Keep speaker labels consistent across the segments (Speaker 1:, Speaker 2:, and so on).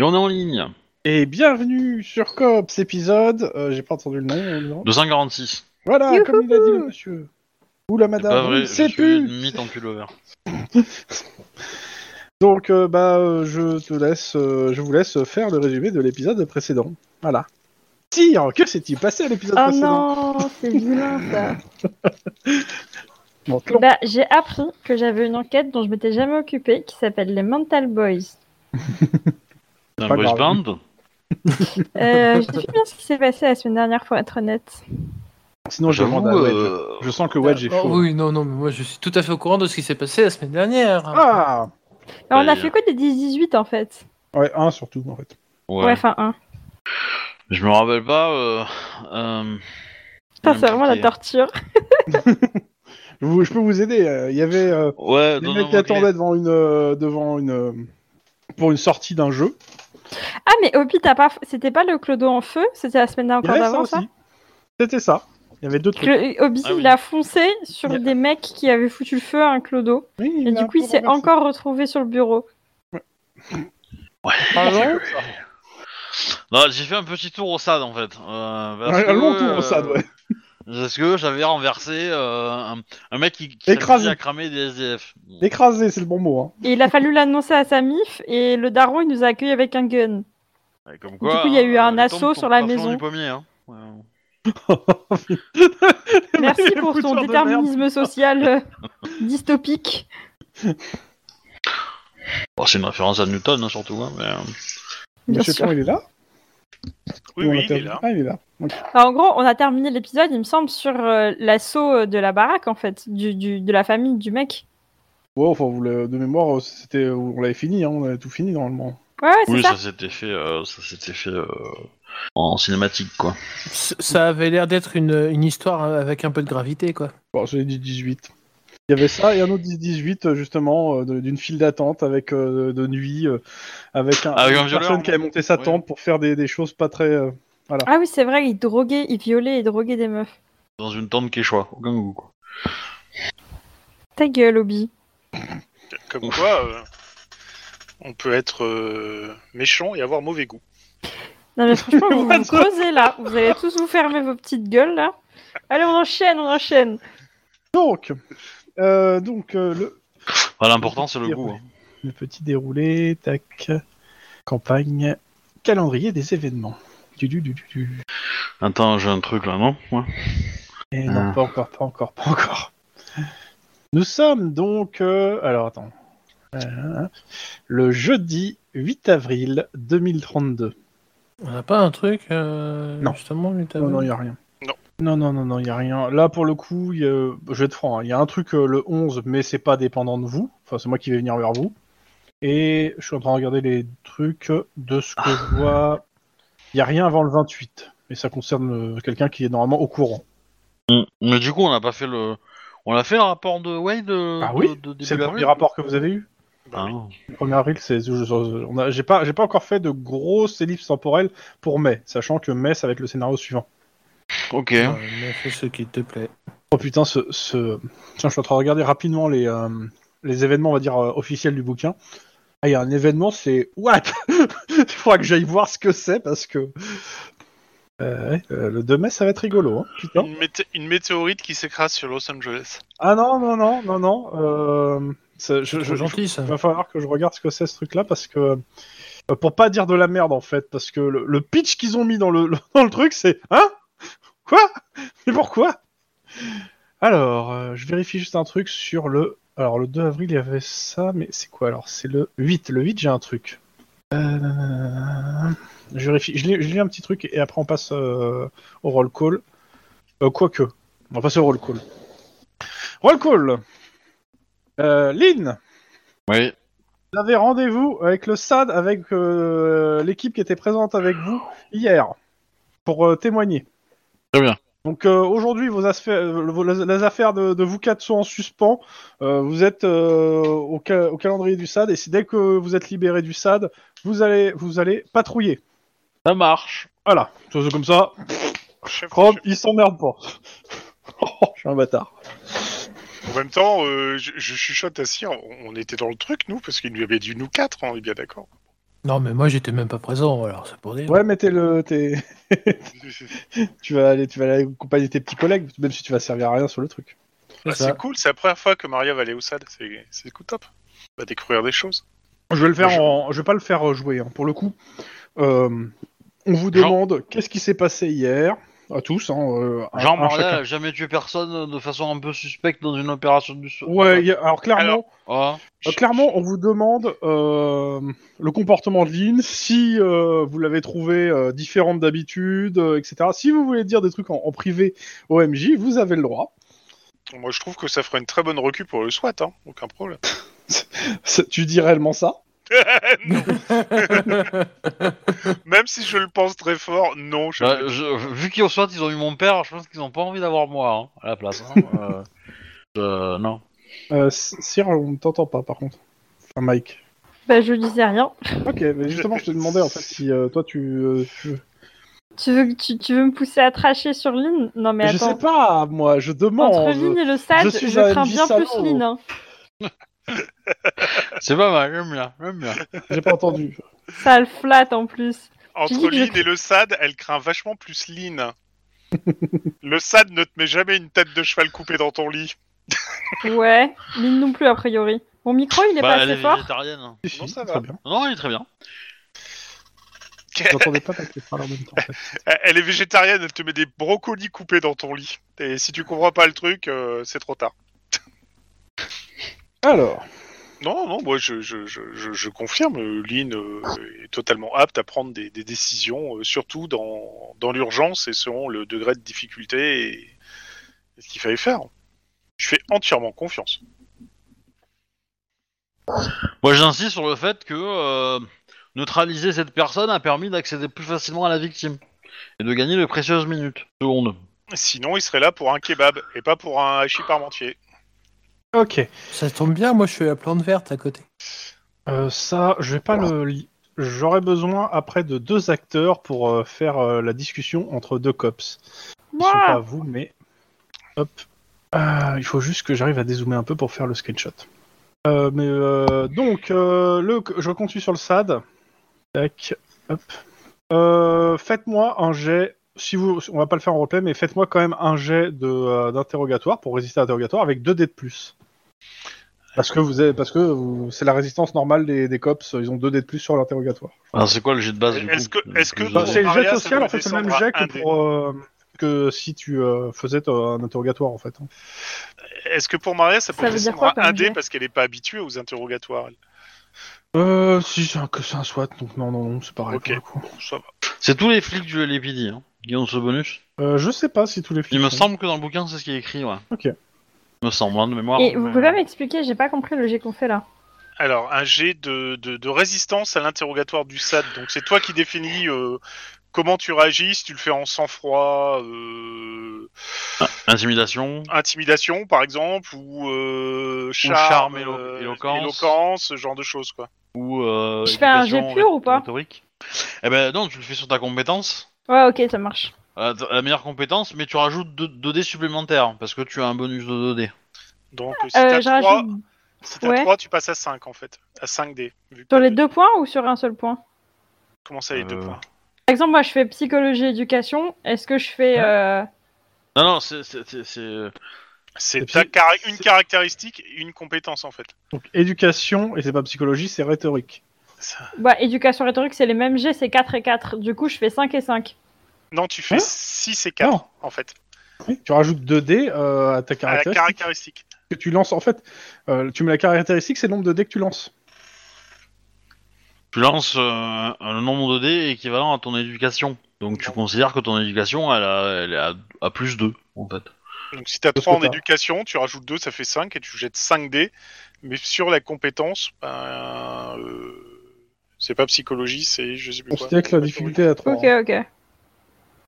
Speaker 1: on est en ligne.
Speaker 2: Et bienvenue sur Cops épisode. euh, J'ai pas entendu le nom. euh, non.
Speaker 1: 246.
Speaker 2: Voilà,
Speaker 3: Youhou
Speaker 2: comme il a dit le monsieur. Ou la
Speaker 1: C'est pas
Speaker 2: madame.
Speaker 1: vrai,
Speaker 2: oui,
Speaker 1: je
Speaker 2: C'est
Speaker 1: suis
Speaker 2: plus.
Speaker 1: une mythe en pullover.
Speaker 2: Donc euh, bah euh, je te laisse, euh, je vous laisse faire le résumé de l'épisode précédent. Voilà. Tire, que s'est-il passé à l'épisode
Speaker 3: Oh
Speaker 2: précédent
Speaker 3: non, c'est vilain ça.
Speaker 2: Bon, Clon.
Speaker 3: Bah, j'ai appris que j'avais une enquête dont je m'étais jamais occupée qui s'appelle les Mental Boys.
Speaker 1: C'est un
Speaker 2: pas
Speaker 1: boys
Speaker 2: grave.
Speaker 1: band
Speaker 3: Euh, je sais plus bien ce qui s'est passé la semaine dernière pour être honnête.
Speaker 2: Sinon je demande à
Speaker 1: J'avoue,
Speaker 2: Wedge.
Speaker 1: euh,
Speaker 2: Je sens que Wedge est
Speaker 4: Ah,
Speaker 2: chaud.
Speaker 4: Oui, non, non, mais moi je suis tout à fait au courant de ce qui s'est passé la semaine dernière. hein.
Speaker 2: Ah
Speaker 3: Mais Bah, on a
Speaker 1: Ouais.
Speaker 3: fait quoi des 18 en fait
Speaker 2: Ouais, un surtout en fait.
Speaker 1: ouais.
Speaker 3: Ouais, enfin un.
Speaker 1: Je me rappelle pas. Euh... euh,
Speaker 3: Putain, c'est vraiment la
Speaker 1: compliqué.
Speaker 3: torture.
Speaker 2: Je, vous- je peux vous aider. euh, Il y avait euh,
Speaker 1: Ouais,
Speaker 2: les
Speaker 1: non,
Speaker 2: mecs qui attendaient devant une, euh, devant une, euh, pour une sortie d'un jeu.
Speaker 3: Ah, mais Opi, t'as pas... c'était pas le clodo en feu C'était la semaine
Speaker 2: Il
Speaker 3: encore
Speaker 2: y avait ça
Speaker 3: d'avant
Speaker 2: aussi.
Speaker 3: ça,
Speaker 2: C'était ça. Il y avait deux trucs.
Speaker 3: Que- Obi,
Speaker 1: Ah oui.
Speaker 3: il a foncé sur
Speaker 2: Yeah.
Speaker 3: des mecs qui avaient foutu le feu à un clodo.
Speaker 2: Oui,
Speaker 3: Et
Speaker 2: a
Speaker 3: du
Speaker 2: un
Speaker 3: coup, il
Speaker 2: peu
Speaker 3: s'est
Speaker 2: renversé.
Speaker 3: encore retrouvé sur le bureau.
Speaker 2: Ah,
Speaker 1: Non, j'ai fait un petit tour au SAD en fait. Euh, parce
Speaker 2: Un, un
Speaker 1: que,
Speaker 2: long tour
Speaker 1: euh,
Speaker 2: au SAD, ouais.
Speaker 1: Parce que j'avais renversé euh, un, un mec qui, qui
Speaker 2: Écrasé.
Speaker 1: s'amusait à cramer des SDF.
Speaker 2: Écrasé, c'est le bon mot. Hein.
Speaker 3: Et il a fallu l'annoncer à sa mif et le daron, il nous a accueillis avec un gun.
Speaker 1: Ouais, Comme quoi,
Speaker 3: Du coup, il y a eu
Speaker 1: hein,
Speaker 3: un
Speaker 1: les
Speaker 3: assaut
Speaker 1: tombes
Speaker 3: sur
Speaker 1: tombent
Speaker 3: la
Speaker 1: pas loin
Speaker 3: maison.
Speaker 1: du pommier, hein. Ouais.
Speaker 3: Merci pour
Speaker 2: Fouteur
Speaker 3: ton
Speaker 2: de
Speaker 3: déterminisme social euh, dystopique.
Speaker 1: Bon, Oh, c'est une référence à Newton, hein, surtout. hein, mais, euh,
Speaker 3: Bien
Speaker 2: Monsieur
Speaker 3: sûr.
Speaker 2: Pan, il est là
Speaker 5: Oui,
Speaker 2: Ou on
Speaker 5: oui,
Speaker 2: l'a
Speaker 5: il est
Speaker 2: perdu
Speaker 5: là.
Speaker 2: Ah, il est là. Ok.
Speaker 3: Enfin, en gros, on a terminé l'épisode, il me semble, sur euh, l'assaut euh, de la baraque, en fait, du, du- de la famille du mec.
Speaker 2: Ouais, enfin, vous l'avez- de mémoire, euh, c'était, on l'avait fini, hein, on avait tout fini normalement.
Speaker 3: Ouais, ouais, c'est
Speaker 1: Oui,
Speaker 3: ça.
Speaker 1: ça s'était fait, euh, ça s'était fait euh, en cinématique, quoi.
Speaker 4: C- Ça avait l'air d'être une, une histoire hein, avec un peu de gravité, quoi.
Speaker 2: Bon, j'ai dit 18. Il y avait ça et un autre 18 euh, justement euh, de- d'une file d'attente avec euh, de nuit euh, avec
Speaker 5: Ah,
Speaker 2: un,
Speaker 1: Avec un
Speaker 2: une
Speaker 1: violeur,
Speaker 2: personne
Speaker 1: hein.
Speaker 2: qui avait monté sa
Speaker 1: Oui.
Speaker 2: tente pour faire des, des choses pas très euh,
Speaker 3: Ah oui, c'est vrai, il droguait, il violait et droguait des meufs.
Speaker 1: Dans une tente quechua, aucun goût, quoi.
Speaker 3: Ta gueule, Obi.
Speaker 1: Ouf.
Speaker 5: Comme quoi, euh, on peut être euh, méchant et avoir mauvais goût.
Speaker 3: Non, mais franchement, vous
Speaker 2: What
Speaker 3: vous creusez là. Vous allez tous vous fermer vos petites gueules là. Allez, on enchaîne, on enchaîne.
Speaker 2: Donc, euh, donc euh, le,
Speaker 1: Enfin, l'important, c'est le goût. hein.
Speaker 2: le petit déroulé, tac, campagne, calendrier des événements. Du, du, du, du, du.
Speaker 1: Attends, j'ai un truc là, non Ouais.
Speaker 2: Et
Speaker 1: Ah.
Speaker 2: Eh non, pas encore, pas encore, pas encore. Nous sommes donc, euh, alors attends, Euh, le jeudi 8 avril 2032.
Speaker 4: On n'a pas un truc, euh,
Speaker 2: Non.
Speaker 4: justement, mais t'as-
Speaker 2: Non, non, il n'y a rien.
Speaker 5: Non.
Speaker 2: Non, non, non, non, il n'y a rien. Là, pour le coup, il y a- je vais être franc, il y a un truc euh, le 11, mais c'est pas dépendant de vous. Enfin, c'est moi qui vais venir vers vous. Et je suis en train de regarder les trucs de ce que je vois. Il n'y a rien avant le 28. Et ça concerne euh, quelqu'un qui est normalement au courant.
Speaker 1: Mm. Mais du coup, on n'a pas fait le. On a fait le rapport de Wade euh,
Speaker 2: Ah oui,
Speaker 1: de- de début
Speaker 2: C'est le
Speaker 1: avril
Speaker 2: premier rapport que vous avez eu
Speaker 5: Bah oui.
Speaker 1: Ah.
Speaker 2: Le 1er avril, c'est. je- je- je- on a- J'ai pas, j'ai pas encore fait de grosses ellipses temporelles pour mai, sachant que mai, ça va être le scénario suivant.
Speaker 1: Ah, Ok.
Speaker 4: Euh, mais fais ce qui te plaît.
Speaker 2: Oh putain, ce, ce- Tiens, je suis en train de regarder rapidement les, euh, les événements, on va dire, euh, officiels du bouquin. Ah, il y a un événement, c'est... What Il faudra que j'aille voir ce que c'est, parce que... Euh, ouais, euh, le 2 mai, ça va être rigolo, hein, putain.
Speaker 5: Une, mété- une météorite qui s'écrase sur Los Angeles.
Speaker 2: Ah non, non, non, non, non. euh, ça- je,
Speaker 4: C'est
Speaker 2: je,
Speaker 4: trop gentil, ça.
Speaker 2: il va falloir que je regarde ce que c'est ce truc-là, parce que... euh, Pour pas dire de la merde, en fait, parce que le, le pitch qu'ils ont mis dans le, le- dans le truc, c'est... Hein Quoi Mais pourquoi Alors, euh, je vérifie juste un truc sur le. Alors, le 2 avril, il y avait ça, mais c'est quoi alors C'est le 8. Le 8, j'ai un truc. Euh, Je vérifie. Je lis, je lis un petit truc et après on passe euh, au roll call. Euh, Quoique. On va passer au roll call. Roll call euh, Lynn,
Speaker 1: Oui.
Speaker 2: vous avez rendez-vous avec le SAD, avec euh, l'équipe qui était présente avec vous hier, pour euh, témoigner.
Speaker 1: Très bien.
Speaker 2: Donc euh, aujourd'hui, vos affaires, euh, vos- les les affaires de, de vous quatre sont en suspens. Euh, vous êtes euh, au, ca- au calendrier du SAD et c'est dès que vous êtes libéré du SAD, vous allez, vous allez patrouiller.
Speaker 1: Ça marche.
Speaker 2: Voilà, chose comme ça.
Speaker 5: Chef,
Speaker 2: Rob,
Speaker 5: chef.
Speaker 2: il s'emmerde pas. Oh, je suis un bâtard.
Speaker 5: En même temps, euh, je, je chuchote à Cyr, on on était dans le truc, nous, parce qu'il nous avait dit nous quatre, on hein, est bien d'accord.
Speaker 4: Non, mais moi j'étais même pas présent, alors c'est pour dire.
Speaker 2: Ouais, mais t'es le, t'es- tu vas aller, tu vas aller accompagner tes petits collègues, même si tu vas servir à rien sur le truc.
Speaker 5: Bah,
Speaker 4: ça.
Speaker 5: c'est cool, c'est la première fois que Maria va aller au SAD. C'est c'est cool, top. On va découvrir des choses.
Speaker 2: Je vais le faire,
Speaker 5: Je-
Speaker 2: en- je vais pas le faire euh, jouer hein. pour le coup. euh, on vous
Speaker 1: Jean-
Speaker 2: demande qu'est-ce qui s'est passé hier à tous. Hein, euh, un-
Speaker 1: Jean
Speaker 2: un chacun.
Speaker 1: Maria a jamais tué personne euh, de façon un peu suspecte dans une opération du soir.
Speaker 2: Ouais, il y a- alors clairement,
Speaker 1: Ah.
Speaker 5: Alors,
Speaker 2: euh, clairement, on vous demande euh, le comportement de Lynn, si euh, vous l'avez trouvé euh, différente d'habitude, euh, etc. Si vous voulez dire des trucs en, en privé OMJ, vous avez le droit.
Speaker 5: Moi, je trouve que ça ferait une très bonne recul pour le SWAT, hein. aucun problème.
Speaker 2: C'est- tu dis réellement ça
Speaker 5: Non. Même si je le pense très fort, non. Je...
Speaker 1: Bah, je- vu qu'ils ont soit ils ont eu mon père, je pense qu'ils ont pas envie d'avoir moi hein, à la place. hein. Euh, euh, non.
Speaker 2: euh, Cyr, on ne t'entend pas par contre. Enfin, Mike.
Speaker 6: Bah, je disais rien.
Speaker 2: Ok, mais justement, je te demandais en fait si euh, toi tu. euh, tu-
Speaker 6: Tu veux, que tu, tu veux me pousser à tracher sur Lynn Non, mais
Speaker 2: Mais je
Speaker 6: attends.
Speaker 2: sais pas, moi, je demande.
Speaker 6: Entre Lynn et le SAD,
Speaker 2: je
Speaker 6: je,
Speaker 2: suis un
Speaker 6: crains
Speaker 2: MJ
Speaker 6: bien
Speaker 2: salaud.
Speaker 6: plus Lynn. hein.
Speaker 1: C'est pas mal, j'aime bien, j'aime bien.
Speaker 2: J'ai pas entendu.
Speaker 6: Ça le flatte en plus. je dis
Speaker 5: Entre
Speaker 6: que je
Speaker 5: Lynn et le SAD, elle craint vachement plus Lynn. le SAD ne te met jamais une tête de cheval coupée dans ton lit.
Speaker 6: Ouais, Lynn non plus, a priori. Mon micro, il est
Speaker 1: Bah,
Speaker 6: pas
Speaker 1: elle est
Speaker 6: assez fort.
Speaker 1: végétarienne.
Speaker 5: Non, ça va.
Speaker 2: Très bien.
Speaker 1: Non, il est très bien.
Speaker 2: J'entendais pas ta parler en même temps. en fait.
Speaker 5: Elle elle est végétarienne, elle te met des brocolis coupés dans ton lit. Et si tu comprends pas le truc, euh, c'est trop tard.
Speaker 2: Alors,
Speaker 5: Non, non, moi je, je, je, je, je confirme, euh, Lynn euh, est totalement apte à prendre des, des décisions, euh, surtout dans, dans l'urgence et selon le degré de difficulté et, et ce qu'il fallait faire. Je fais entièrement confiance.
Speaker 1: Moi, j'insiste sur le fait que euh, neutraliser cette personne a permis d'accéder plus facilement à la victime et de gagner de précieuses minutes, secondes.
Speaker 5: Sinon, il serait là pour un kebab et pas pour un hachis parmentier.
Speaker 2: ok.
Speaker 4: Ça tombe bien, moi je suis à la plante verte à côté.
Speaker 2: Euh, ça, je vais pas le. li- J'aurais besoin après de deux acteurs pour euh, faire euh, la discussion entre deux cops. Ils sont
Speaker 3: Ah
Speaker 2: pas
Speaker 6: Moi,
Speaker 2: à vous, mais. Hop. Euh, il faut juste que j'arrive à dézoomer un peu pour faire le screenshot. Euh, mais euh, donc, euh, le... je continue sur le SAD. Tac. Hop. Euh, faites-moi un jet. Si vous, on va pas le faire en replay, mais faites-moi quand même un jet de, euh, d'interrogatoire pour résister à l'interrogatoire avec deux dés de plus. Parce que vous avez, parce que vous- c'est la résistance normale des, des cops. Ils ont deux dés de plus sur l'interrogatoire.
Speaker 1: Alors, c'est quoi le jet de base du
Speaker 5: Est-ce
Speaker 1: coup
Speaker 5: que- est-ce que-
Speaker 1: Plus de-
Speaker 2: Bah, c'est le jet
Speaker 5: Maria, ça
Speaker 2: social,
Speaker 5: doit
Speaker 2: en fait, c'est le
Speaker 5: descendre
Speaker 2: même
Speaker 5: à
Speaker 2: jet que,
Speaker 5: un dé.
Speaker 2: pour, euh, que si tu euh, faisais euh, un interrogatoire, en fait. hein.
Speaker 5: Est-ce que pour Maria, ça peut
Speaker 6: Ça veut dire quoi,
Speaker 5: descendre à un
Speaker 6: comme
Speaker 5: dé
Speaker 6: jeu
Speaker 5: parce qu'elle n'est pas habituée aux interrogatoires elle
Speaker 2: Euh, si, c'est un, que c'est un SWAT, donc non, non, non, c'est pareil
Speaker 5: Ok.
Speaker 2: pour le coup.
Speaker 5: Bon, ça va.
Speaker 1: C'est tous les flics du LAPD hein, qui ont ce bonus.
Speaker 2: Euh, je sais pas si tous les
Speaker 1: Il
Speaker 2: films.
Speaker 1: me
Speaker 2: sont-
Speaker 1: semble que dans le bouquin, c'est ce qui est écrit, ouais.
Speaker 2: Ok.
Speaker 1: Me semble, hein, de mémoire.
Speaker 6: et vous
Speaker 1: mais-
Speaker 6: pouvez pas m'expliquer, j'ai pas compris le jet qu'on fait là.
Speaker 5: Alors, un jet de, de, de résistance à l'interrogatoire du SAD. Donc, c'est toi qui définis euh, comment tu réagis, si tu le fais en sang-froid, euh,
Speaker 1: Intimidation.
Speaker 5: intimidation, par exemple, ou, euh, charme,
Speaker 1: charme, élo-
Speaker 5: euh,
Speaker 1: éloquence.
Speaker 5: éloquence, ce genre de choses, quoi.
Speaker 1: ou euh,
Speaker 6: Je fais un
Speaker 1: éducation
Speaker 6: jet pur ou pas
Speaker 1: rhétorique. Eh ben non, tu le fais sur ta compétence,
Speaker 6: Ouais, ok, ça marche.
Speaker 1: euh, ta- la meilleure compétence, mais tu rajoutes 2 dés supplémentaires parce que tu as un bonus de 2 dés.
Speaker 5: Donc, si
Speaker 6: Euh,
Speaker 5: t'as
Speaker 6: je
Speaker 5: 3,
Speaker 6: rajoute ouais.
Speaker 5: tu passes à 5, en fait. À 5D. Vu que
Speaker 6: sur les
Speaker 5: t'as-
Speaker 6: deux points ou sur un seul point
Speaker 5: Comment ça, les deux
Speaker 1: Euh,
Speaker 5: points
Speaker 6: Par exemple, moi, je fais psychologie, éducation. Est-ce que je fais... euh,
Speaker 1: Non, non, c'est. c'est- c'est- c'est-
Speaker 5: C'est
Speaker 2: Et puis,
Speaker 5: ta carac- une
Speaker 2: c'est-
Speaker 5: caractéristique et une compétence, en fait.
Speaker 2: Donc, éducation, et c'est pas psychologie, c'est rhétorique.
Speaker 6: Bah, éducation rhétorique, c'est les mêmes G, c'est 4 et 4. Du coup, je fais 5 et 5.
Speaker 5: Non, tu fais
Speaker 2: Hein
Speaker 5: 6 et 4,
Speaker 2: Non.
Speaker 5: en fait,
Speaker 2: Ah, Oui, Tu rajoutes 2 dés euh, à ta
Speaker 5: à la
Speaker 2: caractéristique
Speaker 5: caractéristique.
Speaker 2: que tu lances. En fait, euh, tu mets la caractéristique, c'est le nombre de dés que tu lances.
Speaker 1: Tu lances euh, un nombre de dés équivalent à ton éducation. Donc tu
Speaker 5: Non.
Speaker 1: considères que ton éducation, elle a, elle est à, à plus 2, en fait.
Speaker 5: Donc si t'as
Speaker 2: Parce
Speaker 5: 3 en
Speaker 2: que t'as-
Speaker 5: éducation, tu rajoutes 2, ça fait 5 et tu jettes 5 dés. Mais sur la compétence, ben, euh, c'est pas psychologie, c'est je sais plus quoi.
Speaker 2: Considère que la difficulté est à 3.
Speaker 6: Ok, ok.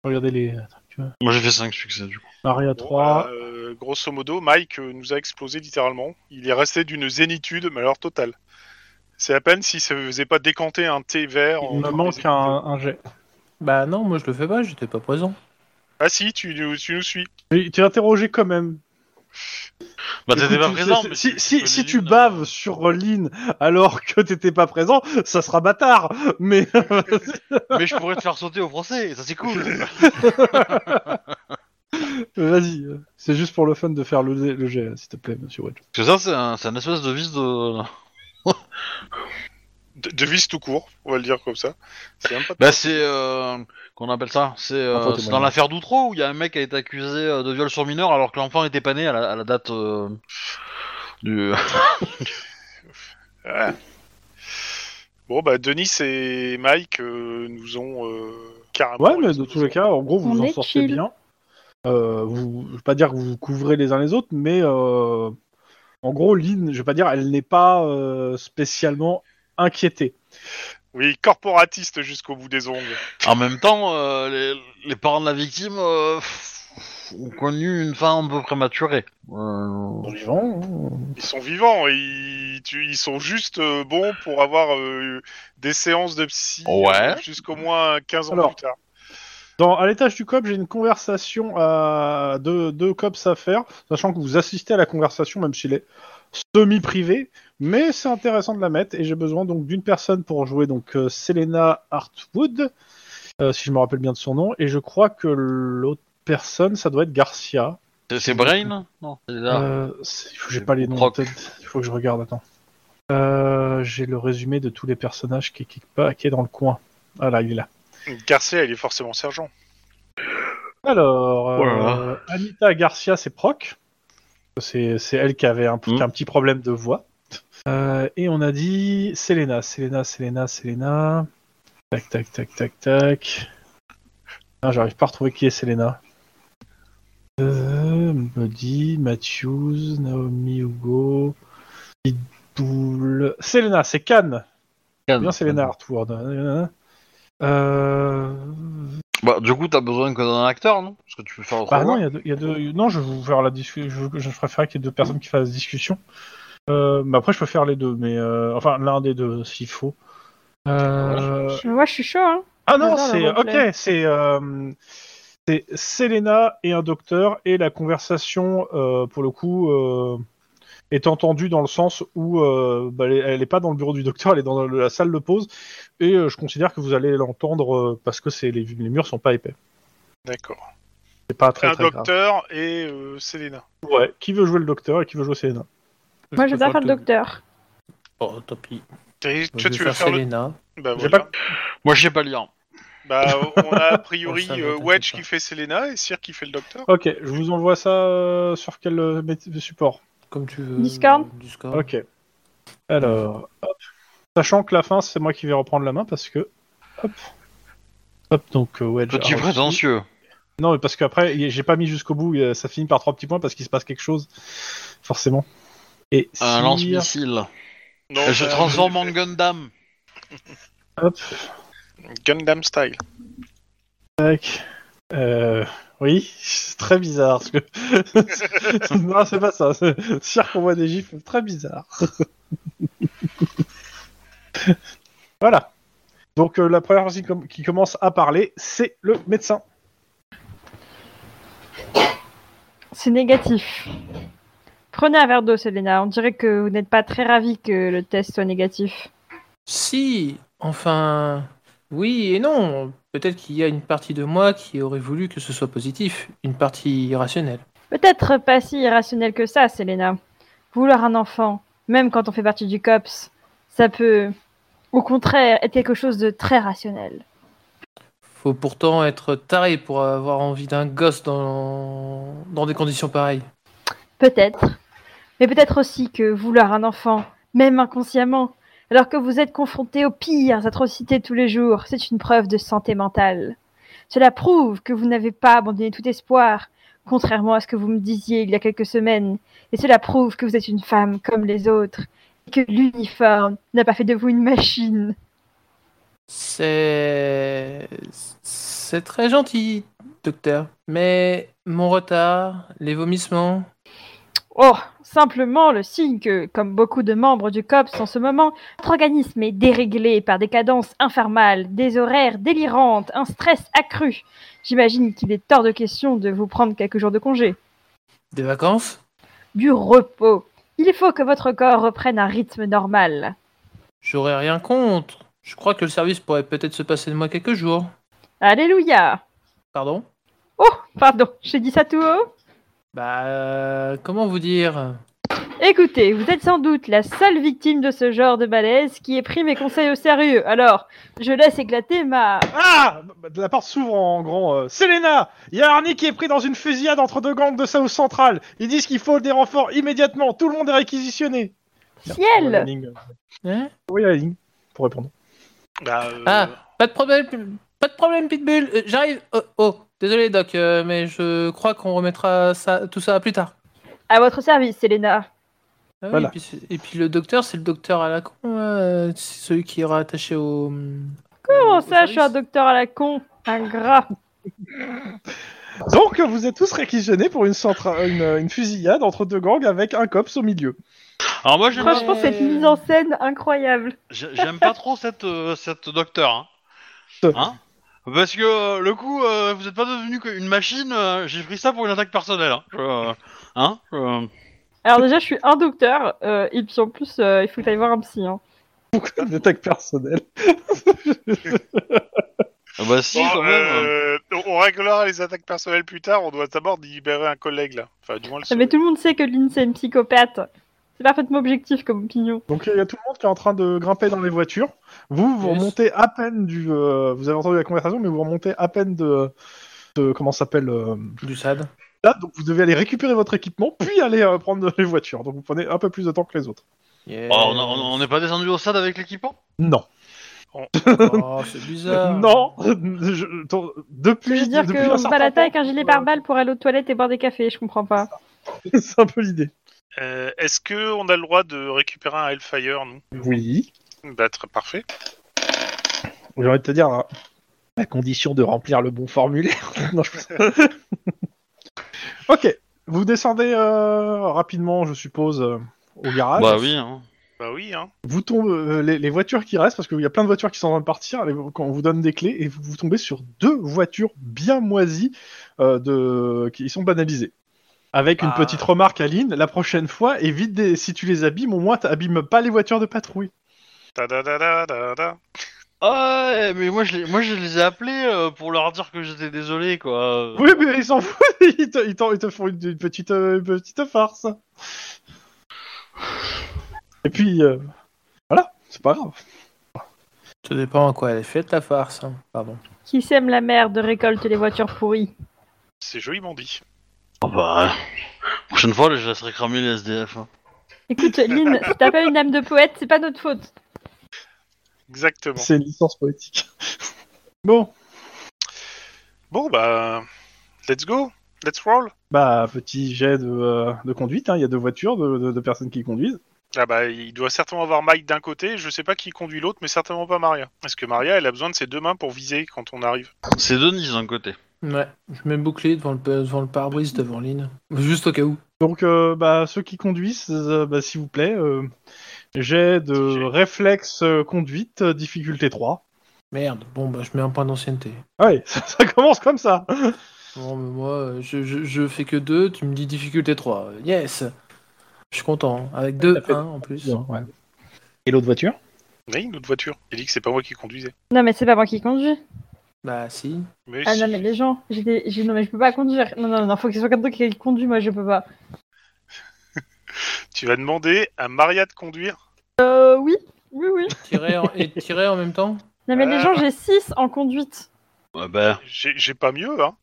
Speaker 2: Regardez les. tu vois.
Speaker 1: Moi j'ai fait 5 succès du coup.
Speaker 2: Marie à
Speaker 5: Bon,
Speaker 2: 3.
Speaker 5: euh, grosso modo, Mike euh, nous a explosé littéralement. Il est resté d'une zénitude, mais alors totale. C'est à peine si ça faisait pas décanter un thé vert.
Speaker 2: Il me
Speaker 5: entre
Speaker 2: manque
Speaker 5: les
Speaker 2: un,
Speaker 5: épisodes.
Speaker 2: un jet.
Speaker 4: Bah non, moi je le fais pas, j'étais pas présent.
Speaker 5: Ah si, tu, nous- tu nous suis.
Speaker 2: Mais Tu es interrogé quand même.
Speaker 1: Bah, t'étais
Speaker 2: Écoute,
Speaker 1: pas
Speaker 2: tu-
Speaker 1: présent.
Speaker 2: c'est-
Speaker 1: mais
Speaker 2: si,
Speaker 1: tu-
Speaker 2: si,
Speaker 1: peux
Speaker 2: si
Speaker 1: lire,
Speaker 2: tu
Speaker 1: euh,
Speaker 2: baves sur Lynn alors que t'étais pas présent, ça sera bâtard. Mais
Speaker 1: Mais je pourrais te faire sauter au procès, et ça c'est cool.
Speaker 2: vas-y, c'est juste pour le fun de faire le, le jet, s'il te plaît, monsieur Wedge.
Speaker 1: Parce que ça, c'est un, c'est un espèce de vice de.
Speaker 5: De- Devise tout court, on va le dire comme ça. C'est même pas
Speaker 1: Bah, c'est. Euh, qu'on appelle ça C'est euh,
Speaker 2: Enfin,
Speaker 1: c'est
Speaker 2: témoignage.
Speaker 1: dans l'affaire d'Outreau où il y a un mec qui a été accusé euh, de viol sur mineur alors que l'enfant n'était pas né à la, à la date euh, du.
Speaker 5: Ah. Bon, bah, Denis et Mike euh, nous ont euh, carrément.
Speaker 2: Ouais, mais de tous les cas, en gros, vous
Speaker 3: On
Speaker 2: vous en
Speaker 3: est
Speaker 2: sortez
Speaker 3: chill.
Speaker 2: bien. Euh, vous, je vais pas dire que vous vous couvrez les uns les autres, mais euh, en gros, Lynn, je vais pas dire, elle n'est pas euh, spécialement inquiétée.
Speaker 5: Oui, corporatiste jusqu'au bout des ongles.
Speaker 1: En même temps, euh, les, les parents de la victime euh, pff, ont connu une fin un peu prématurée. Euh,
Speaker 2: Vivant, hein.
Speaker 5: Ils sont vivants, et ils, tu- ils sont juste euh, bons pour avoir euh, des séances de psy
Speaker 1: Ouais.
Speaker 5: euh, jusqu'au moins 15 ans
Speaker 2: Alors.
Speaker 5: plus tard.
Speaker 2: Dans, à l'étage du COP, j'ai une conversation à deux, deux COPs à faire, sachant que vous assistez à la conversation, même s'il est semi-privé, mais c'est intéressant de la mettre, et j'ai besoin donc d'une personne pour jouer donc euh, Selena Hartwood, euh, si je me rappelle bien de son nom, et je crois que l'autre personne, ça doit être Garcia.
Speaker 1: c'est- c'est Brain Non. c'est là.
Speaker 2: Euh, c'est- j'ai pas les noms en
Speaker 1: Proc.
Speaker 2: tête, il faut que je regarde, attends. Euh, j'ai le résumé de tous les personnages qui, qui, qui est dans le coin. Ah là, il est là.
Speaker 5: Garcia, il est forcément sergent.
Speaker 2: Alors, euh,
Speaker 1: Oh là
Speaker 2: Anita Garcia, c'est Proc. C'est c'est elle qui avait un, qui a un petit problème de voix. Euh, et on a dit Selena, Selena, Selena, Selena. Tac, tac, tac, tac, tac. Ah, J'arrive pas à retrouver qui est Selena. Euh, Buddy, Matthews, Naomi, Hugo, Idoul. Selena, c'est Cannes. Bien Selena Hartwood. Euh...
Speaker 1: Bah, du coup, t'as besoin que d'un acteur, non Parce que tu peux faire autrement.
Speaker 2: Bah non, il y a deux- il y, a deux. Non, je vais vous faire la discussion. Je, je préférerais qu'il y ait deux personnes qui fassent la discussion. Euh, mais après, je peux faire les deux, mais euh, enfin l'un des deux s'il faut. Euh,
Speaker 3: Moi, je suis chaud, hein.
Speaker 2: Ah non,
Speaker 3: J'adore le
Speaker 2: c'est
Speaker 3: roleplay.
Speaker 2: ok, c'est euh, c'est Selena et un docteur et la conversation euh, pour le coup euh, est entendue dans le sens où euh, bah, elle est- elle n'est pas dans le bureau du docteur, elle est dans la salle de pause et euh, je considère que vous allez l'entendre euh, parce que c'est les, les murs sont pas épais.
Speaker 5: D'accord.
Speaker 2: C'est pas très
Speaker 5: Un
Speaker 2: très grave.
Speaker 5: docteur et euh, Selena.
Speaker 2: Ouais, qui veut jouer le docteur et qui veut jouer Selena.
Speaker 3: Moi, je dois
Speaker 4: préfère
Speaker 3: faire le docteur.
Speaker 4: Bon, tant pis.
Speaker 5: Et
Speaker 4: Je
Speaker 5: toi,
Speaker 4: vais
Speaker 5: tu veux
Speaker 4: faire
Speaker 5: faire le.
Speaker 4: Selena.
Speaker 5: Bah,
Speaker 2: J'ai
Speaker 5: voilà.
Speaker 1: Moi, je sais pas lire.
Speaker 5: Bah, on a a priori
Speaker 4: Bon, ça va,
Speaker 5: euh,
Speaker 4: t'inquiète
Speaker 5: Wedge
Speaker 4: pas.
Speaker 5: qui fait Selena et Cyr qui fait le docteur.
Speaker 2: Ok, je vous envoie ça euh, sur quel euh, mét- support
Speaker 4: Comme tu veux. euh,
Speaker 3: Discord
Speaker 4: Discord.
Speaker 2: Ok. Alors, hop. Sachant que la fin, c'est moi qui vais reprendre la main parce que. Hop. Hop, donc, euh, ouais.
Speaker 1: Petit
Speaker 2: alors,
Speaker 1: prétentieux.
Speaker 2: Non, mais parce qu'après, y- j'ai pas mis jusqu'au bout, y a- ça finit par trois petits points parce qu'il se passe quelque chose, forcément. Et
Speaker 1: Un
Speaker 2: Cyr-
Speaker 1: lance-missile. Elle se
Speaker 5: euh,
Speaker 1: transforme en Gundam.
Speaker 2: Hop,
Speaker 5: Gundam style.
Speaker 2: tac. Euh, oui, c'est très bizarre. Parce que... non, c'est pas ça. C'est Cyr qu'on voit des gifs très bizarres. Voilà. Donc euh, la première personne qui com- qui commence à parler, c'est le médecin.
Speaker 3: C'est négatif. Prenez un verre d'eau, Selena. On dirait que vous n'êtes pas très ravi que le test soit négatif.
Speaker 4: Si, enfin, oui et non. Peut-être qu'il y a une partie de moi qui aurait voulu que ce soit positif, une partie irrationnelle.
Speaker 3: Peut-être pas si irrationnel que ça, Selena. Vouloir un enfant, même quand on fait partie du COPS, ça peut, au contraire, être quelque chose de très rationnel.
Speaker 4: Faut pourtant être taré pour avoir envie d'un gosse dans, dans des conditions pareilles.
Speaker 3: Peut-être. Mais peut-être aussi que vouloir un enfant, même inconsciemment, alors que vous êtes confronté aux pires atrocités tous les jours, c'est une preuve de santé mentale. Cela prouve que vous n'avez pas abandonné tout espoir, contrairement à ce que vous me disiez il y a quelques semaines, et cela prouve que vous êtes une femme comme les autres, et que l'uniforme n'a pas fait de vous une machine.
Speaker 4: C'est. C'est très gentil, docteur. Mais mon retard, les vomissements.
Speaker 3: Oh, simplement le signe que, comme beaucoup de membres du COPS en ce moment, notre organisme est déréglé par des cadences infernales, des horaires délirantes, un stress accru. J'imagine qu'il est hors de question de vous prendre quelques jours de congé.
Speaker 4: Des vacances
Speaker 3: du repos. Il faut que votre corps reprenne un rythme normal.
Speaker 4: J'aurais rien contre. Je crois que le service pourrait peut-être se passer de moi quelques jours.
Speaker 3: Alléluia
Speaker 4: Pardon
Speaker 3: Oh, pardon, j'ai dit ça tout haut
Speaker 4: Bah, euh, comment vous dire
Speaker 3: Écoutez, vous êtes sans doute la seule victime de ce genre de malaise qui ait pris mes conseils au sérieux. Alors, je laisse éclater ma...
Speaker 2: Ah Bah, De la porte s'ouvre en grand. euh, Selena Il y a Arnie qui est pris dans une fusillade entre deux gangs de South Central. Ils disent qu'il faut des renforts immédiatement. Tout le monde est réquisitionné. Pour la
Speaker 3: Ciel
Speaker 2: ligne, euh,
Speaker 4: Hein
Speaker 2: Oui, la ligne. Pour répondre.
Speaker 5: Bah, euh,
Speaker 4: Ah. Pas de problème, pas de problème, Pitbull. Euh, J'arrive. Oh, oh, désolé, Doc, euh, mais je crois qu'on remettra ça, tout ça à plus tard.
Speaker 3: À votre service, Selena.
Speaker 4: Ah oui,
Speaker 2: Voilà.
Speaker 4: et, puis, c'est- et puis le docteur, c'est le docteur à la con, euh, c'est celui qui est rattaché au. hum,
Speaker 3: Comment
Speaker 4: au
Speaker 3: ça, je suis un
Speaker 4: service.
Speaker 3: docteur à la con Ingrat
Speaker 2: Donc vous êtes tous réquisitionnés pour une, centra- une, euh, une fusillade entre deux gangs avec un cops au milieu.
Speaker 1: Alors moi, j'aime
Speaker 3: Franchement, cette mise en scène incroyable.
Speaker 1: j'ai- j'aime pas trop cette, euh, cette docteur. Hein.
Speaker 2: Euh.
Speaker 1: Hein Parce que euh, le coup, euh, vous êtes pas devenu qu'une machine. euh, J'ai pris ça pour une attaque personnelle. Hein. Je, euh, hein, je-
Speaker 3: Alors déjà, je suis un docteur, euh, et puis en plus, euh, il faut que t'ailles voir un psy. hein.
Speaker 2: Une attaque personnelle.
Speaker 1: Ah bah si,
Speaker 5: bon,
Speaker 1: quand même. euh.
Speaker 5: euh, on- on réglera les attaques personnelles plus tard. On doit d'abord libérer un collègue là. Enfin, du moins le
Speaker 3: Ah, Mais tout le monde sait que Lynn, c'est une psychopathe. C'est parfaitement objectif comme opinion.
Speaker 2: Donc il y a tout le monde qui est en train de grimper dans les voitures. Vous, vous
Speaker 4: Yes.
Speaker 2: remontez à peine du... euh, vous avez entendu la conversation, mais vous remontez à peine de... de comment ça s'appelle euh,
Speaker 4: Du SAD.
Speaker 2: là. Donc vous devez aller récupérer votre équipement, puis aller euh, prendre les voitures. Donc vous prenez un peu plus de temps que les autres.
Speaker 4: Yeah.
Speaker 2: Euh,
Speaker 1: Oh, on a- on n'est pas descendu au stade avec hein l'équipement
Speaker 2: Non.
Speaker 4: Oh, c'est bizarre.
Speaker 2: Non. Je- ton- depuis...
Speaker 3: Euh. Je veux dire
Speaker 2: depuis un
Speaker 3: qu'on se
Speaker 2: certain
Speaker 3: balade
Speaker 2: temps,
Speaker 3: avec un gilet pare-balles pour aller aux toilettes et boire des cafés, je comprends pas.
Speaker 2: C'est un peu l'idée.
Speaker 5: Euh, Est-ce que on a le droit de récupérer un Hellfire nous
Speaker 2: Oui.
Speaker 5: Bah, très parfait.
Speaker 2: J'ai envie de te dire, hein, à condition de remplir le bon formulaire. Non, je plaisante. ok, vous descendez euh, rapidement, je suppose, euh, au garage.
Speaker 1: Bah oui. Hein.
Speaker 5: Bah oui, hein.
Speaker 2: Vous tombez, euh, les, les voitures qui restent, parce qu'il y a plein de voitures qui sont en train de partir, les- quand on vous donne des clés, et vous, vous tombez sur deux voitures bien moisies euh, de, qui sont banalisées. Avec une
Speaker 4: Ah.
Speaker 2: petite remarque, Aline, la prochaine fois, évite des, si tu les abîmes, au moins t'abîmes pas les voitures de patrouille.
Speaker 5: Ta da da da da da.
Speaker 1: Ah ouais, mais moi je, les- moi je les ai appelés euh, pour leur dire que j'étais désolé quoi.
Speaker 2: Oui, mais ils s'en foutent, ils te, ils t'en- ils te font une, une petite, euh, une petite farce. Et puis, euh, voilà, c'est pas grave.
Speaker 4: Ça dépend à quoi elle est faite, la farce. hein. Pardon.
Speaker 3: Qui sème la merde récolte les voitures pourries.
Speaker 5: C'est joliment dit.
Speaker 1: Oh bah, prochaine fois je laisserai cramer les SDF. hein.
Speaker 3: Écoute, Lynn, si t'as pas une âme de poète, c'est pas notre faute.
Speaker 5: Exactement.
Speaker 2: C'est une licence poétique. Bon,
Speaker 5: Bon bah, let's go, let's roll.
Speaker 2: bah, petit jet de, euh, de conduite, hein, il y a deux voitures, deux, deux- deux personnes qui conduisent.
Speaker 5: Ah bah, il doit certainement avoir Mike d'un côté. Je sais pas qui conduit l'autre, mais certainement pas Maria. Parce que Maria, elle a besoin de ses deux mains pour viser quand on arrive.
Speaker 1: C'est Denise d'un côté.
Speaker 4: Ouais, je mets le bouclier devant le, euh, devant le pare-brise, devant Lynn. Juste au cas où.
Speaker 2: Donc, euh, bah, ceux qui conduisent, euh, bah, s'il vous plaît, euh, jet de
Speaker 5: Jet.
Speaker 2: réflexe euh, conduite, euh, difficulté 3.
Speaker 4: Merde, bon, bah je mets un point d'ancienneté.
Speaker 2: Ah Ouais, ça, ça commence comme ça.
Speaker 4: Bon, mais moi, euh, je, je, je fais que 2, tu me dis difficulté 3. Yes Je suis content, hein. avec 2,
Speaker 2: Ça fait
Speaker 4: 1 en plus.
Speaker 2: Et l'autre voiture
Speaker 5: Mais une autre voiture. Il dit que c'est pas moi qui conduisais.
Speaker 3: Non, mais c'est pas moi qui conduis.
Speaker 4: Bah si.
Speaker 5: Mais
Speaker 3: Ah
Speaker 5: si.
Speaker 3: non, mais les gens, j'ai des- j'ai- non, mais je peux pas conduire. Non, non, non, faut que ce soit quelqu'un qui conduit, moi je peux pas.
Speaker 5: tu vas demander à Maria de conduire.
Speaker 3: Euh, oui, oui, oui.
Speaker 4: Tirer en- et tirer en même temps
Speaker 3: Non, mais
Speaker 1: Euh.
Speaker 3: les gens, j'ai 6 en conduite.
Speaker 1: Ouais, bah,
Speaker 5: J'ai j'ai pas mieux, hein.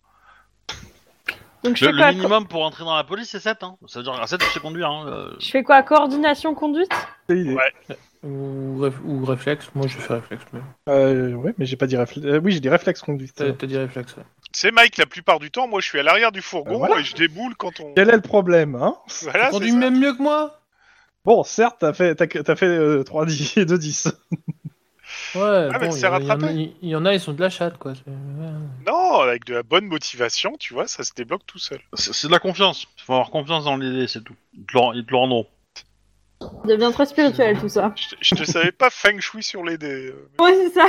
Speaker 3: Donc je
Speaker 1: le,
Speaker 3: fais
Speaker 1: le
Speaker 3: quoi
Speaker 1: minimum pour entrer dans la police c'est 7. Hein. Ça veut dire à 7 tu sais conduire. Hein. euh.
Speaker 3: Je fais quoi Coordination conduite
Speaker 2: C'est l'idée.
Speaker 5: Ouais.
Speaker 4: ou, ré- ou réflexe Moi je fais réflexe. Mais...
Speaker 2: Euh, ouais, mais j'ai pas dit réflexe. oui, j'ai dit réflexe conduite.
Speaker 4: T'as t'as dit réflexe, ouais.
Speaker 5: C'est Mike la plupart du temps. Moi, je suis à l'arrière du fourgon
Speaker 2: Bah voilà.
Speaker 5: et je déboule quand on.
Speaker 2: Quel est le problème, hein
Speaker 4: Tu
Speaker 5: Voilà, Ah, c'est
Speaker 4: conduis
Speaker 5: ça.
Speaker 4: même mieux que moi
Speaker 2: Bon, certes, t'as fait, t'as, t'as fait euh, 3 10 et 2 10.
Speaker 4: Ouais,
Speaker 5: Ah, mais
Speaker 4: bon,
Speaker 5: tu
Speaker 4: il y, en- il y
Speaker 5: t'es
Speaker 4: en a-
Speaker 5: rattrapé.
Speaker 4: il y en a, ils sont de la chatte, quoi. C'est- ouais.
Speaker 5: Non, avec de la bonne motivation, tu vois, ça se débloque tout seul.
Speaker 1: C'est c'est de la confiance. Faut avoir confiance dans l'idée, c'est tout. Ils te le- ils te le rendront.
Speaker 3: Ça devient très spirituel tout ça.
Speaker 5: Je, te- je te savais pas feng shui sur les dés. euh.
Speaker 3: Ouais, c'est ça.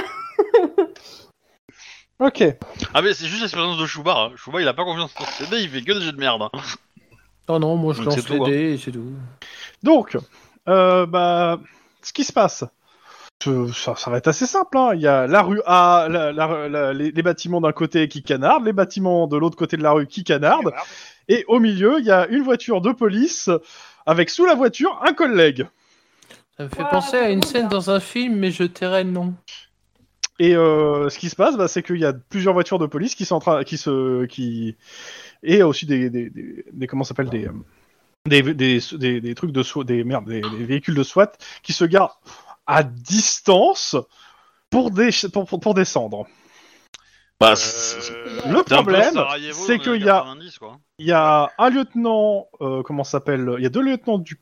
Speaker 2: Ok.
Speaker 1: Ah mais c'est juste l'expérience de Chouba. Hein. Chouba il a pas confiance en ses dés, il fait que des jeux de merde. hein.
Speaker 4: Oh, Non, non, moi je
Speaker 1: Donc,
Speaker 4: lance
Speaker 1: c'est
Speaker 4: les
Speaker 1: tout, hein.
Speaker 4: dés et c'est tout.
Speaker 2: Donc, euh, bah, ce qui se passe, euh, ça, ça va être assez simple. hein. Il y a la rue A, la- la- la- les, les bâtiments d'un côté qui canardent, les bâtiments de l'autre côté de la rue qui canardent, et au milieu, il y a une voiture de police avec sous la voiture un collègue.
Speaker 4: Ça me fait
Speaker 5: Ah,
Speaker 6: Ouah,
Speaker 4: penser à
Speaker 6: c'est
Speaker 4: une
Speaker 6: cool,
Speaker 4: scène
Speaker 6: ça.
Speaker 4: dans un film, mais je tairai le nom.
Speaker 2: Et euh, ce qui se passe, bah, c'est qu'il y a plusieurs voitures de police qui sont en train- qui se, qui, et aussi des, des, des, des- comment ça s'appelle des, euh, des, des, des, des trucs de SWAT, des merde, des, des véhicules de SWAT qui se garent à distance pour, des, pour, pour, pour descendre.
Speaker 1: Bah, c'est- c'est-
Speaker 5: Euh,
Speaker 2: Le
Speaker 1: c'est un peu
Speaker 2: problème,
Speaker 1: Sarajevo
Speaker 2: c'est
Speaker 1: des
Speaker 2: qu'il
Speaker 1: années
Speaker 2: y a-
Speaker 1: 90, quoi.
Speaker 2: il y a un lieutenant, euh, comment ça s'appelle Il y a deux lieutenants du,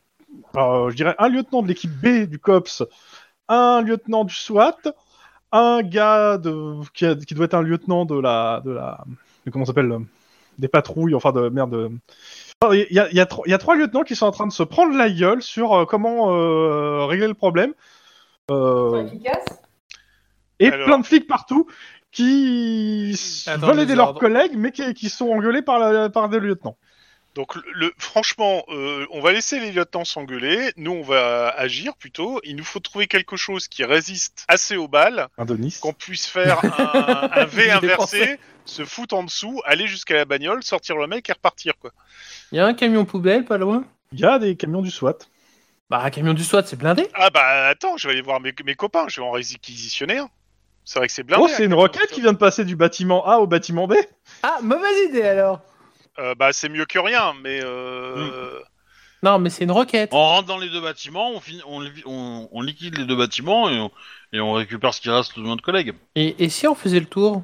Speaker 2: euh, je dirais un lieutenant de l'équipe B du cops, un lieutenant du SWAT, un gars de qui, a- qui doit être un lieutenant de la de la de comment ça s'appelle euh, des patrouilles, enfin de merde. euh. Enfin, Il y, a, il y a tro- il y a trois lieutenants qui sont en train de se prendre la gueule sur euh, comment euh, régler le problème. Euh, et
Speaker 5: Alors.
Speaker 2: plein de flics partout qui s-
Speaker 4: Attends,
Speaker 2: veulent aider leurs
Speaker 4: désordre.
Speaker 2: collègues mais qui, qui sont engueulés par, la- par des lieutenants.
Speaker 5: Donc, le, le- franchement, euh, on va laisser les lieutenants s'engueuler. Nous, on va agir plutôt. Il nous faut trouver quelque chose qui résiste assez aux balles,
Speaker 2: Un Denis.
Speaker 5: qu'on puisse faire un, un V
Speaker 4: Je l'ai
Speaker 5: inversé,
Speaker 4: pensé.
Speaker 5: se foutre en dessous, aller jusqu'à la bagnole, sortir le mec et repartir. Quoi.
Speaker 4: Il y a un camion poubelle pas loin
Speaker 2: Il y a des camions du SWAT.
Speaker 4: Bah, un camion du SWAT, c'est blindé
Speaker 5: Ah bah attends, je vais aller voir mes, mes copains, je vais en réquisitionner un. C'est vrai que c'est blindé. hein,
Speaker 2: oh, c'est une roquette qui vient de passer du bâtiment A au bâtiment B.
Speaker 4: Ah, mauvaise idée alors
Speaker 5: Euh, bah c'est mieux que rien, mais... Euh...
Speaker 4: Non, mais c'est une roquette.
Speaker 1: On rentre dans les deux bâtiments, on, fin- on, li- on- on liquide les deux bâtiments et on, et on récupère ce qui reste de notre collègue.
Speaker 4: Et, et si on faisait le tour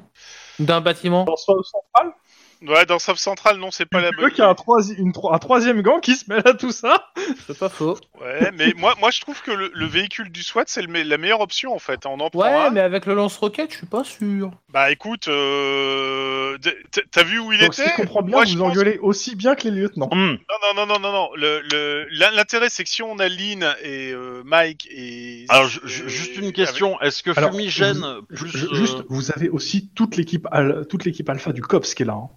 Speaker 4: d'un bâtiment
Speaker 2: Dans ce central,
Speaker 5: Ouais, dans South Central, non, c'est pas la
Speaker 2: tu veux
Speaker 5: bonne.
Speaker 2: qu'il y a un, troisi- une tro- un troisième gang qui se mêle à tout ça.
Speaker 4: C'est pas faux.
Speaker 5: Ouais, mais moi, moi je trouve que le, le véhicule du SWAT, c'est le me- la meilleure option en fait. hein. On en prend
Speaker 4: Ouais,
Speaker 5: un.
Speaker 4: mais avec le lance-roquette, je suis pas sûr.
Speaker 5: Bah écoute, euh... d- t- t'as vu où il
Speaker 2: Donc, si
Speaker 5: était
Speaker 2: je comprends bien,
Speaker 5: Moi, je
Speaker 2: vous
Speaker 5: pense-
Speaker 2: engueulez aussi bien que les lieutenants.
Speaker 1: Hmm.
Speaker 5: Non, non, non, non, non, non. Le- le- l'in- L'intérêt, c'est que si on a Lynn et euh, Mike et...
Speaker 1: Alors, ju- ju-
Speaker 5: et-
Speaker 1: juste une question, est-ce que
Speaker 2: Alors,
Speaker 1: Fumigène
Speaker 2: Je-
Speaker 1: plus...
Speaker 2: je-
Speaker 1: euh,
Speaker 2: Juste, vous avez aussi toute l'équipe al- toute l'équipe alpha du COPS qui est là. hein.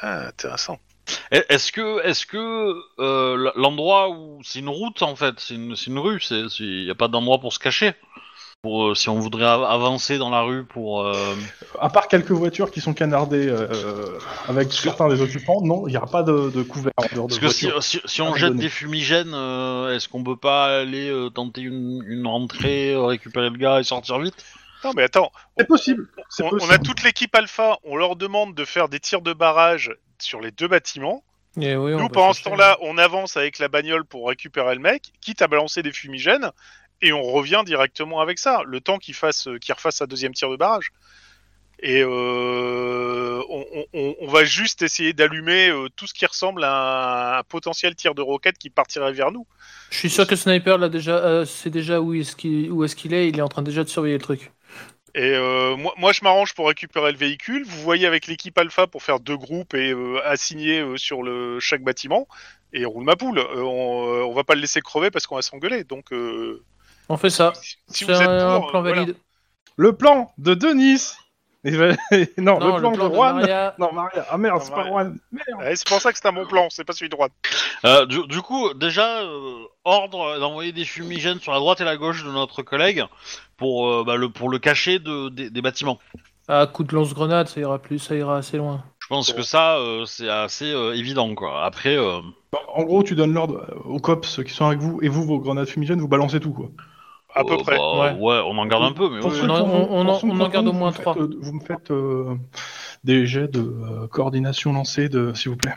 Speaker 5: avec- Ah, intéressant.
Speaker 1: est- Est-ce que, est-ce que euh, l- l'endroit où... C'est une route, en fait, c'est une, c'est une rue, il n'y a pas d'endroit pour se cacher pour, euh, si on voudrait av- avancer dans la rue pour... euh,
Speaker 2: À part quelques voitures qui sont canardées euh, euh, avec certains des occupants, non, il n'y aura pas de, de couvert en dehors de
Speaker 1: Parce que si,
Speaker 2: voitures. Ah,
Speaker 1: si- si on
Speaker 2: Abandonné.
Speaker 1: jette des fumigènes, euh, est-ce qu'on peut pas aller euh, tenter une, une rentrée, euh, récupérer le gars et sortir vite
Speaker 5: Non, mais attends,
Speaker 2: C'est possible. c'est
Speaker 5: on, on
Speaker 2: possible.
Speaker 5: a toute l'équipe alpha, on leur demande de faire des tirs de barrage sur les deux bâtiments.
Speaker 4: Et Eh oui, on
Speaker 2: bah,
Speaker 4: va
Speaker 5: Nous, pendant ce
Speaker 4: chercher.
Speaker 5: temps-là, on avance avec la bagnole pour récupérer le mec, quitte à balancer des fumigènes, et on revient directement avec ça, le temps qu'il fasse, euh, qu'il refasse sa deuxième tir de barrage. Et euh, on, on- on- on va juste essayer d'allumer euh, tout ce qui ressemble à un, un potentiel tir de roquette qui partirait vers nous.
Speaker 4: Je suis sûr que le sniper, là, déjà, euh, c'est déjà où est-ce qu'il où est, qu'il est. Il est en train déjà de surveiller le truc.
Speaker 5: Et euh, moi, moi, je m'arrange pour récupérer le véhicule. Vous voyez avec l'équipe Alpha pour faire deux groupes et euh, assigner euh, sur le, chaque bâtiment. Et roule ma poule. Euh, on, euh, on va pas le laisser crever parce qu'on va s'engueuler. Donc, euh,
Speaker 4: On fait ça.
Speaker 5: si vous
Speaker 4: c'est
Speaker 5: êtes
Speaker 4: un,
Speaker 5: pour,
Speaker 4: plan
Speaker 5: euh, voilà.
Speaker 4: valide.
Speaker 2: Le plan de Denis. Et- ben, non, le plan, de Juan.
Speaker 4: Maria-
Speaker 2: Non, Maria. Ah merde,
Speaker 5: Non,
Speaker 2: c'est pas
Speaker 5: Maria.
Speaker 2: Juan. Merde.
Speaker 5: Ouais, Eh, c'est pour ça que c'est un bon plan. C'est pas celui de droite.
Speaker 1: Euh, du, du coup, déjà, euh, ordre d'envoyer des fumigènes sur la droite et la gauche de notre collègue pour, euh, bah, le, pour le cacher de, des- des bâtiments.
Speaker 4: Ah, coup de lance-grenade, ça ira plus, ça ira assez loin.
Speaker 1: Je pense que ça, euh, c'est assez euh, évident, quoi. Après, euh,
Speaker 2: Bah, En gros, tu donnes l'ordre euh, aux cops ceux qui sont avec vous et vous, vos grenades fumigènes, vous balancez tout. Quoi.
Speaker 5: À peu
Speaker 1: euh,
Speaker 5: près.
Speaker 1: bah,
Speaker 4: ouais.
Speaker 1: ouais. on en garde un peu, mais
Speaker 2: Pour
Speaker 1: oui,
Speaker 2: ceux
Speaker 1: oui.
Speaker 4: on
Speaker 2: qui
Speaker 4: en-
Speaker 2: ont-
Speaker 4: on en-
Speaker 2: pour ceux
Speaker 4: on
Speaker 2: qui
Speaker 4: en
Speaker 2: ont-
Speaker 4: garde au
Speaker 2: vous
Speaker 4: moins
Speaker 2: me faites,
Speaker 4: trois.
Speaker 2: euh, vous me faites euh, des jets de euh, coordination lancée, de, s'il vous plaît.
Speaker 5: Euh,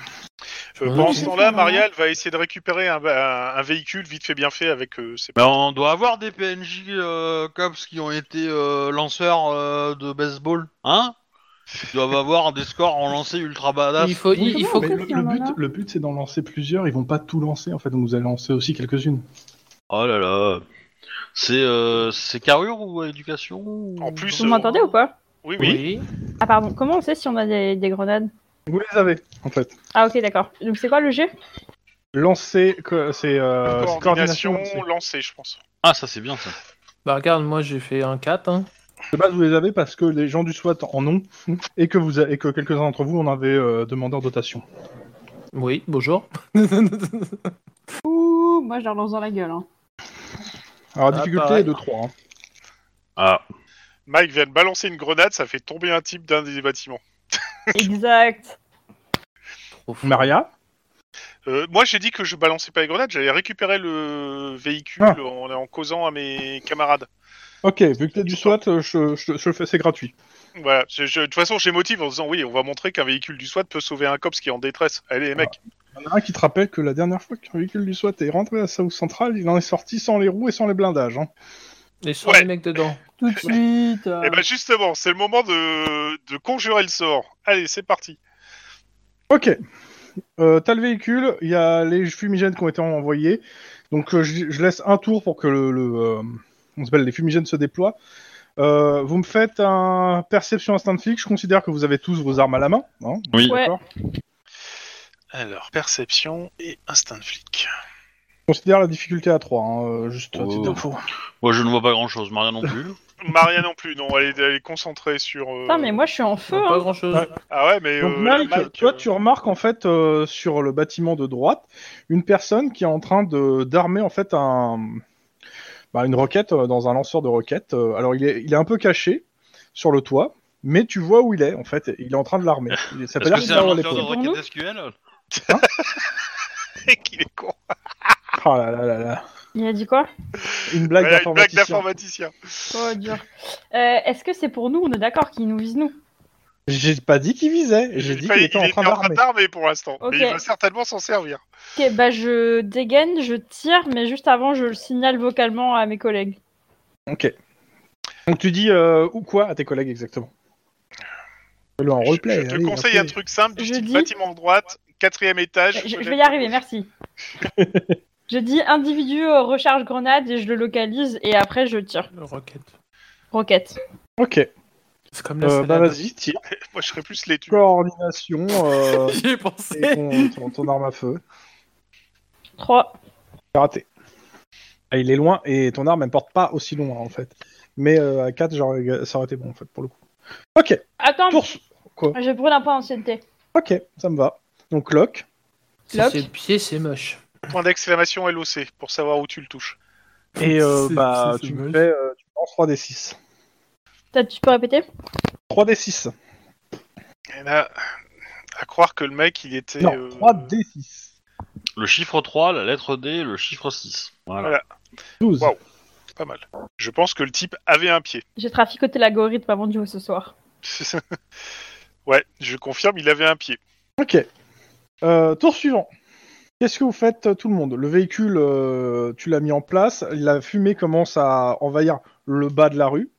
Speaker 4: Ouais,
Speaker 5: pendant
Speaker 4: mais
Speaker 5: ce
Speaker 4: c'est
Speaker 5: temps-là,
Speaker 6: fou, maman.
Speaker 5: Maria, elle va essayer de récupérer un, un- un véhicule vite fait bien fait avec euh, ses
Speaker 1: Mais on doit avoir des PNJ euh, cops qui ont été euh, lanceurs euh, de baseball, hein Ils doivent avoir des scores en lancer ultra badass.
Speaker 4: Il faut, il, il faut
Speaker 2: Mais
Speaker 6: que-
Speaker 2: le, le but, le but, c'est d'en lancer plusieurs. Ils vont pas tout lancer en fait, donc vous allez lancer aussi quelques-unes.
Speaker 1: Oh là là. C'est euh, c'est carrure ou éducation ou-
Speaker 5: En plus, euh,
Speaker 6: Vous m'entendez ou pas
Speaker 5: Oui, oui.
Speaker 4: Oui.
Speaker 6: Ah pardon, comment on sait si on a des, des grenades
Speaker 2: Vous les avez en fait.
Speaker 6: Ah ok d'accord. Donc c'est quoi le jet
Speaker 2: Lancer, co- c'est euh, c'est coordination.
Speaker 5: coordination
Speaker 2: lancée.
Speaker 5: lancée, je pense.
Speaker 1: Ah, ça c'est bien ça.
Speaker 4: Bah regarde, moi j'ai fait un 4. Hein.
Speaker 2: De base, vous les avez parce que les gens du SWAT en ont et que vous a- et que quelques-uns d'entre vous en avaient euh, demandé en dotation.
Speaker 4: Oui, bonjour.
Speaker 3: Ouh, moi je leur lance dans la gueule. Hein.
Speaker 2: Alors,
Speaker 4: Ah,
Speaker 2: la difficulté
Speaker 4: pareil.
Speaker 2: est de 3. hein.
Speaker 1: Ah.
Speaker 5: Mike vient de balancer une grenade, ça fait tomber un type d'un des bâtiments.
Speaker 1: Euh,
Speaker 6: Exact.
Speaker 4: Trop fort.
Speaker 2: Maria
Speaker 5: Euh, moi, j'ai dit que je balançais pas les grenades, j'allais récupérer le véhicule
Speaker 2: Ah.
Speaker 5: en, en causant à mes camarades.
Speaker 2: Ok, vu que t'es du SWAT, euh, je, je- je le fais, c'est gratuit.
Speaker 5: Voilà. Je- je- de toute façon, j'ai motive en disant oui, on va montrer qu'un véhicule du SWAT peut sauver un copse qui est en détresse. Allez, les mecs.
Speaker 2: Il y en a un qui te rappelle que la dernière fois qu'un véhicule du SWAT est rentré à South Central, il en est sorti sans les roues et sans les blindages. hein.
Speaker 4: Et sans
Speaker 5: Ouais.
Speaker 4: les mecs dedans.
Speaker 3: Tout de suite. euh,
Speaker 5: Et ben justement, c'est le moment de, de conjurer le sort. Allez, c'est parti.
Speaker 2: Ok. Euh, T'as le véhicule, il y a les fumigènes qui ont été envoyés. Donc euh, je, je laisse un tour pour que le, le, euh, on s'appelle les fumigènes se déploient. Euh, vous me faites un perception instinct fixe. Je considère que vous avez tous vos armes à la main. hein,
Speaker 1: Oui.
Speaker 3: Ouais.
Speaker 2: d'accord
Speaker 5: Alors, perception et instinct de flic.
Speaker 2: Je considère la difficulté à 3, juste à
Speaker 1: Oh.
Speaker 2: titre d'info.
Speaker 1: Moi, je ne vois pas grand chose, Maria non plus.
Speaker 5: Maria non plus, non, elle est, elle est concentrée sur. euh,
Speaker 3: Putain, mais moi je suis en
Speaker 4: On
Speaker 3: feu.
Speaker 4: a Pas
Speaker 3: Hein.
Speaker 4: grand chose.
Speaker 2: Ouais.
Speaker 5: Ah ouais, mais.
Speaker 2: Donc
Speaker 5: euh,
Speaker 2: Mike,
Speaker 5: Mike,
Speaker 2: toi
Speaker 5: euh,
Speaker 2: tu remarques en fait euh, sur le bâtiment de droite une personne qui est en train de d'armer en fait un bah, une roquette euh, dans un lanceur de roquette. Euh, alors il est il est un peu caché sur le toit, mais tu vois où il est en fait. et Il est en train de l'armer. Il- Ça veut
Speaker 1: Est-ce
Speaker 2: dire
Speaker 1: que
Speaker 2: qu'il
Speaker 1: c'est
Speaker 2: est
Speaker 1: un
Speaker 2: dans les
Speaker 1: lanceur de
Speaker 2: poils.
Speaker 3: pour nous
Speaker 1: roquettes SQL
Speaker 5: qu'il euh, est con.
Speaker 2: Ah là là là là.
Speaker 6: Il a dit quoi
Speaker 2: Une blague
Speaker 5: Voilà, une blague
Speaker 2: d'informaticien.
Speaker 5: d'informaticien.
Speaker 3: Oh, dur.
Speaker 6: Euh, Est-ce que c'est pour nous On est d'accord qu'il nous vise nous.
Speaker 2: J'ai pas dit qu'il visait. J'ai dit
Speaker 5: Enfin,
Speaker 2: qu'il était en train d'armer.
Speaker 5: d'armer pour l'instant.
Speaker 6: Ok.
Speaker 5: Mais il va certainement s'en servir.
Speaker 6: Ok, bah je dégaine, je tire, mais juste avant, je le signale vocalement à mes collègues.
Speaker 2: Ok. Donc tu dis euh, ou quoi à tes collègues exactement. Fais-le en
Speaker 5: Je-
Speaker 2: roleplay.
Speaker 5: je te
Speaker 2: allez,
Speaker 5: conseille
Speaker 2: après.
Speaker 5: un truc simple du
Speaker 6: Je
Speaker 5: style
Speaker 6: dis-
Speaker 5: bâtiment droite, quatrième étage.
Speaker 6: Je, je vais y
Speaker 5: fenêtre
Speaker 6: arriver,
Speaker 5: gauche.
Speaker 6: merci. je dis individu euh, recharge grenade et je le localise et après je tire.
Speaker 4: Rocket.
Speaker 6: Roquette.
Speaker 2: Ok.
Speaker 4: C'est comme la
Speaker 2: Euh, bah
Speaker 4: salade.
Speaker 2: vas-y tire.
Speaker 5: Moi, je serais plus les tuer.
Speaker 2: coordination euh,
Speaker 4: J'y ai
Speaker 2: et
Speaker 4: pensé.
Speaker 2: ton, ton- ton arme à feu.
Speaker 6: 3.
Speaker 2: T'as raté. Ah, il est loin et ton arme elle porte pas aussi loin en fait. Mais euh, à 4, genre, ça aurait été bon en fait pour le coup. Ok,
Speaker 6: Attends,
Speaker 2: tour. Quoi
Speaker 6: je brûle un point d'ancienneté.
Speaker 2: Ok, ça me va. Donc lock.
Speaker 4: Si
Speaker 6: Lock.
Speaker 4: c'est pied, c'est moche.
Speaker 5: Point d'exclamation LOC pour savoir où tu le touches.
Speaker 2: Et euh,
Speaker 4: C'est-
Speaker 2: bah
Speaker 4: c'est- c'est
Speaker 2: tu me
Speaker 4: moche.
Speaker 2: fais euh, tu me lances 3d6.
Speaker 6: T'as- Tu peux répéter
Speaker 2: 3d6.
Speaker 5: Et là, à croire que le mec, il était.
Speaker 2: Non,
Speaker 5: euh,
Speaker 2: 3d6.
Speaker 1: Le chiffre 3, la lettre D, le chiffre 6. Voilà.
Speaker 5: Voilà.
Speaker 2: 12.
Speaker 5: Wow. Pas mal. Je pense que le type avait un pied.
Speaker 6: J'ai traficoté l'algorithme avant de jouer ce soir.
Speaker 5: ouais, je confirme, il avait un pied.
Speaker 2: Ok. Euh, tour suivant. Qu'est-ce que vous faites euh, tout le monde Le véhicule, euh, tu l'as mis en place. La fumée commence à envahir le bas de la rue.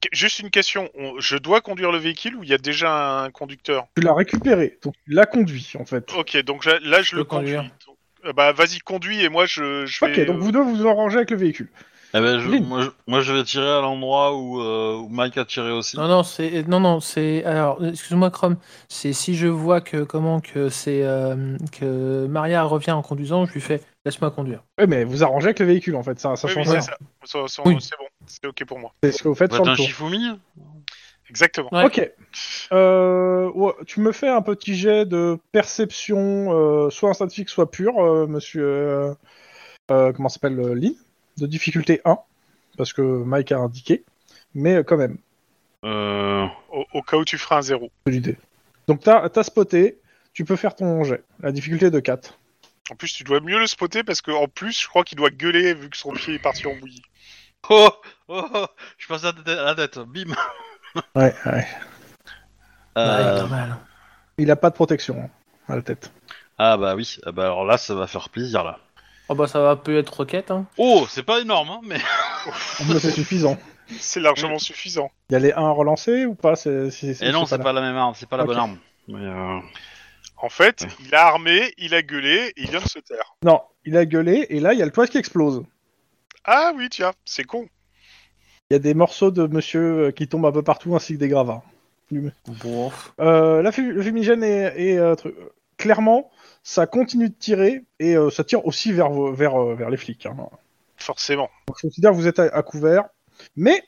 Speaker 5: Qu- Juste une question. on- Je dois conduire le véhicule ou il y a déjà un conducteur
Speaker 2: Tu l'as récupéré, donc tu l'as conduit en fait.
Speaker 5: Ok, donc là, là, je,
Speaker 4: Je
Speaker 5: le
Speaker 4: peux conduire.
Speaker 5: conduis. Donc, euh, bah, vas-y, conduis et moi, je, je
Speaker 2: Ok,
Speaker 5: vais.
Speaker 2: donc
Speaker 5: euh,
Speaker 2: vous deux vous vous arrangez avec le véhicule.
Speaker 1: Eh ben, je-
Speaker 2: Lynn.
Speaker 1: moi, je, moi, je vais tirer à l'endroit où, euh, où Mike a tiré aussi.
Speaker 4: Non, non, c'est. Non, non, c'est. Alors, excuse-moi, Chrome. C'est si je vois que comment que c'est euh, que Maria revient en conduisant, je lui fais laisse-moi conduire.
Speaker 2: Oui, mais vous arrangez avec le véhicule en fait, ça, ça
Speaker 5: oui,
Speaker 2: change
Speaker 5: oui, c'est
Speaker 2: rien.
Speaker 5: ça. Ça- ça-
Speaker 4: Oui.
Speaker 5: C'est bon, c'est ok pour moi.
Speaker 2: C'est ce que vous faites
Speaker 1: Vous
Speaker 2: sur
Speaker 1: êtes
Speaker 2: le
Speaker 1: un
Speaker 2: tour.
Speaker 1: chifoumi
Speaker 5: Exactement.
Speaker 4: Ouais.
Speaker 2: Ok. Euh, ouais, tu me fais un petit jet de perception, euh, soit instant fixe, soit pur, euh, monsieur. euh, euh, comment s'appelle euh, Lynn De difficulté 1, parce que Mike a indiqué, mais euh, quand même,
Speaker 1: euh...
Speaker 5: Au, au cas où tu feras un zéro.
Speaker 2: c'est l'idée. Donc t'as as spoté, tu peux faire ton jet. La difficulté est de 4.
Speaker 5: En plus, tu dois mieux le spotter parce qu'en plus, je crois qu'il doit gueuler vu que son pied est parti en bouillie.
Speaker 1: Oh, oh, oh, je passe à la tête, à la tête, bim.
Speaker 2: Ouais, ouais.
Speaker 4: Ouais,
Speaker 1: Euh,
Speaker 4: pas mal.
Speaker 2: Il a pas de protection hein, à la tête.
Speaker 1: Ah bah oui, Ah bah alors là ça va faire plaisir là.
Speaker 4: Oh bah ça va peut être roquette. Hein.
Speaker 1: Oh, c'est pas énorme hein, mais
Speaker 2: Mais c'est suffisant.
Speaker 5: C'est largement suffisant.
Speaker 2: Il y a les 1 relancés ou pas c'est, c'est- c'est-
Speaker 1: Et Eh non, c'est pas,
Speaker 2: là.
Speaker 1: la même arme, c'est pas la
Speaker 2: Ok.
Speaker 1: bonne arme. Mais, euh,
Speaker 5: En fait, il a armé, il a gueulé, et il vient de se taire.
Speaker 2: Non, il a gueulé et là il y a le toit qui explose.
Speaker 5: Ah oui, tiens, c'est con.
Speaker 2: Il y a des morceaux de monsieur euh, qui tombent un peu partout ainsi que des gravats.
Speaker 4: Bon.
Speaker 2: Euh, la fu- le fumigène est, est, euh, tru- clairement, ça continue de tirer et euh, ça tire aussi vers vos- vers euh, vers les flics. hein.
Speaker 5: Forcément.
Speaker 2: Donc, je considère que vous êtes à, à couvert, mais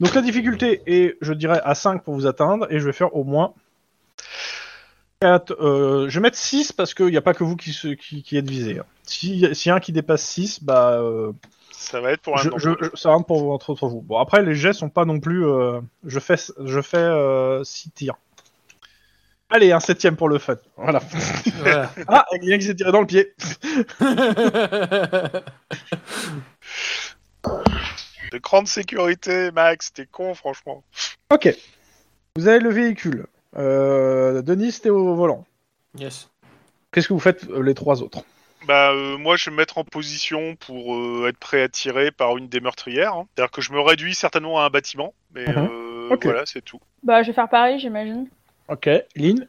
Speaker 2: donc la difficulté est, je dirais, à 5 pour vous atteindre et je vais faire au moins Quatre, euh, je vais mettre 6 parce qu'il n'y a pas que vous qui, se- qui, qui êtes visé. Si, si y a un qui dépasse 6, bah, euh,
Speaker 5: Ça va être pour un
Speaker 2: je,
Speaker 5: nombre.
Speaker 2: je- je- ça rentre pour vous, entre, entre vous. Bon, après, les jets sont pas non plus. euh, je fais, je fais 6 tirs. Allez, un septième pour le fun. Voilà.
Speaker 4: Voilà.
Speaker 2: Ah, il y en a qui s'est tiré dans le pied.
Speaker 5: de grande sécurité, Max. T'es con, franchement.
Speaker 2: Ok. Vous avez le véhicule. Euh, Denis, t'es au volant.
Speaker 4: yes.
Speaker 2: Qu'est-ce que vous faites, euh, les trois autres
Speaker 5: Bah, euh, moi, je vais me mettre en position pour euh, être prêt à tirer par une des meurtrières. hein. C'est-à-dire que je me réduis certainement à un bâtiment, mais
Speaker 2: Mhm.
Speaker 5: euh,
Speaker 2: Ok.
Speaker 5: voilà, c'est tout.
Speaker 3: Bah, je vais faire pareil, j'imagine.
Speaker 2: Ok. Lynn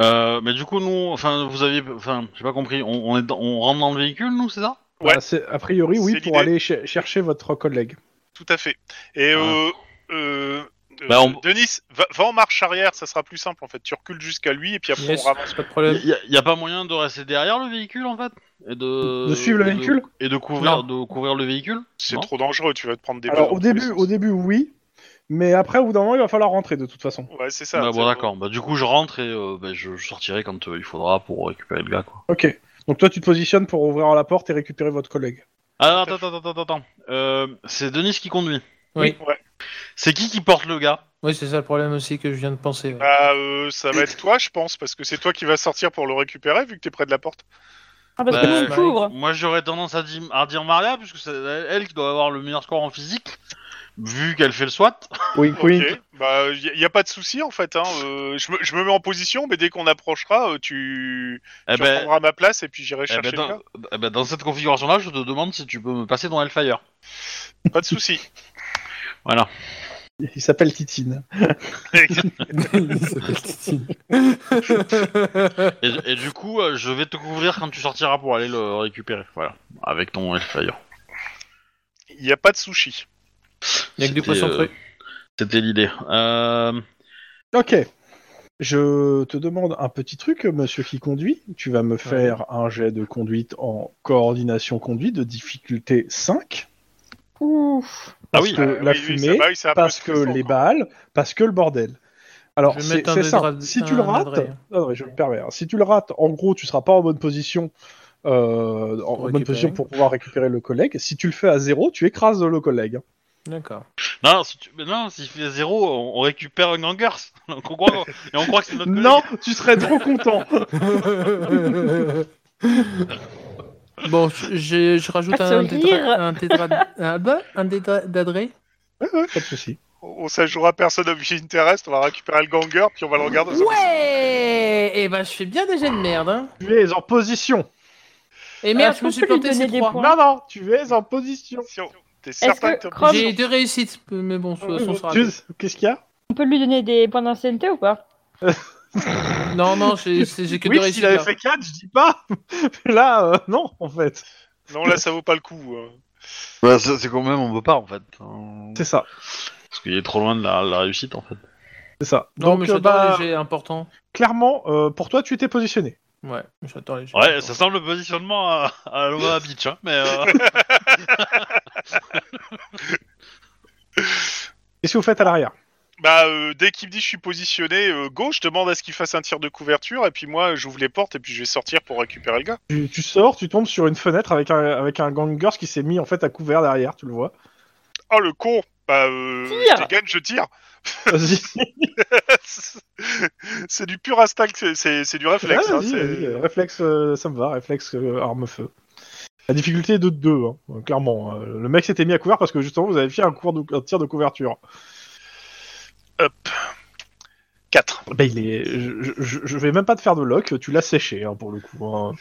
Speaker 1: Euh, mais du coup, nous, enfin, vous aviez, enfin, j'ai pas compris. On, on est, dans- on rentre dans le véhicule, nous, c'est ça
Speaker 5: Ouais.
Speaker 2: Bah, c'est- A priori, oui,
Speaker 5: C'est
Speaker 2: pour
Speaker 5: l'idée.
Speaker 2: aller ch- chercher votre collègue.
Speaker 5: Tout à fait. Et
Speaker 1: Ah.
Speaker 5: euh, euh, euh,
Speaker 1: Bah, on-
Speaker 5: Denis, va, va en marche arrière, ça sera plus simple en fait. Tu recules jusqu'à lui et puis après
Speaker 4: Yes,
Speaker 5: on ramasse.
Speaker 4: pas de
Speaker 1: Il
Speaker 4: problème.
Speaker 1: y, a- y a pas moyen de rester derrière le véhicule en fait et de,
Speaker 2: De suivre le
Speaker 1: et de-
Speaker 2: véhicule
Speaker 1: et de couvrir, de couvrir le véhicule.
Speaker 5: C'est
Speaker 1: Non
Speaker 5: trop dangereux, tu vas te prendre des balles
Speaker 2: Alors,
Speaker 5: dans
Speaker 2: au
Speaker 5: tous les
Speaker 2: début,
Speaker 5: sens.
Speaker 2: au début, oui. Mais après, au bout d'un moment, il va falloir rentrer, de toute façon.
Speaker 5: Ouais, c'est ça.
Speaker 1: Bah,
Speaker 5: c'est-
Speaker 1: bon, d'accord. Bah, du coup, je rentre et euh, bah, je je sortirai quand euh, il faudra pour récupérer le gars, quoi.
Speaker 2: Ok. Donc, toi, tu te positionnes pour ouvrir la porte et récupérer votre collègue.
Speaker 1: Ah,
Speaker 5: Tout
Speaker 1: attends,
Speaker 5: à fait.
Speaker 1: attends, attends, attends. Euh, c'est Denis qui conduit.
Speaker 4: Oui.
Speaker 5: Ouais.
Speaker 1: C'est qui qui porte le gars
Speaker 4: Oui, c'est ça le problème aussi que je viens de penser. ouais.
Speaker 5: Bah, euh, ça va être toi, je pense, parce que c'est toi qui vas sortir pour le récupérer vu que t'es près de la porte.
Speaker 3: Ah, parce
Speaker 1: Bah,
Speaker 3: que nous, on couvre.
Speaker 1: Moi, j'aurais tendance à, dire- à dire Maria, puisque c'est elle elle qui doit avoir le meilleur score en physique, vu qu'elle fait le SWAT.
Speaker 2: Wink,
Speaker 5: Ok,
Speaker 2: wink.
Speaker 5: bah il n'y a, pas de souci en fait. Hein. Euh, je, me, je me mets en position, mais dès qu'on approchera, euh, tu,
Speaker 1: Eh
Speaker 5: tu
Speaker 1: ben,
Speaker 5: reprendras ma place et puis j'irai
Speaker 1: eh ben,
Speaker 5: chercher le
Speaker 1: dans, eh ben, dans cette configuration-là, je te demande si tu peux me passer dans Hellfire.
Speaker 5: gars. Pas de souci.
Speaker 1: Voilà.
Speaker 2: Il s'appelle Titine.
Speaker 4: Il s'appelle Titi.
Speaker 1: Et, et du coup, euh, je vais te couvrir quand tu sortiras pour aller le récupérer. Voilà. Avec ton Hellfire.
Speaker 5: Il n'y a pas de sushi.
Speaker 4: Il y a
Speaker 1: C'était,
Speaker 4: que du poisson
Speaker 1: euh,
Speaker 4: cru.
Speaker 1: C'était l'idée. Euh,
Speaker 2: Ok. Je te demande un petit truc, monsieur qui conduit. Tu vas me faire un jet de conduite en coordination conduite de difficulté 5.
Speaker 3: Ouf.
Speaker 1: Ah
Speaker 2: Parce
Speaker 1: oui.
Speaker 2: que
Speaker 5: Euh,
Speaker 2: la
Speaker 5: oui, oui,
Speaker 2: fumée,
Speaker 5: ça va, oui, c'est un peu
Speaker 2: parce que
Speaker 5: stressant,
Speaker 2: les
Speaker 5: quand
Speaker 2: balles, parce que le bordel. Alors,
Speaker 4: Je vais
Speaker 2: c'est
Speaker 4: mettre un
Speaker 2: c'est
Speaker 4: des
Speaker 2: ça.
Speaker 4: dra-
Speaker 2: Si tu
Speaker 4: un
Speaker 2: le
Speaker 4: des
Speaker 2: rates,
Speaker 4: drailles.
Speaker 2: non, non, mais je me permets, hein. si tu le rates, en gros, tu seras pas en bonne position, euh, en
Speaker 4: Pour
Speaker 2: bonne
Speaker 4: récupérer.
Speaker 2: position pour pouvoir récupérer le collègue. Si tu le fais à zéro, tu écrases le collègue.
Speaker 4: D'accord.
Speaker 1: Non, non, si tu... mais non, s'il fait zéro, on, on récupère un gangers. Donc, on croit- et on croit que c'est notre collègue.
Speaker 2: Non, tu serais trop content.
Speaker 4: bon, je, je- je rajoute
Speaker 3: Ah,
Speaker 4: un,
Speaker 3: ce
Speaker 4: tétra- un tétra- ah bah, un tétra- d'adré.
Speaker 2: Ouais, ouais, pas de souci.
Speaker 5: On on s'ajouera personne objet interest, on va récupérer le ganger, puis on va le regarder.
Speaker 4: Ouais Et bah, je fais bien des jets de merde. Hein.
Speaker 2: Tu es en position.
Speaker 4: Et
Speaker 3: Ah,
Speaker 4: merde,
Speaker 3: je
Speaker 4: je me
Speaker 3: pense
Speaker 4: suis
Speaker 3: que lui
Speaker 4: planté ces
Speaker 3: donner des
Speaker 4: trois.
Speaker 2: Non,
Speaker 3: points.
Speaker 2: non, tu es en position.
Speaker 5: Attention, T'es certain
Speaker 3: que
Speaker 5: que, t'es
Speaker 3: Chrome-
Speaker 5: obligé
Speaker 4: J'ai deux réussites, mais bon, de toute façon, ça sera-
Speaker 2: Tu- Qu'est-ce qu'il y a
Speaker 3: On peut lui donner des points d'ancienneté ou pas
Speaker 4: Non, non, j'ai c'est- j'ai que
Speaker 2: Oui,
Speaker 4: deux réussites.
Speaker 2: s'il avait
Speaker 4: là.
Speaker 2: fait 4, je dis pas. Là, euh, non, en fait.
Speaker 5: Non, là, ça vaut pas le coup. euh.
Speaker 1: Bah, c'est c'est quand même, on peut pas en fait.
Speaker 2: C'est ça,
Speaker 1: Parce qu'il est trop loin de la, la réussite en fait.
Speaker 2: c'est ça.
Speaker 4: Non,
Speaker 2: Donc,
Speaker 4: mais
Speaker 2: euh,
Speaker 4: j'adore
Speaker 2: bah,
Speaker 4: les jets importants.
Speaker 2: clairement, euh, pour toi, tu étais positionné.
Speaker 4: Ouais, j'adore les jets.
Speaker 1: Ouais,
Speaker 4: importants.
Speaker 1: ça semble le positionnement à, à Aloha Beach, hein, mais. euh,
Speaker 2: Qu'est-ce que vous faites à l'arrière
Speaker 5: Bah, euh, dès qu'il me dit je suis positionné euh, go, je demande à ce qu'il fasse un tir de couverture, et puis moi, j'ouvre les portes, et puis je vais sortir pour récupérer le gars.
Speaker 2: tu, tu sors, tu tombes sur une fenêtre avec un, avec un gangers qui s'est mis en fait à couvert derrière, tu le vois.
Speaker 5: Oh, le con Bah, euh,
Speaker 3: Tire
Speaker 5: je dégaine, je tire
Speaker 2: Vas-y,
Speaker 4: hein,
Speaker 5: C'est du pur instinct, c'est- c'est c'est du réflexe.
Speaker 2: Ah,
Speaker 5: hein,
Speaker 2: vas-y,
Speaker 5: c'est-
Speaker 2: vas-y, euh, réflexe, euh, ça me va, réflexe euh, arme-feu. La difficulté est de 2, clairement. euh, le mec s'était mis à couvert parce que justement vous avez fait un, cours de, un tir de couverture.
Speaker 5: 4.
Speaker 2: Ben, il est... je, je- je- je vais même pas te faire de lock, tu l'as séché hein, pour le coup. hein.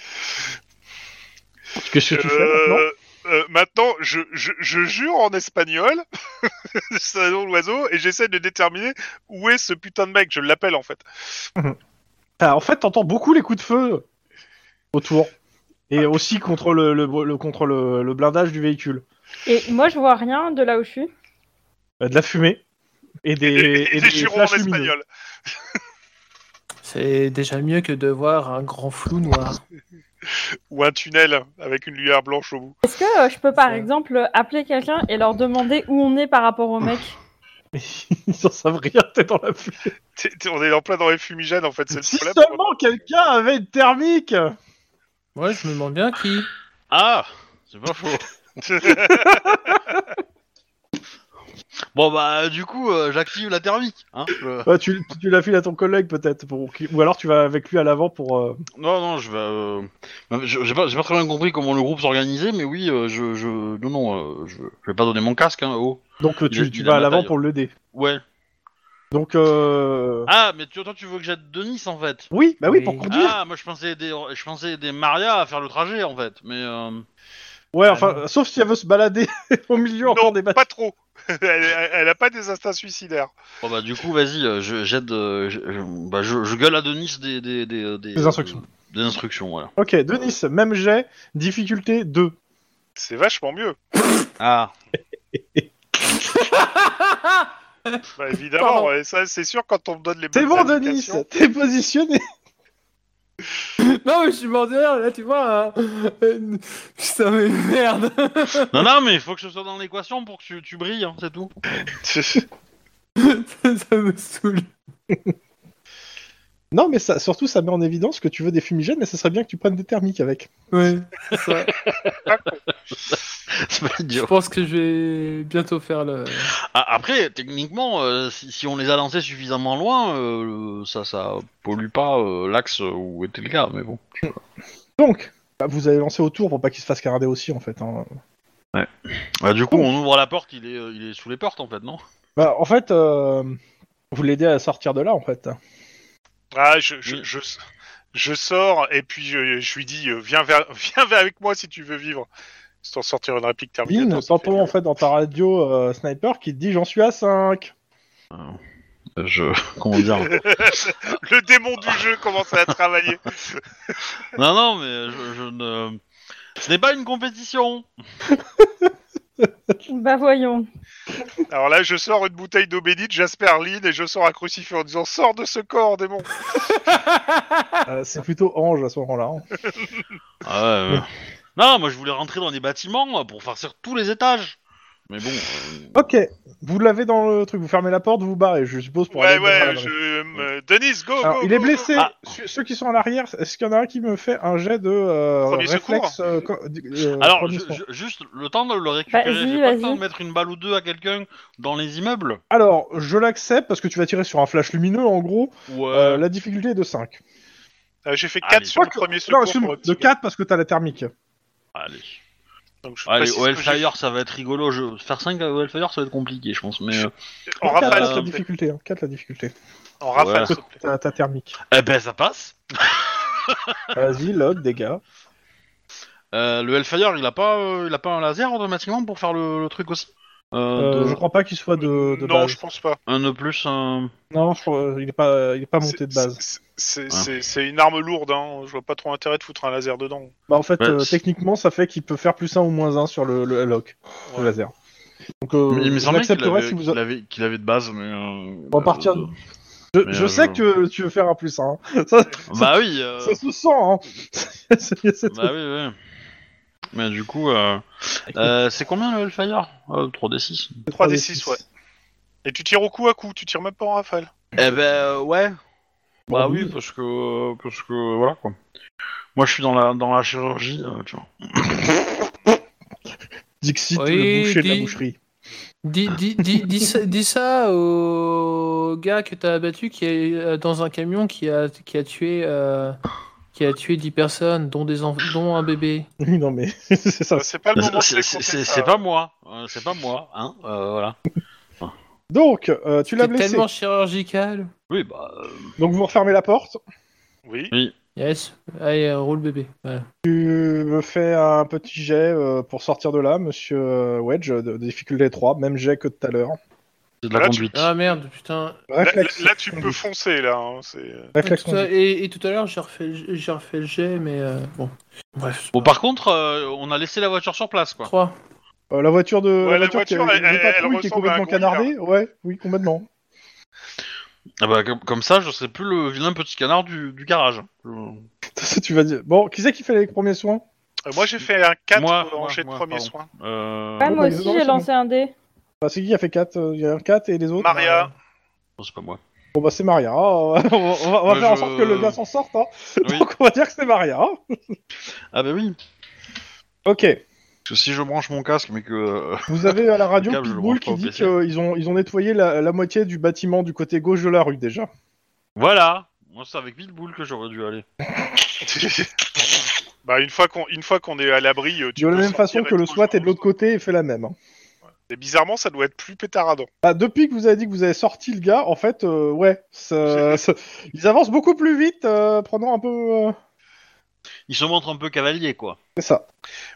Speaker 2: Qu'est-ce que tu fais maintenant
Speaker 5: euh, maintenant, je, je, je jure en espagnol, c'est nom de l'oiseau, et j'essaie de déterminer où est ce putain de mec. Je l'appelle en fait.
Speaker 2: Ah, En fait, t'entends beaucoup les coups de feu autour. Et
Speaker 5: Ah.
Speaker 2: aussi contre le, le, le- contre le- le blindage du véhicule.
Speaker 3: Et moi, je vois rien de là où je suis.
Speaker 2: Euh, de la fumée et des, et des
Speaker 5: jurons
Speaker 2: flashs
Speaker 5: en
Speaker 2: lumineux.
Speaker 5: espagnol.
Speaker 4: C'est déjà mieux que de voir un grand flou noir.
Speaker 5: Ou un tunnel avec une lumière blanche au bout.
Speaker 3: Est-ce que euh, je peux par
Speaker 4: Ça.
Speaker 3: exemple appeler quelqu'un et leur demander où on est par rapport au mec
Speaker 2: Mais ils en savent rien, t'es dans la pluie.
Speaker 5: T'es- t'es- on est en plein dans les fumigènes, en fait, c'est
Speaker 2: Si
Speaker 5: le problème.
Speaker 2: seulement quelqu'un avait une thermique
Speaker 4: Ouais, je me demande bien qui.
Speaker 1: Ah, c'est pas faux. Bon bah du coup, euh, j'active la thermique. Hein, je-
Speaker 2: Ouais, Bah, tu, tu la files à ton collègue peut-être, pour... qu'il- ou alors tu vas avec lui à l'avant pour... euh,
Speaker 1: Non, non, je vais. euh, euh, je- J'ai pas, j'ai pas très bien compris comment le groupe s'organisait, mais oui, euh, je, je. Non, non, euh, je, je vais pas donner mon casque, hein, oh.
Speaker 2: Donc euh,
Speaker 1: Il
Speaker 2: tu,
Speaker 1: est-
Speaker 2: tu
Speaker 1: il a
Speaker 2: vas à
Speaker 1: le
Speaker 2: l'avant
Speaker 1: matériau.
Speaker 2: pour l'aider.
Speaker 1: Ouais.
Speaker 2: Donc... Euh...
Speaker 1: Ah, mais tu, toi, tu veux que j'aide Denis en fait
Speaker 2: Oui, bah oui,
Speaker 4: Oui.
Speaker 2: pour conduire.
Speaker 1: Ah, moi je pensais aider, je pensais aider Maria à faire le trajet en fait, mais. euh,
Speaker 2: ouais, enfin,
Speaker 4: Ah
Speaker 2: sauf si elle veut se balader au milieu encore des bâtiments.
Speaker 5: Pas trop. elle, elle- elle a pas des instincts suicidaires.
Speaker 1: Bon bah du coup, vas-y, euh, je- j'aide. euh, je, je- bah, je, je gueule à Denis des. Des, des, des- euh,
Speaker 2: Des instructions.
Speaker 1: Des instructions, voilà.
Speaker 2: Ok, Denis, même jet, difficulté 2.
Speaker 5: C'est vachement mieux.
Speaker 1: Ah.
Speaker 5: Bah,
Speaker 4: Pardon.
Speaker 5: évidemment, ouais, ça c'est sûr quand on me donne les
Speaker 2: C'est
Speaker 5: bonnes
Speaker 2: bon, Denis,
Speaker 5: indications.
Speaker 2: t'es positionné.
Speaker 4: Non, mais je suis mort de rire, là, tu vois. hein. Euh, Putain, mais merde.
Speaker 1: Non, non, mais il faut que je sois dans l'équation pour que tu, tu brilles, hein, c'est tout.
Speaker 4: Ça me saoule.
Speaker 2: Non, mais ça, surtout, ça met en évidence que tu veux des fumigènes, mais ça serait bien que tu prennes des thermiques avec.
Speaker 4: Ouais, c'est ça.
Speaker 1: C'est pas
Speaker 4: Je
Speaker 1: idiot.
Speaker 4: pense que je vais bientôt faire le.
Speaker 1: Ah, Après, techniquement, euh, si, si on les a lancés suffisamment loin, euh, ça, ça pollue pas euh, l'axe où était le cas, mais bon.
Speaker 2: Donc, bah, vous allez lancer autour pour pas qu'il se fasse carder aussi, en fait. hein.
Speaker 1: Bah, du coup, on ouvre la porte, il est, euh, il est sous les portes en fait, non
Speaker 2: Bah, en fait, euh, vous l'aidez à sortir de là, en fait.
Speaker 5: Ah, je, je,
Speaker 1: Oui.
Speaker 5: je, je sors et puis je, je lui dis euh, viens vers, viens vers avec moi si tu veux vivre. Histoire de sortir une réplique terminée.
Speaker 2: Lynn, t'entends, en fait, dans ta radio euh, sniper qui te dit « J'en suis à 5
Speaker 1: Euh, Je. Comment dire
Speaker 5: Le démon du jeu commence à travailler.
Speaker 1: Non, non, mais je, je ne. Ce n'est pas une compétition
Speaker 3: Bah voyons.
Speaker 5: Alors là, je sors une bouteille d'eau bénite, j'asper Lynn et je sors un crucifix en disant Sors de ce corps, démon Ah.
Speaker 2: Euh, C'est plutôt Ange, à ce moment-là. hein.
Speaker 1: Ah ouais, ouais. Non, moi je voulais rentrer dans les bâtiments moi, pour farcir tous les étages. Mais bon. euh,
Speaker 2: Ok, vous l'avez dans le truc, vous fermez la porte, vous vous barrez, je suppose, pour
Speaker 5: Ouais,
Speaker 2: aller dans la
Speaker 5: ouais,
Speaker 2: rue.
Speaker 5: je. me- Denise, go,
Speaker 2: Alors,
Speaker 5: go,
Speaker 2: il est
Speaker 5: go,
Speaker 2: blessé.
Speaker 1: Ah.
Speaker 2: Ceux- Ceux qui sont en arrière, est-ce qu'il y en a un qui me fait un jet de euh,
Speaker 5: Premier
Speaker 2: réflexe euh, co- du- euh,
Speaker 1: Alors,
Speaker 2: premier
Speaker 1: ju-
Speaker 2: soin
Speaker 1: ju- juste le temps de le récupérer,
Speaker 3: Vas-y,
Speaker 1: j'ai pas le temps
Speaker 3: vas-y.
Speaker 1: de mettre une balle ou deux à quelqu'un dans les immeubles
Speaker 2: Alors, je l'accepte parce que tu vas tirer sur un flash lumineux en gros.
Speaker 1: Ouais.
Speaker 2: Euh, la difficulté est de 5.
Speaker 5: go. Euh, J'ai fait
Speaker 1: Ah,
Speaker 5: 4
Speaker 1: mais-
Speaker 5: sur le
Speaker 2: Quoique-
Speaker 5: premier
Speaker 2: Non,
Speaker 5: secours.
Speaker 2: excuse-moi,
Speaker 5: pour le
Speaker 2: de
Speaker 5: petit gars.
Speaker 2: 4 parce que t'as la thermique.
Speaker 1: Allez.
Speaker 5: Donc, je
Speaker 1: Allez,
Speaker 5: précise que j'ai-
Speaker 1: Ah, Wildfire, ça va être rigolo. Je... Faire 5 à Wildfire, ça va être compliqué, je pense. Mais... euh,
Speaker 5: En
Speaker 2: Non, 4
Speaker 5: rafale,
Speaker 2: la
Speaker 5: s'il te plaît.
Speaker 2: difficulté. hein, quatre la difficulté.
Speaker 5: En rafale,
Speaker 1: Ouais.
Speaker 5: s'il te plaît.
Speaker 2: T'as ta thermique.
Speaker 1: Eh ben, ça passe.
Speaker 2: Vas-y, log, dégâts.
Speaker 1: Euh, le Hellfire, il a pas, euh, il a pas un laser automatiquement pour faire le, le truc aussi. Euh,
Speaker 2: Euh,
Speaker 1: de-
Speaker 2: Je crois pas qu'il soit de, de
Speaker 5: Euh, Non,
Speaker 2: base.
Speaker 5: je pense pas.
Speaker 1: Un de plus, un.
Speaker 2: Non, je crois- il est pas, il est pas monté
Speaker 5: C'est-
Speaker 2: de base.
Speaker 5: c'est- C'est c'est- c'est une arme lourde, hein. je vois pas trop intérêt de foutre un laser dedans.
Speaker 2: Bah, en fait,
Speaker 1: Ouais,
Speaker 2: euh,
Speaker 1: c'est-
Speaker 2: techniquement, ça fait qu'il peut faire plus 1 ou moins 1 sur le, le log, le laser. Donc, euh,
Speaker 1: il me
Speaker 2: je
Speaker 1: semblait qu'il
Speaker 2: l'accepterai
Speaker 1: avait,
Speaker 2: si vous.
Speaker 1: qu'il avait, qu'il avait de base, mais. euh,
Speaker 2: On va partir
Speaker 1: euh,
Speaker 2: Je,
Speaker 1: Mais,
Speaker 2: je
Speaker 1: euh,
Speaker 2: sais
Speaker 1: je-
Speaker 2: que tu veux faire un plus 1. Ça,
Speaker 1: Bah oui. euh,
Speaker 2: ça se sent, hein. C'est- c'est- c'est-
Speaker 1: Bah oui, oui. Mais du coup, euh, euh, c'est combien le Hellfire Euh, 3d6.
Speaker 5: 3d6, ouais. Et tu tires au coup à coup, tu tires même pas en rafale.
Speaker 1: Eh ben euh, ouais. Bah
Speaker 2: Bon,
Speaker 1: oui,
Speaker 2: oui.
Speaker 1: parce que euh, parce que voilà quoi. Moi je suis dans la dans la chirurgie, euh, tu vois.
Speaker 2: Dixit, le
Speaker 4: Oui,
Speaker 2: boucher de la
Speaker 4: dis-
Speaker 2: boucherie.
Speaker 4: Dis, dis, dis, dis, ça- dis ça au gars que t'as abattu qui est euh, dans un camion qui a, qui a tué. euh, Qui a tué 10 personnes, dont, des enf- dont un bébé.
Speaker 2: Oui, non, mais c'est ça.
Speaker 5: Bah, C'est pas le moment de
Speaker 1: C'est-
Speaker 5: raconter
Speaker 1: C'est
Speaker 5: ça.
Speaker 1: c'est pas moi, euh, c'est pas moi, hein. euh, voilà.
Speaker 2: Donc, euh, tu l'as
Speaker 4: C'est
Speaker 2: blessé.
Speaker 4: tellement chirurgical.
Speaker 1: Oui bah. euh,
Speaker 2: Donc, vous refermez la porte.
Speaker 5: Oui,
Speaker 4: Yes. Allez, euh, roule bébé. Voilà.
Speaker 2: Tu me fais un petit jet euh, pour sortir de là, monsieur euh, Wedge, de, de difficulté 3, même jet que tout à l'heure.
Speaker 1: C'est de la
Speaker 5: Là, tu-
Speaker 1: conduite.
Speaker 4: Ah merde, putain.
Speaker 5: là, là-
Speaker 2: Réflexe.
Speaker 5: là, tu peux foncer là. hein, c'est-
Speaker 2: Réflexe.
Speaker 4: Tout à- et, et tout à l'heure, j'ai refait, j'ai refait le jet, mais euh, bon. Bref.
Speaker 1: Bon par contre, euh, on a laissé la voiture sur place quoi.
Speaker 4: 3.
Speaker 2: Euh, la voiture de.
Speaker 5: Ouais, la
Speaker 2: qui,
Speaker 5: voiture,
Speaker 2: de
Speaker 5: elle- elle-
Speaker 2: patrouille
Speaker 5: elle
Speaker 2: qui est
Speaker 5: ressemble à un
Speaker 2: complètement canardée. Ouais, oui, complètement.
Speaker 1: Ah bah comme, comme ça, je serai plus le vilain petit canard du, du garage. Je-
Speaker 2: tu vas dire. Bon, qui c'est qui fait les premiers soins
Speaker 5: Euh, moi j'ai fait un 4
Speaker 1: Moi,
Speaker 5: en
Speaker 1: moi,
Speaker 5: jet de
Speaker 1: moi,
Speaker 5: premier
Speaker 1: pardon.
Speaker 5: soin.
Speaker 1: Euh,
Speaker 3: Ah, moi
Speaker 2: bah,
Speaker 3: aussi
Speaker 2: non, c'est
Speaker 3: j'ai lancé un dé.
Speaker 2: Bah, c'est qui qui a fait 4 Il y a un 4 et les autres
Speaker 5: Maria.
Speaker 1: Non, c'est pas moi.
Speaker 2: Bon bah c'est Maria. hein. on va, on va- on
Speaker 1: Moi,
Speaker 2: va faire en
Speaker 1: Bah, je-
Speaker 2: sorte que le gars s'en sorte. Hein.
Speaker 1: Oui.
Speaker 2: Donc on va dire que c'est Maria. hein.
Speaker 1: Ah bah oui.
Speaker 2: Ok.
Speaker 1: Parce que si je branche mon casque, mais que. euh,
Speaker 2: Vous avez à la radio
Speaker 1: Câble, je le
Speaker 2: Pitbull
Speaker 1: branche pas
Speaker 2: qui
Speaker 1: au
Speaker 2: dit
Speaker 1: PC.
Speaker 2: qu'ils ont, ils ont nettoyé la, la moitié du bâtiment du côté gauche de la rue déjà.
Speaker 1: Voilà Moi, c'est avec Pitbull que j'aurais dû aller.
Speaker 5: bah, une fois qu'on une fois qu'on est à l'abri, euh, tu
Speaker 2: De la
Speaker 5: peux
Speaker 2: même
Speaker 5: sortir
Speaker 2: façon
Speaker 5: et
Speaker 2: que le
Speaker 5: te
Speaker 2: SWAT est de l'autre
Speaker 5: rejoindre.
Speaker 2: côté et fait la même. hein.
Speaker 5: Et bizarrement, ça doit être plus pétaradant.
Speaker 2: Ah, depuis que vous avez dit que vous avez sorti le gars, en fait, euh, ouais, ça- ça- ils avancent beaucoup plus vite, euh, prenant un peu. euh,
Speaker 1: Il se montre un peu cavalier, quoi.
Speaker 2: C'est ça.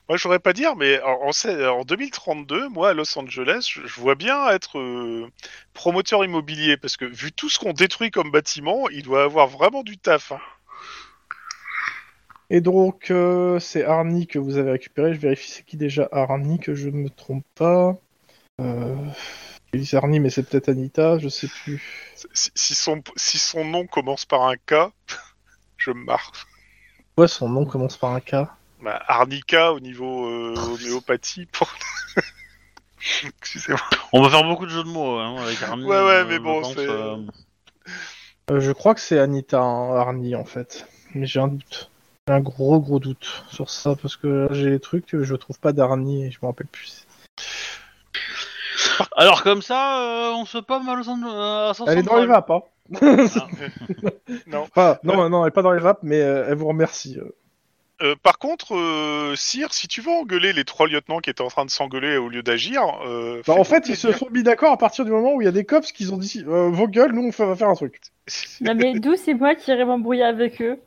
Speaker 5: Moi, j'aurais pas dire, mais en, en c'est- en 2032, moi, à Los Angeles, je, je vois bien être euh, promoteur immobilier parce que vu tout ce qu'on détruit comme bâtiment, il doit avoir vraiment du taf. hein.
Speaker 2: Et donc, euh, c'est Arnie que vous avez récupéré. Je vérifie c'est qui déjà Arnie, que je ne me trompe pas. Euh... Ils disent Arnie, mais c'est peut-être Anita, je sais plus.
Speaker 5: Si, si son, si son nom commence par un K, je me marre.
Speaker 2: Ouais, son nom commence par un K.
Speaker 5: Bah, arnica au niveau euh, homéopathie pour. Excusez-moi.
Speaker 1: On va faire beaucoup de jeux de mots, hein, avec Armin.
Speaker 5: Ouais, ouais,
Speaker 1: euh,
Speaker 5: mais
Speaker 1: je
Speaker 5: bon,
Speaker 1: pense,
Speaker 5: c'est-
Speaker 1: euh,
Speaker 2: Euh, je crois que c'est Anita hein, Arnie en fait, mais j'ai un doute, J'ai un gros gros doute sur ça parce que là, j'ai les trucs, euh, je trouve pas d'Arnie et je me rappelle plus.
Speaker 1: Alors, comme ça, euh, on se pomme à Los Angeles. à San
Speaker 2: Elle est dans
Speaker 1: Central.
Speaker 2: les vapes, hein
Speaker 1: Ah.
Speaker 2: Enfin, non, non, elle est pas dans les vapes, mais euh, elle vous remercie. euh.
Speaker 5: Euh, par contre, euh, Sire, si tu veux engueuler les trois lieutenants qui étaient en train de s'engueuler au lieu d'agir. euh,
Speaker 2: Bah, en
Speaker 5: fais-toi
Speaker 2: fait, ils se
Speaker 5: plaisir.
Speaker 2: sont mis d'accord à partir du moment où il y a des cops qui ont dit euh, vos gueules, nous on fait- on va faire un truc.
Speaker 3: Non, mais d'où c'est moi qui irais m'embrouiller avec eux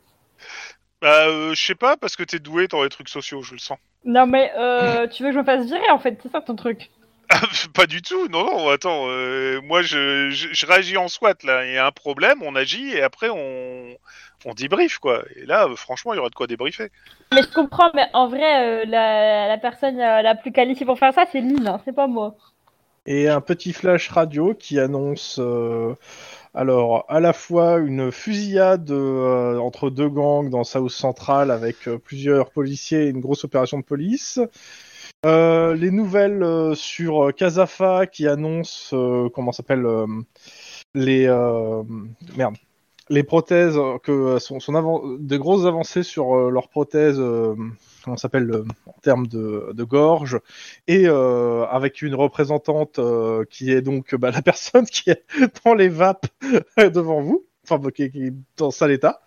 Speaker 5: Bah, euh, je sais pas, parce que t'es doué dans les trucs sociaux, je le sens.
Speaker 3: Non, mais euh, tu veux que je me fasse virer en fait, c'est ça ton truc.
Speaker 5: Ah, pas du tout, non, non, attends. euh, moi, je, je, je réagis en SWAT, là. Il y a un problème, on agit, et après, on, on débrief, quoi. Et là, euh, franchement, il y aura de quoi débriefer.
Speaker 3: Mais je comprends, mais en vrai, euh, la, la personne euh, la plus qualifiée pour faire ça, c'est Lynn, hein, c'est pas moi.
Speaker 2: Et un petit flash radio qui annonce euh, alors à la fois une fusillade euh, entre deux gangs dans South Central avec euh, plusieurs policiers et une grosse opération de police. Euh, les nouvelles euh, sur euh, Casafa qui annonce euh, comment ça s'appelle euh, les euh, merde les prothèses euh, que euh, son, son avan- de grosses avancées sur euh, leurs prothèses euh, comment ça s'appelle euh, en termes de, de gorge et euh, avec une représentante euh, qui est donc euh, bah, la personne qui est dans les vapes euh, devant vous, enfin bah, qui, qui est dans sale état,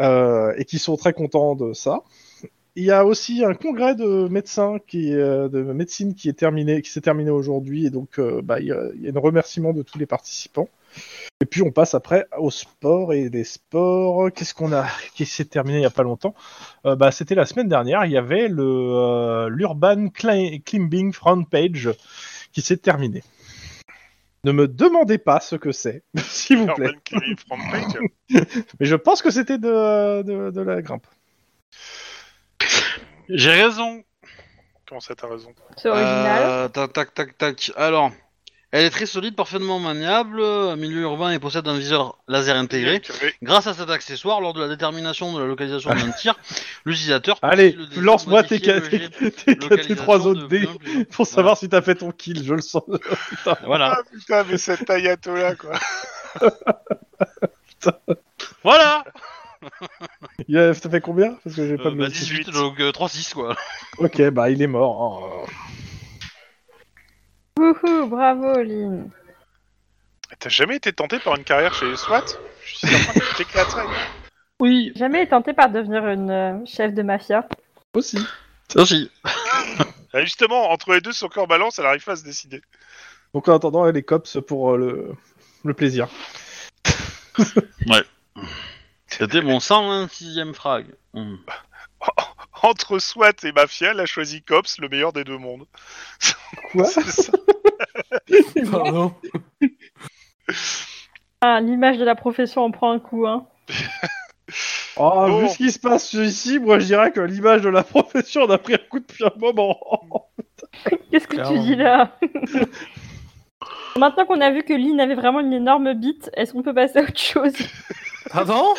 Speaker 2: euh, et qui sont très contents de ça. Il y a aussi un congrès de médecins qui euh, de médecine qui est terminé, qui s'est terminé aujourd'hui, et donc euh, bah, il y a, il y a un remerciement de tous les participants. Et puis on passe après au sport et des sports. Qu'est-ce qu'on a qui s'est terminé il y a pas longtemps euh, bah, c'était la semaine dernière, il y avait le euh, l'Urban Cli- Climbing Front Page qui s'est terminé. Ne me demandez pas ce que c'est, s'il vous plaît.
Speaker 5: Urban Kelly, Frank Page.
Speaker 2: Mais je pense que c'était de, de, de la grimpe.
Speaker 1: J'ai raison.
Speaker 5: Comment ça, t'as raison
Speaker 3: C'est original.
Speaker 1: Euh, tac, tac, tac, tac. Alors, elle est très solide, parfaitement maniable, euh, milieu urbain et possède un viseur laser intégré.
Speaker 5: Kelly.
Speaker 1: Grâce à cet accessoire, lors de la détermination de la localisation d'un tir, l'utilisateur. peut
Speaker 2: Allez,
Speaker 1: utiliser le
Speaker 2: lance-moi tes
Speaker 1: détecteur,
Speaker 2: quatre-
Speaker 1: modifier le jet
Speaker 2: T'es tes
Speaker 1: localisation
Speaker 2: trois
Speaker 1: de
Speaker 2: autres dés
Speaker 1: plein plus-
Speaker 2: pour savoir si t'as fait ton kill, je le sens.
Speaker 1: Voilà.
Speaker 5: Ah putain, mais cette ayatollah, quoi.
Speaker 1: Voilà
Speaker 2: Il a, t'as fait combien Parce que j'ai pas
Speaker 1: Euh,
Speaker 2: de
Speaker 1: bah,
Speaker 2: notif.
Speaker 1: 18, donc euh, 3-6, quoi.
Speaker 2: Ok, bah il est mort. hein.
Speaker 1: Euh.
Speaker 3: Wouhou, bravo Lynn.
Speaker 5: T'as jamais été tenté par une carrière chez les SWAT Je suis certain que tu t'éclaterais.
Speaker 1: Oui.
Speaker 3: Jamais tenté par devenir une euh, chef de mafia.
Speaker 2: Aussi.
Speaker 1: Aussi.
Speaker 5: Ah, Justement, entre les deux, son corps balance, elle arrive pas à se décider.
Speaker 2: Donc en attendant, les cops pour euh, le, le plaisir.
Speaker 1: C'était mon 126ème frag. Hmm.
Speaker 5: Entre SWAT et Mafia, elle a choisi Cops, le meilleur des deux mondes.
Speaker 2: Quoi
Speaker 5: Ah, C'est ça.
Speaker 4: Pardon.
Speaker 3: Ah, l'image de la profession en prend un coup, hein.
Speaker 2: Ah,
Speaker 1: Oh.
Speaker 5: Bon.
Speaker 2: vu ce qui se passe ici, moi je dirais que l'image de la profession on a pris un coup depuis un moment.
Speaker 3: Qu'est-ce que tu
Speaker 4: Clairement.
Speaker 3: dis là Maintenant qu'on a vu que Lynn avait vraiment une énorme bite, est-ce qu'on peut passer à autre chose
Speaker 4: Pardon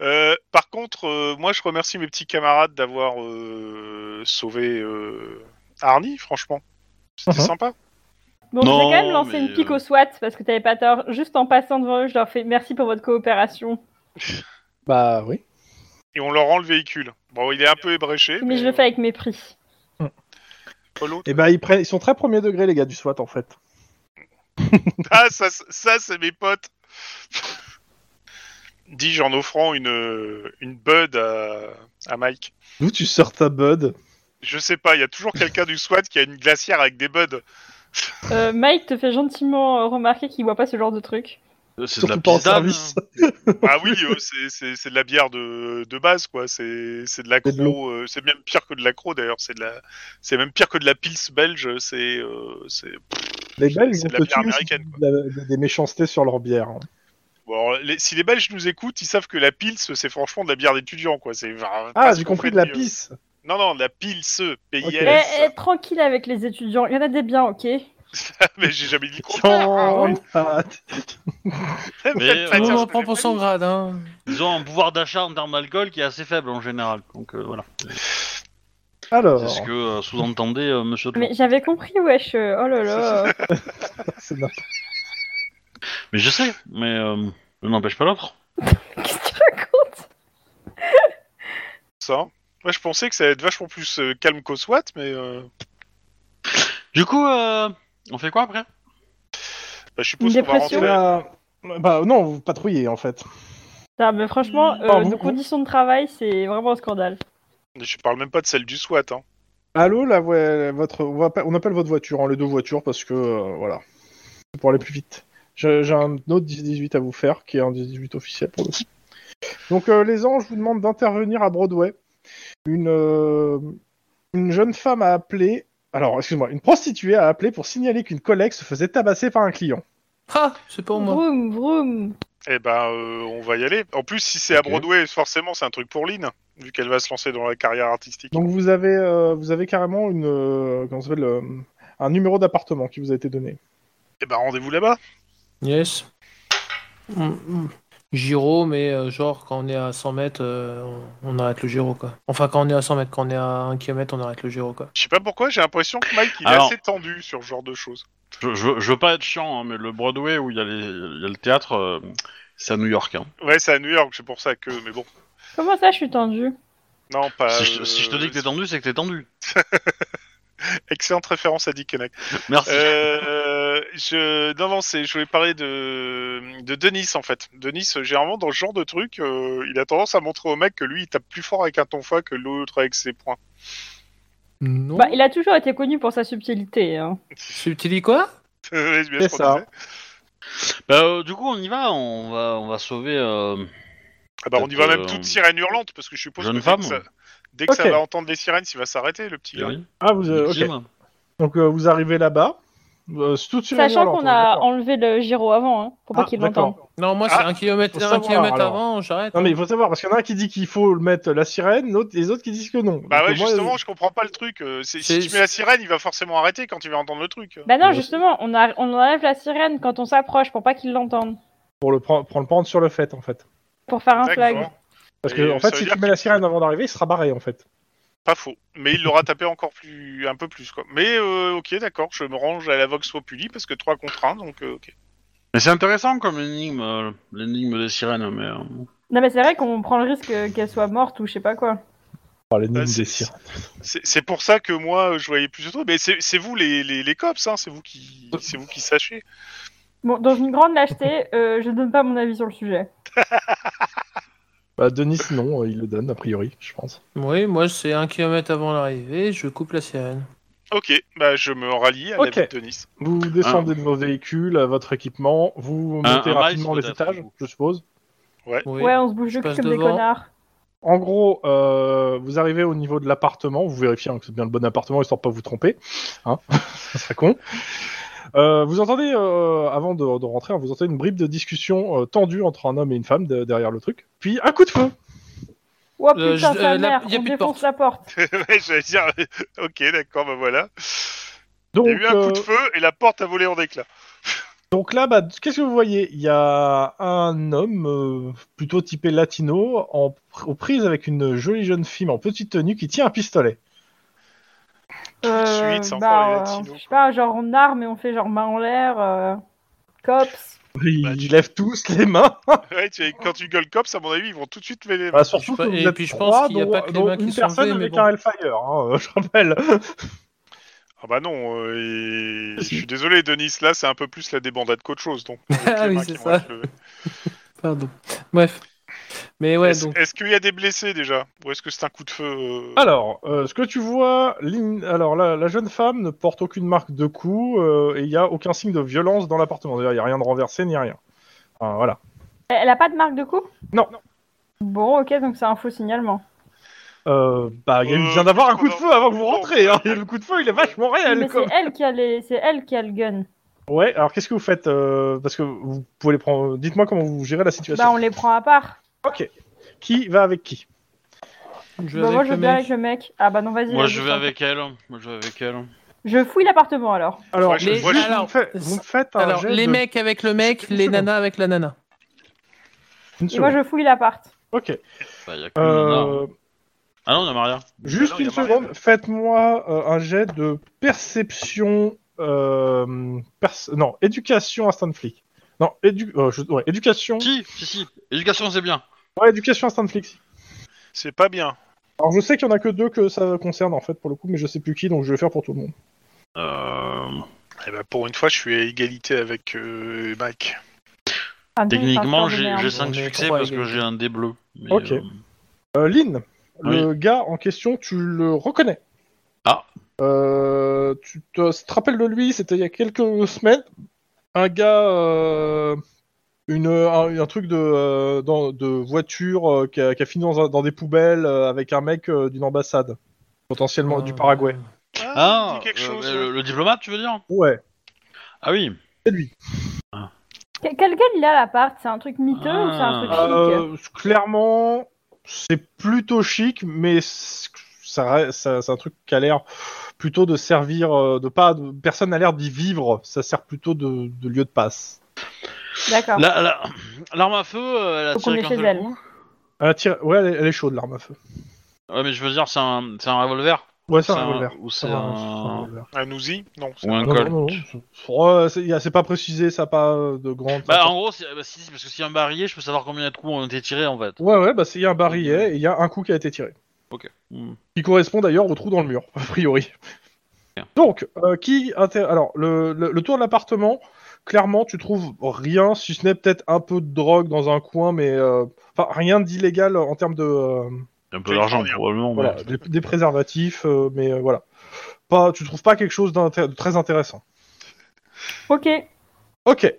Speaker 5: Euh, par contre, euh, moi, je remercie mes petits camarades d'avoir euh, sauvé euh, Arnie, franchement. C'était
Speaker 2: Mhm.
Speaker 5: sympa.
Speaker 3: Bon,
Speaker 1: Non,
Speaker 3: j'ai quand même lancé
Speaker 1: mais,
Speaker 3: une pique
Speaker 1: euh,
Speaker 3: au SWAT parce que t'avais pas tort. Juste en passant devant eux, je leur fais merci pour votre coopération.
Speaker 7: Bah oui.
Speaker 5: Et on leur rend le véhicule. Bon, il est un peu ébréché.
Speaker 3: Mais je le fais avec mépris.
Speaker 5: pas l'autre.
Speaker 2: Et ben ils, prennent- ils sont très premier degré les gars du SWAT en fait.
Speaker 5: Ah, ça, c'est- ça c'est mes potes. Dis-je en offrant une, une bud à, à Mike.
Speaker 2: D'où tu sors ta bud
Speaker 5: Je sais pas, il y a toujours quelqu'un du SWAT qui a une glacière avec des buds.
Speaker 3: Euh, Mike te fait gentiment euh, remarquer qu'il voit pas ce genre de truc.
Speaker 1: C'est de la
Speaker 2: Surtout pas en
Speaker 1: pisse d'âne,
Speaker 2: service.
Speaker 1: hein.
Speaker 5: Ah oui, euh, c'est- c'est c'est de la bière de, de base, quoi. C'est c'est de
Speaker 2: C'est de l'eau.
Speaker 5: l'accro. euh, C'est même pire que de l'accro, d'ailleurs. C'est de la- c'est même pire que de la pils belge. C'est euh, c'est-
Speaker 2: Les Belges ils
Speaker 5: C'est de la
Speaker 2: ont
Speaker 5: bière
Speaker 2: tué
Speaker 5: américaine,
Speaker 2: des- des méchancetés sur leur bière. hein.
Speaker 5: Bon, alors, les- si les Belges nous écoutent, ils savent que la pils, c'est franchement de la bière d'étudiant, quoi. C'est vraiment
Speaker 2: Ah
Speaker 5: pas
Speaker 2: j'ai
Speaker 5: ce
Speaker 2: compris
Speaker 5: qu'on
Speaker 2: de la
Speaker 5: fait mieux.
Speaker 2: pisse.
Speaker 5: Non, non, de la pils, p
Speaker 2: Ok.
Speaker 3: Eh, eh, tranquille avec les étudiants, il y en a des biens, ok
Speaker 5: Mais j'ai jamais dit le contraire.
Speaker 2: Tiens, ah,
Speaker 1: Mais,
Speaker 5: Faites pas
Speaker 1: euh,
Speaker 4: Tout
Speaker 5: dire
Speaker 4: le
Speaker 5: ce
Speaker 4: monde
Speaker 5: que
Speaker 4: prend
Speaker 5: j'ai
Speaker 4: pour
Speaker 5: pas
Speaker 4: son
Speaker 5: dit.
Speaker 4: grade, hein.
Speaker 1: Ils ont un pouvoir d'achat en termes d'alcool qui est assez faible en général. Donc euh, voilà. C'est
Speaker 2: alors
Speaker 1: ce que euh, sous-entendait euh, Monsieur. Tlon.
Speaker 3: Mais j'avais compris, wesh, euh, oh là là. euh.
Speaker 2: c'est n'importe
Speaker 1: Mais je sais, mais euh, je n'empêche pas l'autre.
Speaker 3: Qu'est-ce que tu racontes
Speaker 5: ça. Moi, je pensais que ça allait être vachement plus euh, calme qu'au SWAT, mais euh,
Speaker 1: Du coup, euh, on fait quoi après
Speaker 5: bah, je
Speaker 3: Une
Speaker 5: suppose qu'on va
Speaker 3: dépression.
Speaker 5: rentrer.
Speaker 2: quoi. Bah non vous patrouillez en fait.
Speaker 3: Non, mais franchement, euh,
Speaker 2: Non, vous-
Speaker 3: nos conditions de travail, c'est vraiment un scandale.
Speaker 5: Je parle même pas de celle du SWAT. Hein.
Speaker 2: Allô la voie- votre on appelle, on appelle votre voiture hein, les deux voitures parce que euh, voilà c'est pour aller plus vite. Je- J'ai un autre 18 à vous faire qui est un 18 officiel pour le coup. Donc euh, les anges je vous demande d'intervenir à Broadway. Une euh, une jeune femme a appelé alors excuse-moi une prostituée a appelé pour signaler qu'une collègue se faisait tabasser par un client.
Speaker 4: Ah, c'est pas moi.
Speaker 3: Vroom, vroom.
Speaker 5: Eh ben, euh, on va y aller. En plus, si c'est
Speaker 7: Ok.
Speaker 5: à Broadway, forcément, c'est un truc pour Lynn, vu qu'elle va se lancer dans la carrière artistique.
Speaker 2: Donc vous avez, euh, vous avez carrément une, euh, comment ça s'appelle, euh, un numéro d'appartement qui vous a été donné.
Speaker 5: Eh ben, rendez-vous là-bas.
Speaker 4: Yes. Mm, mm. Giro, mais euh, genre quand on est à 100 mètres, euh, on on arrête le Giro quoi. Enfin, quand on est à 100 mètres, quand on est à 1 km, on arrête le Giro quoi.
Speaker 5: Je sais pas pourquoi, j'ai l'impression que Mike, il
Speaker 1: Alors-
Speaker 5: est assez tendu sur ce genre de choses.
Speaker 1: je, je, je veux pas être chiant, hein, mais le Broadway où il y, a les- il y a le théâtre, euh, c'est à New York. hein.
Speaker 5: Ouais, c'est à New York, c'est pour ça que. Mais bon,
Speaker 3: Comment ça, je suis tendue
Speaker 5: non, pas.
Speaker 1: si, je, si je te
Speaker 5: euh,
Speaker 1: dis que t'es tendu, c'est que t'es tendu.
Speaker 5: Excellente référence à Dick Kennedy.
Speaker 1: Merci.
Speaker 5: Euh, je... Non, non, c'est... je voulais parler de... de Denis en fait. Denis, euh, généralement, dans ce genre de truc, euh, il a tendance à montrer au mec que lui, il tape plus fort avec un tonfa que l'autre avec ses poings.
Speaker 4: Non.
Speaker 3: Bah, il a toujours été connu pour sa subtilité. hein.
Speaker 4: Tu tu dis quoi
Speaker 5: Euh, bien,
Speaker 2: C'est
Speaker 5: je crois que
Speaker 2: ça.
Speaker 1: Bah, euh, du coup, on y va. On va, on va sauver. euh,
Speaker 5: Ah bah, on y va
Speaker 1: Peut-être, euh,
Speaker 5: même toute sirène hurlante, parce que je suppose
Speaker 1: jeune
Speaker 5: que dès
Speaker 1: femme. Eh
Speaker 5: que, ça... dès que ça
Speaker 2: Ok.
Speaker 5: va entendre les sirènes, il va s'arrêter, le petit gars.
Speaker 1: Thierry.
Speaker 2: Ah, vous, euh, ok.
Speaker 1: Excusez-moi.
Speaker 2: Donc euh, vous arrivez là-bas. Euh, c'est tout de suite
Speaker 3: Sachant
Speaker 2: violent,
Speaker 3: qu'on
Speaker 2: hein,
Speaker 3: a
Speaker 2: d'accord.
Speaker 3: enlevé le Giro avant, hein, pour pas
Speaker 2: Ah,
Speaker 3: qu'il
Speaker 2: d'accord.
Speaker 3: l'entende.
Speaker 4: Non, moi c'est
Speaker 5: Ah,
Speaker 4: 1 km,
Speaker 2: faut
Speaker 4: un
Speaker 2: savoir,
Speaker 4: kilomètre
Speaker 2: alors.
Speaker 4: avant, j'arrête.
Speaker 2: Non mais il faut savoir parce qu'il y en a un qui dit qu'il faut mettre la sirène, l'autre- les autres qui disent que non.
Speaker 5: Bah
Speaker 2: Donc,
Speaker 5: ouais,
Speaker 2: moi, euh,
Speaker 5: justement, je comprends pas le truc. euh, c'est-
Speaker 4: C'est-
Speaker 5: Si tu mets la sirène, il va forcément arrêter quand il va entendre le truc.
Speaker 3: Bah non,
Speaker 4: Ouais.
Speaker 3: justement, on, a- on enlève la sirène quand on s'approche pour pas qu'il l'entende.
Speaker 2: pour le prendre, pour le prendre sur le fait en fait.
Speaker 3: Pour faire un flag.
Speaker 5: D'accord.
Speaker 2: Parce
Speaker 5: Et,
Speaker 2: que en
Speaker 5: ça
Speaker 2: fait,
Speaker 5: veut
Speaker 2: si
Speaker 5: dire
Speaker 2: tu mets la sirène avant d'arriver, il sera barré en fait.
Speaker 5: Pas faux. Mais il l'aura tapé encore plus, un peu plus, quoi. Mais euh, ok, d'accord, je me range à la Vox Populi parce que 3 contre 1, donc euh, ok.
Speaker 1: Mais c'est intéressant comme énigme, euh, l'énigme des sirènes. Mais euh,
Speaker 3: Non, mais c'est vrai qu'on prend le risque euh, qu'elle soit morte ou je sais pas quoi.
Speaker 2: Par les
Speaker 5: Ah, c'est-
Speaker 2: des sirènes.
Speaker 5: C'est c'est pour ça que moi euh, je voyais plus de trucs. Mais c'est c'est vous les, les, les cops, hein, c'est vous qui c'est vous qui sachez.
Speaker 3: Bon, dans une grande lâcheté, euh, je ne donne pas mon avis sur le sujet.
Speaker 2: Bah Denis non, euh, il le donne a priori, je pense.
Speaker 4: Oui, moi c'est 1 km avant l'arrivée, je coupe la sirène.
Speaker 5: Ok, bah je me rallie à
Speaker 2: Ok.
Speaker 5: la vie de Nice.
Speaker 2: Vous
Speaker 5: Ah.
Speaker 2: descendez de vos véhicules, à votre équipement, vous
Speaker 1: Un-
Speaker 2: montez
Speaker 1: un miles,
Speaker 2: rapidement les
Speaker 1: peut-être,
Speaker 2: étages,
Speaker 1: ou-
Speaker 2: je suppose.
Speaker 4: Oui.
Speaker 3: ouais, on se bouge
Speaker 4: je
Speaker 3: le cul
Speaker 4: passe
Speaker 3: comme des
Speaker 4: devant.
Speaker 3: connards.
Speaker 2: En gros, euh, vous arrivez au niveau de l'appartement, vous vérifiez hein, que c'est bien le bon appartement, histoire de pas vous tromper. Hein ça serait con. Euh, vous entendez, euh, avant de, de rentrer, hein, vous entendez une bribe de discussion euh, tendue entre un homme et une femme de- derrière le truc. Puis un coup de feu.
Speaker 3: Oh putain,
Speaker 4: Euh, je-
Speaker 3: sa
Speaker 4: euh, la-
Speaker 3: mère,
Speaker 4: y a plus de
Speaker 3: on défonce
Speaker 4: porte.
Speaker 3: la porte.
Speaker 5: Ouais, J'allais dire, ok, d'accord, bah voilà.
Speaker 2: Donc,
Speaker 5: Il y a eu Eh un coup de
Speaker 2: euh,
Speaker 5: feu et la porte a volé en éclats.
Speaker 2: donc là, bah, qu'est-ce que vous voyez Il y a un homme euh, plutôt typé latino en, aux prises avec une jolie jeune fille en petite tenue qui tient un pistolet.
Speaker 5: de suite, c'est encore les
Speaker 3: euh,
Speaker 5: latinos,
Speaker 3: Je sais pas, genre on arme et on fait genre main en l'air, euh, cops.
Speaker 5: Bah,
Speaker 2: Ils lèvent tous les mains.
Speaker 5: Ouais, tu- quand tu gueules cops, à mon avis, ils vont tout de suite mêler.
Speaker 2: Bah, surtout
Speaker 4: Je sais
Speaker 2: que
Speaker 4: pas,
Speaker 2: vous
Speaker 4: et
Speaker 2: êtes
Speaker 4: puis je
Speaker 2: trois,
Speaker 4: pense qu'il y a
Speaker 2: dont-
Speaker 4: pas que les
Speaker 2: dont
Speaker 4: mains qui
Speaker 2: une
Speaker 4: sont
Speaker 2: personne
Speaker 4: levées, mais
Speaker 2: avec
Speaker 4: bon.
Speaker 2: un Hellfire, hein, euh, je rappelle.
Speaker 5: Ah bah non, euh, et- je suis désolé, Denis, là, c'est un peu plus la débandade qu'autre chose. Donc, avec
Speaker 4: Ah
Speaker 5: les
Speaker 4: oui,
Speaker 5: mains
Speaker 4: c'est
Speaker 5: qui vont
Speaker 4: ça.
Speaker 5: être levées.
Speaker 4: Pardon. Bref. Mais ouais,
Speaker 5: est-ce
Speaker 4: donc. Ah.
Speaker 5: est-ce qu'il y a des blessés déjà Ou est-ce que c'est un coup de feu euh,
Speaker 2: Alors, euh, ce que tu vois, Lynn- alors la, la jeune femme ne porte aucune marque de coup euh, et il n'y a aucun signe de violence dans l'appartement. D'ailleurs, Il n'y a rien de renversé ni rien. Enfin, voilà.
Speaker 3: Elle a pas de marque de coup
Speaker 2: Non.
Speaker 3: Bon, ok, donc c'est un faux signalement.
Speaker 2: Euh, bah, il y a eu-
Speaker 5: Euh,
Speaker 2: vient d'avoir un coup de
Speaker 5: non.
Speaker 2: feu avant que vous rentrez. hein. Et Le coup de feu, il est vachement réel.
Speaker 3: Mais
Speaker 2: Quoi.
Speaker 3: c'est elle qui a les, c'est elle qui a le gun.
Speaker 2: Ouais. Alors, qu'est-ce que vous faites euh, Parce que vous pouvez les prendre. Dites-moi comment vous gérez la situation.
Speaker 3: Bah on les prend à part.
Speaker 2: Ok. Qui va avec qui
Speaker 4: Je vais
Speaker 3: Bah, moi
Speaker 4: avec
Speaker 3: je
Speaker 4: le
Speaker 3: veux bien
Speaker 4: mec.
Speaker 3: avec le mec. Ah bah non vas-y.
Speaker 1: Moi
Speaker 3: vas-y,
Speaker 1: je vais
Speaker 3: tiens.
Speaker 1: avec elle. Moi je vais avec elle.
Speaker 3: Je fouille l'appartement alors.
Speaker 2: Alors,
Speaker 5: Ouais, je-
Speaker 2: juste,
Speaker 5: moi, je-
Speaker 2: vous, me faites-
Speaker 4: alors,
Speaker 2: vous me faites un
Speaker 4: Alors,
Speaker 2: jet
Speaker 4: les
Speaker 2: de-
Speaker 4: mecs avec le mec,
Speaker 2: Une
Speaker 4: les
Speaker 2: seconde.
Speaker 4: nanas avec la nana.
Speaker 2: une
Speaker 3: Et moi
Speaker 2: seconde.
Speaker 3: je fouille l'appart.
Speaker 2: Ok.
Speaker 1: Bah, y a que Nana.
Speaker 2: Euh,
Speaker 1: Ah non, on a Maria.
Speaker 2: Juste
Speaker 5: Alors, Bah il y
Speaker 2: une
Speaker 5: a Maria.
Speaker 2: seconde, faites-moi euh, un jet de perception. euh, pers- non, éducation instant flic. Non, édu- euh, je- ouais, éducation.
Speaker 1: Si, si, si. Éducation, c'est bien.
Speaker 2: Ouais, éducation instant flic.
Speaker 5: C'est pas bien.
Speaker 2: Alors je sais qu'il y en a que deux que ça concerne en fait pour le coup, mais je sais plus qui, donc je vais faire pour tout le monde.
Speaker 1: Euh,
Speaker 5: Eh ben, pour une fois, je suis à égalité avec euh, Mike.
Speaker 3: Ah, non,
Speaker 1: techniquement,
Speaker 3: c'est un
Speaker 1: j'ai
Speaker 3: sort de
Speaker 1: 5
Speaker 3: merde.
Speaker 4: On est
Speaker 1: succès
Speaker 4: trois
Speaker 1: parce que
Speaker 4: égalités.
Speaker 1: j'ai un dé bleu. Mais,
Speaker 2: Ok.
Speaker 1: euh,
Speaker 2: Euh, Lynn, le gars en question, tu le reconnais.
Speaker 1: Ah.
Speaker 2: Euh, tu te, tu te rappelles de lui, c'était il y a quelques semaines. Un gars, euh, une, un, un truc de, euh, dans- de voiture euh, qui, a, qui a fini dans, un- dans des poubelles euh, avec un mec euh, d'une ambassade, potentiellement du Paraguay.
Speaker 1: Ah,
Speaker 5: il dit quelque
Speaker 1: euh,
Speaker 5: chose.
Speaker 1: le, le diplomate, tu veux dire
Speaker 2: Ouais.
Speaker 1: Ah oui.
Speaker 3: Que- Quel gun il a à l'appart C'est un truc miteux
Speaker 1: Ah.
Speaker 3: ou c'est un truc chic
Speaker 2: Euh, clairement, c'est plutôt chic, mais c'est ça- ça- c'est un truc qui a l'air plutôt de servir, euh, de pas, de- personne n'a l'air d'y vivre. Ça sert plutôt de, de lieu de passe.
Speaker 5: Ah.
Speaker 3: D'accord.
Speaker 1: La- la- L'arme à feu, euh, elle a
Speaker 3: Faut qu'on
Speaker 1: tiré
Speaker 3: est
Speaker 1: qu'un
Speaker 3: chez
Speaker 1: seul
Speaker 3: elle.
Speaker 1: coup.
Speaker 2: Elle a tiré- Ouais, elle est, elle est chaude l'arme à feu.
Speaker 1: Ouais, mais je veux dire, c'est un, c'est un revolver.
Speaker 2: Ouais, c'est
Speaker 1: C'est
Speaker 2: un
Speaker 1: un-
Speaker 2: revolver.
Speaker 1: ou
Speaker 2: C'est
Speaker 1: c'est un-
Speaker 2: revolver.
Speaker 5: Un Uzi Ah, Non. c'est
Speaker 1: Ou un
Speaker 2: Non,
Speaker 1: Colt.
Speaker 2: non, non, c'est- Ouais, c'est y a- c'est pas précisé, ça a pas euh, de grande.
Speaker 1: Bah, en gros, c'est- bah, si, si, parce que si un barillet, je peux savoir combien de coups ont été tirés en fait.
Speaker 2: Ouais, ouais, bah c'est- il y a un barillet et il y a un coup qui a été tiré,
Speaker 1: Ok. Hmm.
Speaker 2: qui correspond d'ailleurs au trou dans le mur, a priori.
Speaker 1: Bien.
Speaker 2: Donc, euh, qui inter- alors le, le- le tour de l'appartement, clairement, tu trouves rien, si ce n'est peut-être un peu de drogue dans un coin, mais euh, enfin rien d'illégal en termes de euh,
Speaker 1: Un peu d'argent,
Speaker 5: Californien.
Speaker 1: probablement.
Speaker 2: voilà,
Speaker 1: mais-
Speaker 2: des, des préservatifs, euh, mais euh, voilà, pas, tu trouves pas quelque chose d'inté- de très intéressant.
Speaker 3: Ok.
Speaker 2: Ok.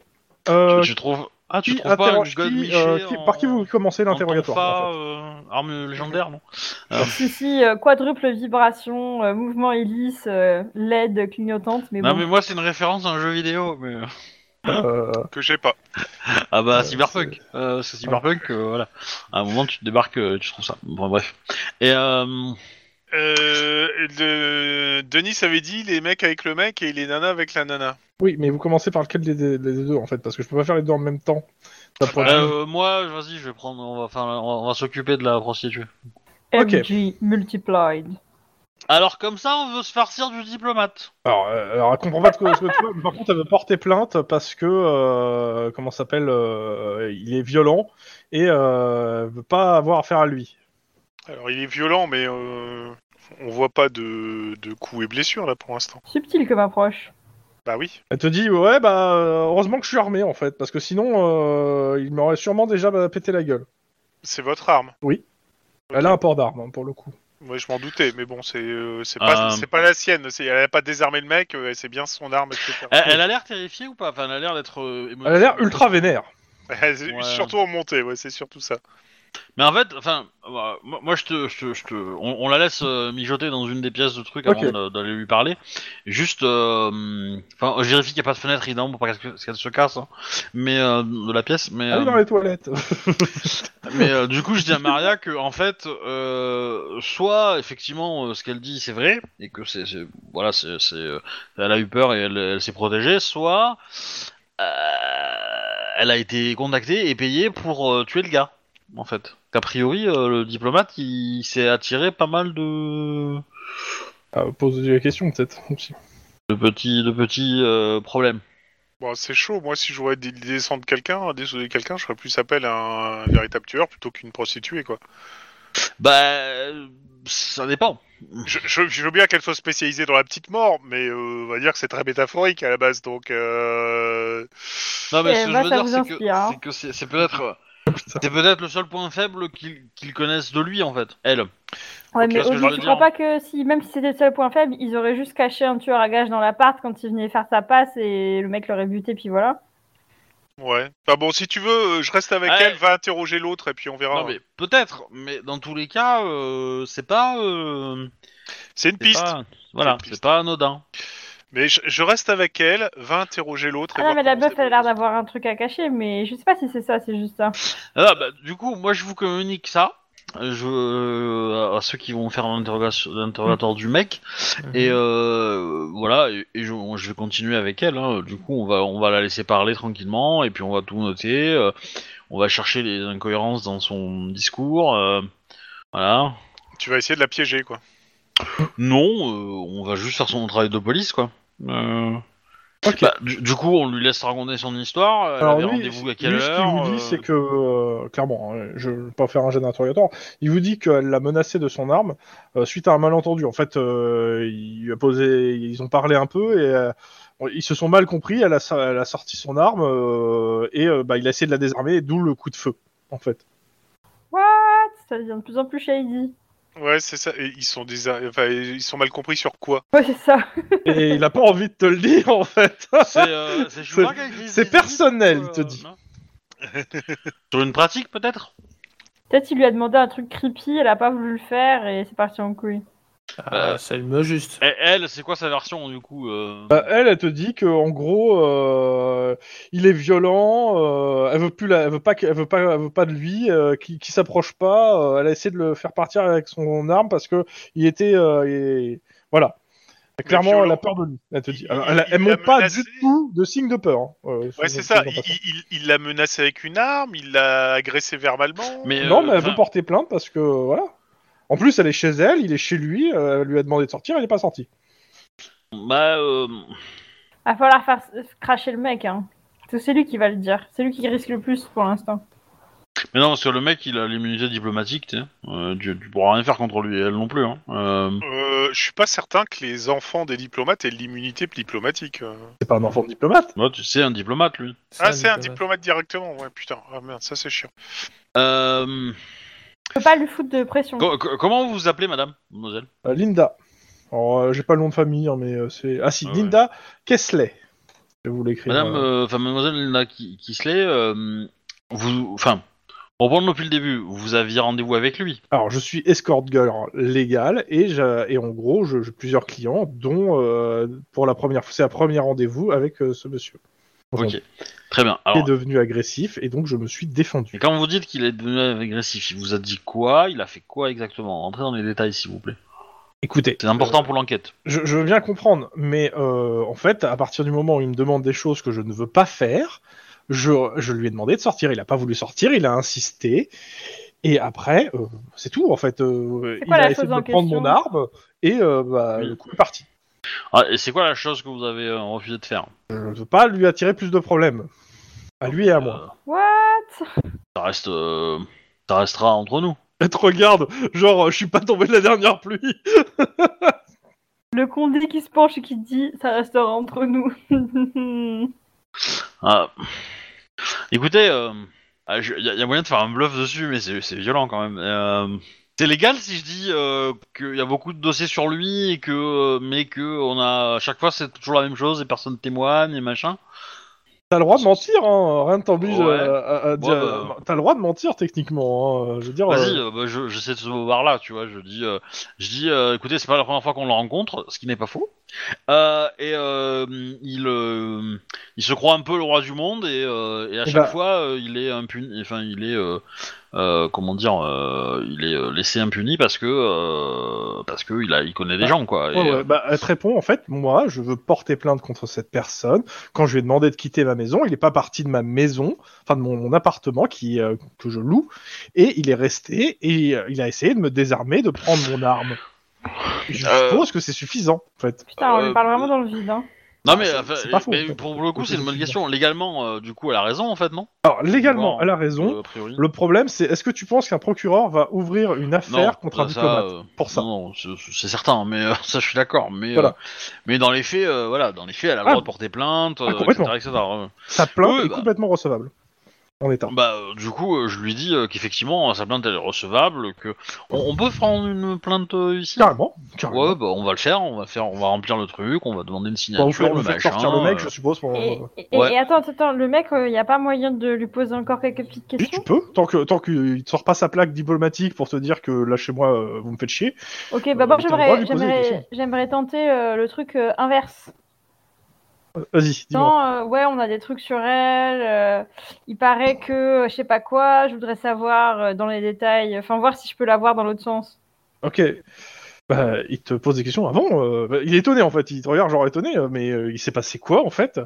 Speaker 2: Euh,
Speaker 1: Tu, tu trouves. Ah, tu
Speaker 2: qui
Speaker 1: trouves pas un
Speaker 2: interroge
Speaker 1: God
Speaker 2: qui,
Speaker 1: Miché
Speaker 2: euh, qui-
Speaker 1: en-
Speaker 2: Par qui vous commencez
Speaker 1: en
Speaker 2: l'interrogatoire
Speaker 1: tonfa,
Speaker 2: en fait
Speaker 1: euh, Arme légendaire, non Ah.
Speaker 3: Si, si, euh, quadruple vibration, euh, mouvement hélice, euh, LED clignotante, mais
Speaker 1: Non,
Speaker 3: bon.
Speaker 1: mais moi, c'est une référence à un jeu vidéo. Mais...
Speaker 2: Euh,
Speaker 5: Que j'ai pas.
Speaker 1: Ah bah,
Speaker 2: Euh,
Speaker 1: Cyberpunk. Euh, parce que Cyberpunk, euh, voilà. À un moment, tu te débarques, euh, tu trouves ça. Bon, bref. Et euh,
Speaker 5: Euh, le- Denis avait dit les mecs avec le mec et les nanas avec la nana.
Speaker 2: Oui, mais vous commencez par lequel des, des- des deux en fait Parce que je peux pas faire les deux en même temps. Ça pourrait-
Speaker 1: euh, moi, vas-y, je vais prendre. On va, faire- on va s'occuper de la prostituée.
Speaker 2: ok.
Speaker 3: MG multiplied.
Speaker 1: Alors, comme ça, on veut se farcir du diplomate.
Speaker 2: Alors, euh, alors, elle comprend pas ce que, ce que tu veux, mais par contre, elle veut porter plainte parce que, euh, comment ça s'appelle, euh, il est violent et euh, elle veut pas avoir affaire à lui.
Speaker 5: Alors, il est violent, mais euh, on voit pas de, de coups et blessures là pour l'instant.
Speaker 3: Subtil comme approche.
Speaker 5: Bah oui.
Speaker 2: Elle te dit, ouais, bah, euh, heureusement que je suis armé en fait, parce que sinon, euh, il m'aurait sûrement déjà bah, pété la gueule.
Speaker 5: C'est votre arme.
Speaker 2: Elle a un port d'arme hein, pour le coup.
Speaker 5: Moi, je m'en doutais, mais bon, c'est euh, c'est pas,
Speaker 1: Euh.
Speaker 5: c'est pas la sienne. c'est- Elle a pas désarmé le mec, euh, elle sait bien son arme, etc.
Speaker 1: Elle, elle a l'air terrifiée ou pas Enfin, elle a l'air d'être. euh, émotive-
Speaker 2: Elle a l'air ultra vénère.
Speaker 5: Elle est
Speaker 1: Ouais.
Speaker 5: Surtout en montée, ouais, c'est surtout ça.
Speaker 1: Mais en fait, enfin, euh, moi, moi, je te, je te, je te- on, on la laisse euh, mijoter dans une des pièces de truc avant
Speaker 2: Ok.
Speaker 1: de- d'aller lui parler. Juste, euh, hum, enfin, je vérifie qu'il n'y a pas de fenêtre évidemment pour pas qu'elle se- qu'elle se casse, hein. mais euh, de la pièce. Mais,
Speaker 2: Elle est
Speaker 1: euh,
Speaker 2: dans les toilettes.
Speaker 1: mais euh, du coup, je dis à Maria que en fait, euh, soit effectivement euh, ce qu'elle dit c'est vrai et que c'est, c'est- voilà, c'est, c'est, euh, elle a eu peur et elle, elle s'est protégée, soit euh, elle a été contactée et payée pour euh, tuer le gars, en fait. A priori, euh, le diplomate, il s'est attiré pas mal de
Speaker 2: Ah, Pose-lui la question, peut-être. aussi.
Speaker 1: De petits, de petits euh, problèmes.
Speaker 5: Bon, c'est chaud. Moi, si je voulais dé- descendre quelqu'un, désolé quelqu'un, je ferais plus appel à un véritable tueur plutôt qu'une prostituée, quoi.
Speaker 1: Bah, ça dépend.
Speaker 5: Je, je- je veux bien qu'elle soit spécialisée dans la petite mort, mais euh, on va dire que c'est très métaphorique à la base, donc. euh,
Speaker 1: Non, mais
Speaker 3: Eh
Speaker 1: ce que
Speaker 3: ben,
Speaker 1: je veux
Speaker 3: ça
Speaker 1: dire,
Speaker 3: vous
Speaker 1: c'est que-
Speaker 3: inspire, hein.
Speaker 1: c'est que c'est c'est peut-être. C'est peut-être le seul point faible qu'ils qu'ils connaissent de lui en fait. Elle.
Speaker 3: Ouais,
Speaker 1: Ok,
Speaker 3: mais
Speaker 1: parce que je
Speaker 3: Olivier,
Speaker 1: veux
Speaker 3: tu
Speaker 1: dire-
Speaker 3: crois pas que si, même si c'était le seul point faible, ils auraient juste caché un tueur à gage dans l'appart quand il venait faire sa passe et le mec l'aurait buté, puis voilà.
Speaker 5: Ouais. Enfin bon, si tu veux, euh, je reste avec
Speaker 1: Ouais.
Speaker 5: elle, va interroger l'autre et puis on verra.
Speaker 1: Non mais peut-être, mais dans tous les cas, euh, c'est pas. euh,
Speaker 5: C'est une
Speaker 1: c'est
Speaker 5: piste.
Speaker 1: pas- voilà,
Speaker 5: piste.
Speaker 1: c'est pas anodin.
Speaker 5: Mais je, je reste avec elle, va interroger l'autre. et
Speaker 3: Ah non,
Speaker 5: voir
Speaker 3: mais la
Speaker 5: comment
Speaker 3: meuf,
Speaker 5: ça
Speaker 3: elle a l'air
Speaker 5: évolue.
Speaker 3: d'avoir un truc à cacher, mais je sais pas si c'est ça, c'est juste ça.
Speaker 1: Ah, bah, du coup, moi je vous communique ça. Je, à ceux qui vont faire l'interrogation- l'interrogatoire du mec
Speaker 2: Mhm.
Speaker 1: et euh, voilà et, et je, je vais continuer avec elle hein. du coup on va on va la laisser parler tranquillement et puis on va tout noter euh, on va chercher les incohérences dans son discours euh, voilà
Speaker 5: Tu vas essayer de la piéger, quoi.
Speaker 1: non euh, on va juste faire son travail de police quoi Euh,
Speaker 2: Ok.
Speaker 1: bah, du, du coup on lui laisse raconter son histoire elle
Speaker 2: Alors
Speaker 1: avait
Speaker 2: lui,
Speaker 1: rendez-vous à quelle
Speaker 2: lui, ce qu'il
Speaker 1: heure
Speaker 2: vous dit,
Speaker 1: euh,
Speaker 2: c'est que, euh, clairement, hein, je ne vais pas faire un jet d'interrogatoire, il vous dit qu'elle l'a menacé de son arme euh, suite à un malentendu. En fait, euh, il lui a posé, ils ont parlé un peu et euh, bon, ils se sont mal compris, elle a, sa- elle a sorti son arme euh, et euh, bah, il a essayé de la désarmer, d'où le coup de feu, en fait.
Speaker 3: Ça devient de plus en plus shady.
Speaker 5: Ouais, c'est ça. Et ils sont des... enfin, ils sont mal compris sur quoi
Speaker 3: Ouais, c'est ça.
Speaker 2: Et il n'a pas envie de te le dire, en fait.
Speaker 1: C'est euh, c'est Schumacher qui dit-
Speaker 2: c'est
Speaker 1: dit-
Speaker 2: personnel,
Speaker 1: dit,
Speaker 2: il te dit.
Speaker 1: euh, non Sur une pratique peut-être
Speaker 3: Peut-être il lui a demandé un truc creepy, elle a pas voulu le faire et c'est parti en couille.
Speaker 4: Ah, ça me juste.
Speaker 1: Eh, Elle, c'est quoi sa version du coup euh
Speaker 2: Bah, elle, elle te dit que en gros, euh, il est violent. euh, elle veut plus, la- elle veut pas, que- elle veut pas, elle veut pas de lui, euh, qui, qui s'approche pas. euh, elle a essayé de le faire partir avec son arme parce que il était, euh, et- voilà.
Speaker 5: Mais
Speaker 2: Clairement,
Speaker 5: violent.
Speaker 2: elle a peur de lui. Elle te dit.
Speaker 5: Il-
Speaker 2: Alors,
Speaker 5: il-
Speaker 2: elle,
Speaker 5: il
Speaker 2: elle
Speaker 5: l'a
Speaker 2: montre pas
Speaker 5: menacé.
Speaker 2: du tout de signe de peur. hein, euh, sur
Speaker 5: Ouais,
Speaker 2: son
Speaker 5: c'est ça. Il,
Speaker 2: présentation.
Speaker 5: il- il l'a menacé avec une arme, il l'a agressé verbalement.
Speaker 1: Mais,
Speaker 2: Non,
Speaker 1: euh,
Speaker 2: mais elle
Speaker 1: enfin,
Speaker 2: veut porter plainte parce que euh, voilà. En plus, elle est chez elle, il est chez lui. euh, elle lui a demandé de sortir, il n'est pas sorti.
Speaker 1: bah, euh,
Speaker 3: Va falloir faire cracher le mec, hein. Parce que C'est lui qui va le dire. C'est lui qui risque le plus pour l'instant.
Speaker 1: Mais non, parce que le mec, il a l'immunité diplomatique, tu sais. Euh, tu, tu pourras rien faire contre lui, elle non plus. Hein. Euh,
Speaker 5: Euh, je suis pas certain que les enfants des diplomates aient l'immunité diplomatique. euh.
Speaker 2: C'est pas un enfant de diplomate.
Speaker 1: moi, bah, tu sais, un diplomate, lui.
Speaker 5: Ah, c'est un diplomate directement. Ouais, putain. Ah merde, ça c'est chiant.
Speaker 1: Euh,
Speaker 3: On peut pas lui foutre de pression.
Speaker 1: co- co- comment vous vous appelez, madame, mademoiselle
Speaker 2: Euh, Linda. Alors, euh, j'ai pas le nom de famille, hein, mais euh, c'est. Ah si,
Speaker 1: Ah ouais.
Speaker 2: Linda Kessley. Je vais vous l'écrire.
Speaker 1: Madame,
Speaker 2: euh.
Speaker 1: euh, enfin, mademoiselle Linda Ki- Kisley, euh, vous. Enfin, pour prendre depuis le début, vous aviez rendez-vous avec lui.
Speaker 2: Alors, je suis escort girl légal et, j'a- et en gros, je- j'ai plusieurs clients, dont euh, pour la première fois, c'est un premier rendez-vous avec euh, ce monsieur. Enfin,
Speaker 1: Ok. Très bien.
Speaker 2: Il est
Speaker 1: Alors,
Speaker 2: devenu agressif et donc je me suis
Speaker 1: Et
Speaker 2: défendu.
Speaker 1: quand vous dites qu'il est devenu agressif, il vous a dit quoi Il a fait quoi exactement Rentrez dans les détails, s'il vous plaît.
Speaker 2: Écoutez,
Speaker 1: C'est important pour l'enquête.
Speaker 2: je, je veux bien comprendre, mais euh, en fait, à partir du moment où il me demande des choses que je ne veux pas faire, je, je lui ai demandé de sortir. Il n'a pas voulu sortir, il a insisté. Et après, euh, c'est tout en fait. Euh,
Speaker 3: C'est
Speaker 2: il
Speaker 3: quoi
Speaker 2: a
Speaker 3: la
Speaker 2: essayé
Speaker 3: chose
Speaker 2: de
Speaker 3: en
Speaker 2: me prendre
Speaker 3: question
Speaker 2: mon arme et euh, bah,
Speaker 1: Oui.
Speaker 2: le coup est parti.
Speaker 1: Ah, et c'est quoi la chose que vous avez euh, refusé de faire
Speaker 2: Je ne veux pas lui attirer plus de problèmes. À lui et à moi.
Speaker 3: Ah.
Speaker 1: Ça reste, euh, ça restera entre nous.
Speaker 2: Elle te regarde, genre, je suis pas tombé de la dernière pluie.
Speaker 3: Le condé qui se penche et qui dit ça restera entre nous.
Speaker 1: Ah. Écoutez, il y, a- y a moyen de faire un bluff dessus, mais c'est c'est violent quand même. Euh, c'est légal si je dis euh, qu'il y a beaucoup de dossiers sur lui et que, euh, mais que on a à chaque fois c'est toujours la même chose et personne témoigne et machin.
Speaker 2: T'as le droit de mentir, hein. rien ne t'oblige
Speaker 1: Ouais.
Speaker 2: à, à- à dire-
Speaker 1: bah.
Speaker 2: T'as le droit de mentir techniquement, hein. je veux dire.
Speaker 1: Vas-y,
Speaker 2: euh,
Speaker 1: euh, bah, je- j'essaie de se voir là, tu vois. Je dis, euh, je dis, euh, écoutez, c'est pas la première fois qu'on le rencontre, ce qui n'est pas faux. Euh, et euh, il, euh, il se croit un peu le roi du monde et, euh, et à
Speaker 2: Eh
Speaker 1: chaque
Speaker 2: ben.
Speaker 1: fois, euh, il est impuni. Enfin, il est, euh, euh, comment dire, euh, il est euh, laissé impuni parce que euh, parce que il a, il connaît des gens, quoi. Et,
Speaker 2: ouais, ouais,
Speaker 1: euh,
Speaker 2: bah, elle te répond en fait, moi, je veux porter plainte contre cette personne. Quand je lui ai demandé de quitter ma maison, il n'est pas parti de ma maison, enfin de mon, mon appartement qui euh, que je loue, et il est resté et euh, il a essayé de me désarmer, de prendre mon arme. Je
Speaker 1: Euh.
Speaker 2: pense que c'est suffisant, en fait.
Speaker 3: Putain,
Speaker 1: Euh,
Speaker 3: on parle vraiment dans le vide. Hein.
Speaker 1: Non, mais,
Speaker 2: c'est-
Speaker 1: enfin,
Speaker 2: c'est pas faux,
Speaker 1: mais
Speaker 2: en fait.
Speaker 1: pour le coup, c'est une bonne question. Légalement, euh, du coup, elle a raison, en fait, non
Speaker 2: Alors, légalement,
Speaker 1: Bon,
Speaker 2: elle a raison.
Speaker 1: Euh, A priori.
Speaker 2: Le problème, c'est est-ce que tu penses qu'un procureur va ouvrir une affaire
Speaker 1: Non,
Speaker 2: contre un
Speaker 1: ça,
Speaker 2: diplomate
Speaker 1: euh,
Speaker 2: pour ça
Speaker 1: Non, non, c'est- c'est certain, mais euh, ça, je suis d'accord. Mais,
Speaker 2: Voilà.
Speaker 1: euh, mais dans les faits, euh, voilà, dans les faits, elle a le
Speaker 2: Ah.
Speaker 1: droit de porter plainte, euh, etc.
Speaker 2: complètement.
Speaker 1: etc., euh.
Speaker 2: Sa plainte
Speaker 1: Ouais,
Speaker 2: est
Speaker 1: bah.
Speaker 2: complètement recevable. En état.
Speaker 1: Bah, euh, du coup, euh, je lui dis euh, qu'effectivement, euh, sa plainte elle est recevable, que on, on peut prendre une plainte euh, ici.
Speaker 2: Carrément. carrément.
Speaker 1: Ouais, bah, on va le faire, on va faire, on va remplir le truc, on va demander une
Speaker 2: ah, Bah, vous
Speaker 1: signature,
Speaker 2: pouvez
Speaker 1: le
Speaker 2: lui faire
Speaker 1: machin.
Speaker 2: sortir le mec,
Speaker 1: euh,
Speaker 2: je suppose. pour-
Speaker 3: Et, et- et-
Speaker 1: Ouais.
Speaker 3: et attends, attends, attends, le mec, il n'y a pas moyen de lui poser encore quelques petites
Speaker 2: Oui, tu
Speaker 3: questions
Speaker 2: peux, tant que tant qu'il te sort pas sa plaque diplomatique pour te dire que lâchez-moi, euh, vous me faites chier.
Speaker 3: Ok,
Speaker 2: Euh,
Speaker 3: bah moi
Speaker 2: t'as le droit de
Speaker 3: j'aimerais,
Speaker 2: lui poser des questions.
Speaker 3: j'aimerais, j'aimerais tenter euh, le truc euh, inverse.
Speaker 2: Vas-y, dis-moi.
Speaker 3: Non, euh, ouais, on a des trucs sur elle. euh, il paraît que euh, je sais pas quoi. Je voudrais savoir euh, dans les détails. Enfin, voir si je peux la voir dans l'autre sens.
Speaker 2: Ok. Bah, il te pose des questions avant. euh, bah, il est étonné en fait. Il te regarde genre étonné, euh, mais euh, il s'est passé quoi en fait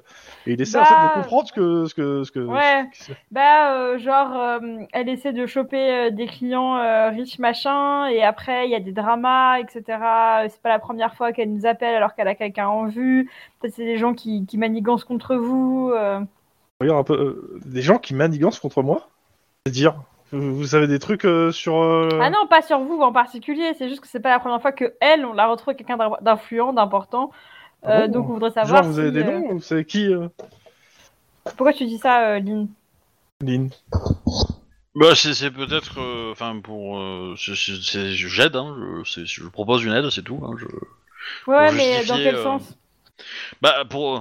Speaker 2: Et il essaie en
Speaker 3: Bah.
Speaker 2: fait de comprendre ce que ce que ce que.
Speaker 3: Ouais.
Speaker 2: ce que c'est.
Speaker 3: Bah, euh, genre, euh, elle essaie de choper euh, des clients euh, riches machin, et après il y a des dramas, etc. Euh, C'est pas la première fois qu'elle nous appelle alors qu'elle a quelqu'un en vue. Peut-être c'est des gens qui, qui manigancent contre vous. euh.
Speaker 2: Regarde un peu euh, des gens qui manigancent contre moi. C'est-à-dire, vous, vous savez des trucs euh, sur. euh,
Speaker 3: Ah non, pas sur vous en particulier. C'est juste que c'est pas la première fois que elle, on la retrouve quelqu'un d'in- d'influent, d'important.
Speaker 2: Ah
Speaker 3: Euh,
Speaker 2: bon
Speaker 3: donc on voudrait
Speaker 2: Genre,
Speaker 3: savoir.
Speaker 2: vous
Speaker 3: si,
Speaker 2: avez des
Speaker 3: euh,
Speaker 2: noms Vous savez qui euh,
Speaker 3: Pourquoi tu dis ça, euh, Lynn
Speaker 2: Lynn.
Speaker 1: Bah, c'est c'est peut-être, euh, enfin, pour, euh, c'est- c'est- c'est- j'aide, hein, je, c'est- je propose une aide, c'est tout. hein, je-
Speaker 3: Ouais, ouais,
Speaker 1: Pour
Speaker 3: mais
Speaker 1: justifier,
Speaker 3: dans quel
Speaker 1: euh,
Speaker 3: sens
Speaker 1: Bah, pour. euh,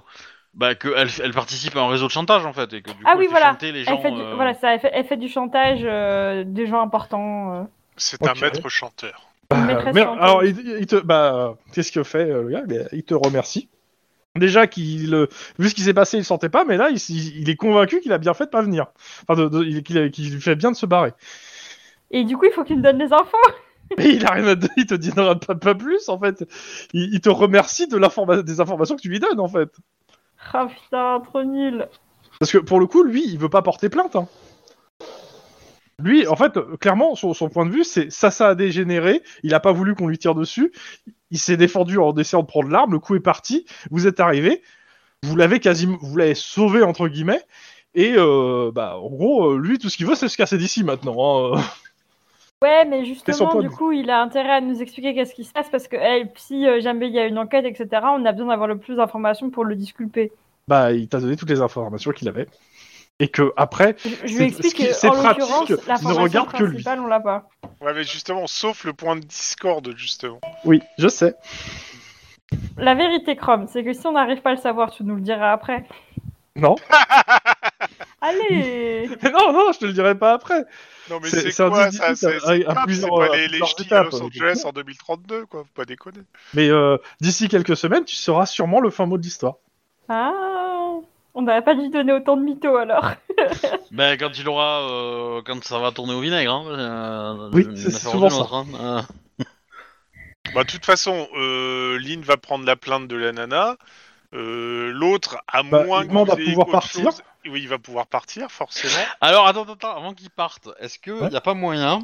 Speaker 1: Bah, qu'elle elle participe à un réseau de chantage, en fait, et que du
Speaker 3: Ah
Speaker 1: coup, elle
Speaker 3: oui,
Speaker 1: fait
Speaker 3: voilà.
Speaker 1: chanter les gens.
Speaker 3: elle fait, du,
Speaker 1: euh,
Speaker 3: voilà, ça, elle, fait, elle fait du chantage euh, des gens importants. euh.
Speaker 5: C'est
Speaker 2: Ok.
Speaker 5: un maître chanteur.
Speaker 2: Bah,
Speaker 3: maîtresse
Speaker 2: merde,
Speaker 3: chanteuse.
Speaker 2: alors, il, il te, bah, qu'est-ce que fait euh, le gars Eh bien, Il te remercie. Déjà, qu'il, euh, vu ce qui s'est passé, il sentait pas, mais là, il, s- il- il est convaincu qu'il a bien fait de pas venir. Enfin, de- de- il- qu'il a- qu'il fait bien de se barrer.
Speaker 3: Et du coup, il faut qu'il me donne les infos.
Speaker 2: Mais il a rien à te- il te dit non, pas, pas plus, en fait. Il, il te remercie de l'informa- des informations que tu lui donnes, en fait.
Speaker 3: Ah putain, trop nul.
Speaker 2: Parce que pour le coup, lui, il veut pas porter plainte. hein. Lui, en fait, euh, clairement, son, son point de vue, c'est ça, ça a dégénéré. Il a pas voulu qu'on lui tire dessus. Il s'est défendu en essayant de prendre l'arme. Le coup est parti. Vous êtes arrivé. Vous l'avez quasiment, vous l'avez sauvé entre guillemets. Et euh, bah, en gros, euh, lui, tout ce qu'il veut, c'est se casser d'ici maintenant. hein.
Speaker 3: Ouais, mais
Speaker 2: son
Speaker 3: justement,
Speaker 2: point
Speaker 3: du
Speaker 2: de
Speaker 3: coup, il a intérêt à nous expliquer qu'est-ce qui se passe parce que hey, si euh, jamais il y a une enquête, etc., on a besoin d'avoir le plus d'informations pour le disculper.
Speaker 2: Bah, il t'a donné toutes les informations qu'il avait. Et que après,
Speaker 3: Je, je
Speaker 2: C'est-
Speaker 3: lui explique
Speaker 2: ce qui-
Speaker 3: que,
Speaker 2: c'est
Speaker 3: en
Speaker 2: pratique,
Speaker 3: l'occurrence,
Speaker 2: ne
Speaker 3: la formation
Speaker 2: regarde que lui.
Speaker 3: principale, on l'a pas.
Speaker 5: Ouais, mais justement, sauf le point de discorde, justement.
Speaker 2: oui, je sais.
Speaker 3: La vérité, Chrome, c'est que si on n'arrive pas à le savoir, tu nous le diras après.
Speaker 2: Non,
Speaker 3: Allez
Speaker 2: non, non, je te le dirai pas après.
Speaker 5: Non, mais
Speaker 2: C'est-
Speaker 5: c'est
Speaker 2: c'est un
Speaker 5: quoi
Speaker 2: dispositif
Speaker 5: ça
Speaker 2: à- à-
Speaker 5: C'est
Speaker 2: à
Speaker 5: c'est pas c'est
Speaker 2: plusieurs-
Speaker 5: pas
Speaker 2: à
Speaker 5: les, les
Speaker 2: plusieurs
Speaker 5: ch'tis à
Speaker 2: étapes,
Speaker 5: Los
Speaker 2: euh,
Speaker 5: Angeles
Speaker 2: donc.
Speaker 5: en 2032, quoi. Faut pas déconner.
Speaker 2: Mais euh, d'ici quelques semaines, tu sauras sûrement le fin mot de l'histoire.
Speaker 3: Ah On n'avait pas dû donner autant de mythos alors.
Speaker 1: Bah, quand il aura. euh, quand ça va tourner au vinaigre, hein. euh,
Speaker 2: Oui,
Speaker 1: une
Speaker 2: c'est
Speaker 1: affaire
Speaker 2: souvent
Speaker 1: ou une autre, hein, euh.
Speaker 5: Bah, de toute façon, euh, Lynn va prendre la plainte de la nana. Euh, L'autre, à
Speaker 2: Bah,
Speaker 5: moins
Speaker 2: il demande
Speaker 5: que
Speaker 2: à
Speaker 5: vous ayez
Speaker 2: pouvoir
Speaker 5: autre
Speaker 2: partir.
Speaker 5: chose- Oui, il va pouvoir partir, forcément.
Speaker 1: Alors, attends, attends, attends, avant qu'ils partent, est-ce qu'il
Speaker 2: Ouais.
Speaker 1: n'y a pas moyen.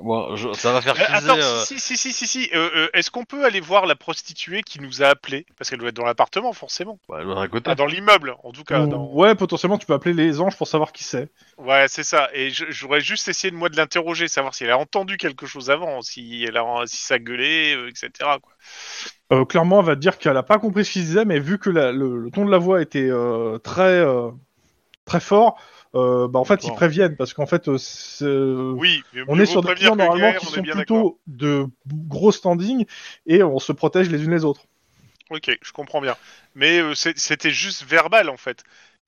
Speaker 1: Bon, je- ça va faire
Speaker 5: Euh,
Speaker 1: friser.
Speaker 5: attends,
Speaker 1: euh,
Speaker 5: si, si, si, si, si. Euh, euh, Est-ce qu'on peut aller voir la prostituée qui nous a appelé Parce qu'elle doit être dans l'appartement, forcément.
Speaker 1: bah, l'autre à côté.
Speaker 5: Ah, dans l'immeuble, en tout cas.
Speaker 2: Ou-
Speaker 5: dans-
Speaker 2: Ouais, potentiellement, tu peux appeler les anges pour savoir qui c'est.
Speaker 5: Ouais, c'est ça. Et je- j'aurais juste essayé de moi de l'interroger, savoir si elle a entendu quelque chose avant, si elle a, si ça gueulait, euh, etc. Quoi.
Speaker 2: Euh, clairement, elle va te dire qu'elle a pas compris ce qu'il disait, mais vu que la- le, le ton de la voix était euh, très euh, très fort, euh, bah en fait, ils
Speaker 5: D'accord.
Speaker 2: préviennent parce qu'en fait, euh, c'est-
Speaker 5: Oui, mais
Speaker 2: on
Speaker 5: mieux
Speaker 2: est
Speaker 5: vaut
Speaker 2: sur des clients
Speaker 5: prévenir que
Speaker 2: normalement
Speaker 5: guérir,
Speaker 2: qui
Speaker 5: on est
Speaker 2: sont
Speaker 5: bien d'accord.
Speaker 2: plutôt de gros standing et on se protège les unes les autres.
Speaker 5: Ok, je comprends bien. Mais euh, c'est- c'était juste verbal en fait.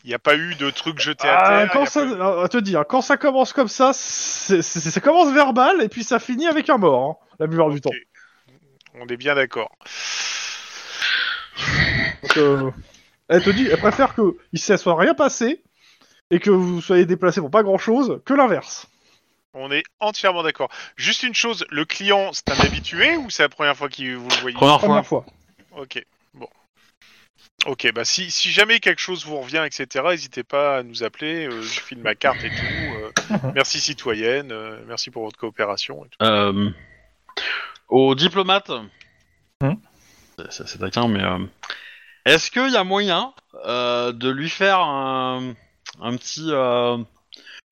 Speaker 5: Il n'y a pas eu de truc jeté à
Speaker 2: Ah,
Speaker 5: terre. il y
Speaker 2: quand
Speaker 5: a
Speaker 2: ça,
Speaker 5: pas eu-
Speaker 2: à te dire, quand ça commence comme ça, c'est- c'est- ça commence verbal et puis ça finit avec un mort, hein, la plupart du
Speaker 5: Ok.
Speaker 2: temps.
Speaker 5: On est bien d'accord.
Speaker 2: Donc, euh, elle te dit, elle préfère que il ne soit rien passé et que vous soyez déplacé pour pas grand chose que l'inverse.
Speaker 5: On est entièrement d'accord. Juste une chose, le client, c'est un habitué ou c'est la première fois que vous le voyez
Speaker 1: Première fois.
Speaker 2: Première fois.
Speaker 5: Ok, bon. Ok, bah si, si jamais quelque chose vous revient, etc., n'hésitez pas à nous appeler. euh, je file ma carte et tout. euh, merci citoyenne, euh, merci pour votre coopération. Et tout.
Speaker 1: Euh, Aux diplomates.
Speaker 2: Hmm.
Speaker 1: C'est- C'est c'est taquin, mais. euh, Est-ce qu'il y a moyen euh, de lui faire un, un petit. euh,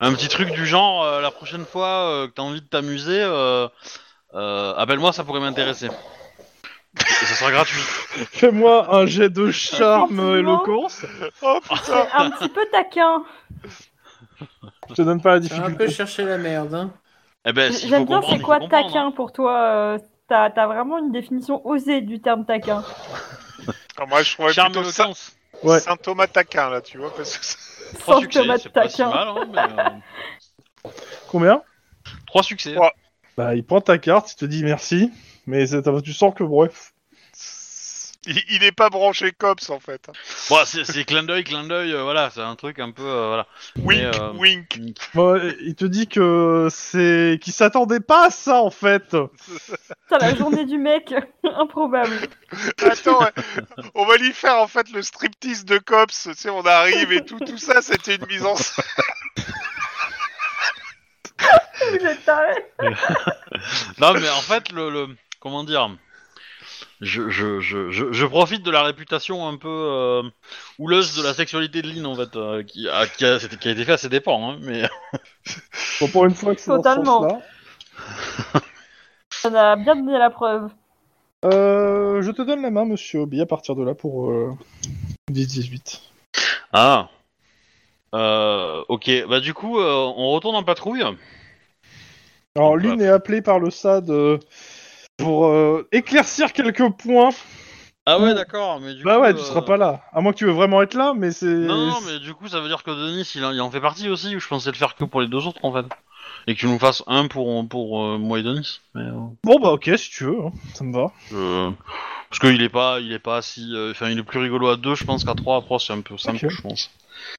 Speaker 1: un petit truc du genre, euh, la prochaine fois euh, que t'as envie de t'amuser, euh, euh, appelle-moi, ça pourrait m'intéresser. Et ça sera gratuit.
Speaker 2: Fais-moi un jet de charme éloquence.
Speaker 3: C'est un petit peu taquin.
Speaker 2: Je te donne pas la
Speaker 4: T'as un peu
Speaker 2: difficulté.
Speaker 4: chercher la merde. Hein.
Speaker 1: Eh ben, s'il faut
Speaker 3: J'aime bien
Speaker 1: comprendre,
Speaker 3: c'est
Speaker 1: il
Speaker 3: quoi
Speaker 1: faut comprendre, hein.
Speaker 3: taquin pour toi euh, T'as t'as vraiment une définition osée du terme taquin.
Speaker 5: Alors, Ah, moi, je
Speaker 1: hein.
Speaker 5: trouverais
Speaker 1: Charme,
Speaker 5: plutôt ça,
Speaker 1: éloquence.
Speaker 2: Ouais.
Speaker 5: Saint Thomas taquin, là, tu vois. Parce que c'est-
Speaker 1: Trois
Speaker 3: Sans
Speaker 1: succès,
Speaker 3: tomate
Speaker 1: c'est pas si
Speaker 3: taquin.
Speaker 1: mal, hein, mais, euh,
Speaker 2: Combien
Speaker 1: Trois succès.
Speaker 5: Trois.
Speaker 2: Bah, il prend ta carte, il te dit merci, mais c'est- tu sens que bref.
Speaker 5: il, il est pas branché cops, en fait.
Speaker 1: Bon, c'est c'est clin d'œil, clin d'œil, euh, voilà, c'est un truc un peu, euh, voilà.
Speaker 5: Wink,
Speaker 1: euh,
Speaker 5: wink.
Speaker 2: Bon, Bah, il te dit que c'est qu'il s'attendait pas à ça en fait.
Speaker 3: Putain, la journée du mec, improbable.
Speaker 5: Attends, ouais. on va lui faire en fait le striptease de cops. Tu sais, on arrive et tout, tout ça, c'était une mise en scène.
Speaker 3: Vous êtes tarés.
Speaker 1: Non, mais en fait, le, le- comment dire, je, je, je, je, je profite de la réputation un peu euh, houleuse de la sexualité de Lynn, en fait, euh, qui, a, qui, a, qui a été fait à ses dépens, hein, mais...
Speaker 2: Bon, pour une fois que c'est dans ce
Speaker 3: Totalement.
Speaker 2: sens-là.
Speaker 3: On a bien donné la preuve.
Speaker 2: Euh, je te donne la main, monsieur Obi, à partir de là pour euh, 10-18.
Speaker 1: Ah euh, ok, bah du coup, euh, on retourne en patrouille.
Speaker 2: Alors,
Speaker 1: Ouais.
Speaker 2: l'une est appelée par le SAD euh, pour euh, éclaircir quelques points.
Speaker 1: Ah ouais,
Speaker 2: Ouh.
Speaker 1: d'accord, mais du
Speaker 2: Bah
Speaker 1: coup...
Speaker 2: ouais, tu
Speaker 1: euh,
Speaker 2: seras pas là. À moins que tu veux vraiment être là, mais c'est.
Speaker 1: Non, non, mais du coup, ça veut dire que Denis, il en, il en fait partie aussi, ou je pensais le faire que pour les deux autres, en fait. Et que tu nous fasses un pour, pour euh, moi et Denis. Mais, euh,
Speaker 2: Bon, bah ok, si tu veux, hein, ça me va.
Speaker 1: je- Euh, Parce qu'il est pas, il est pas si, euh, enfin, il est plus rigolo à deux, je pense qu'à trois, à trois, c'est un peu simple,
Speaker 2: Ok.
Speaker 1: je pense.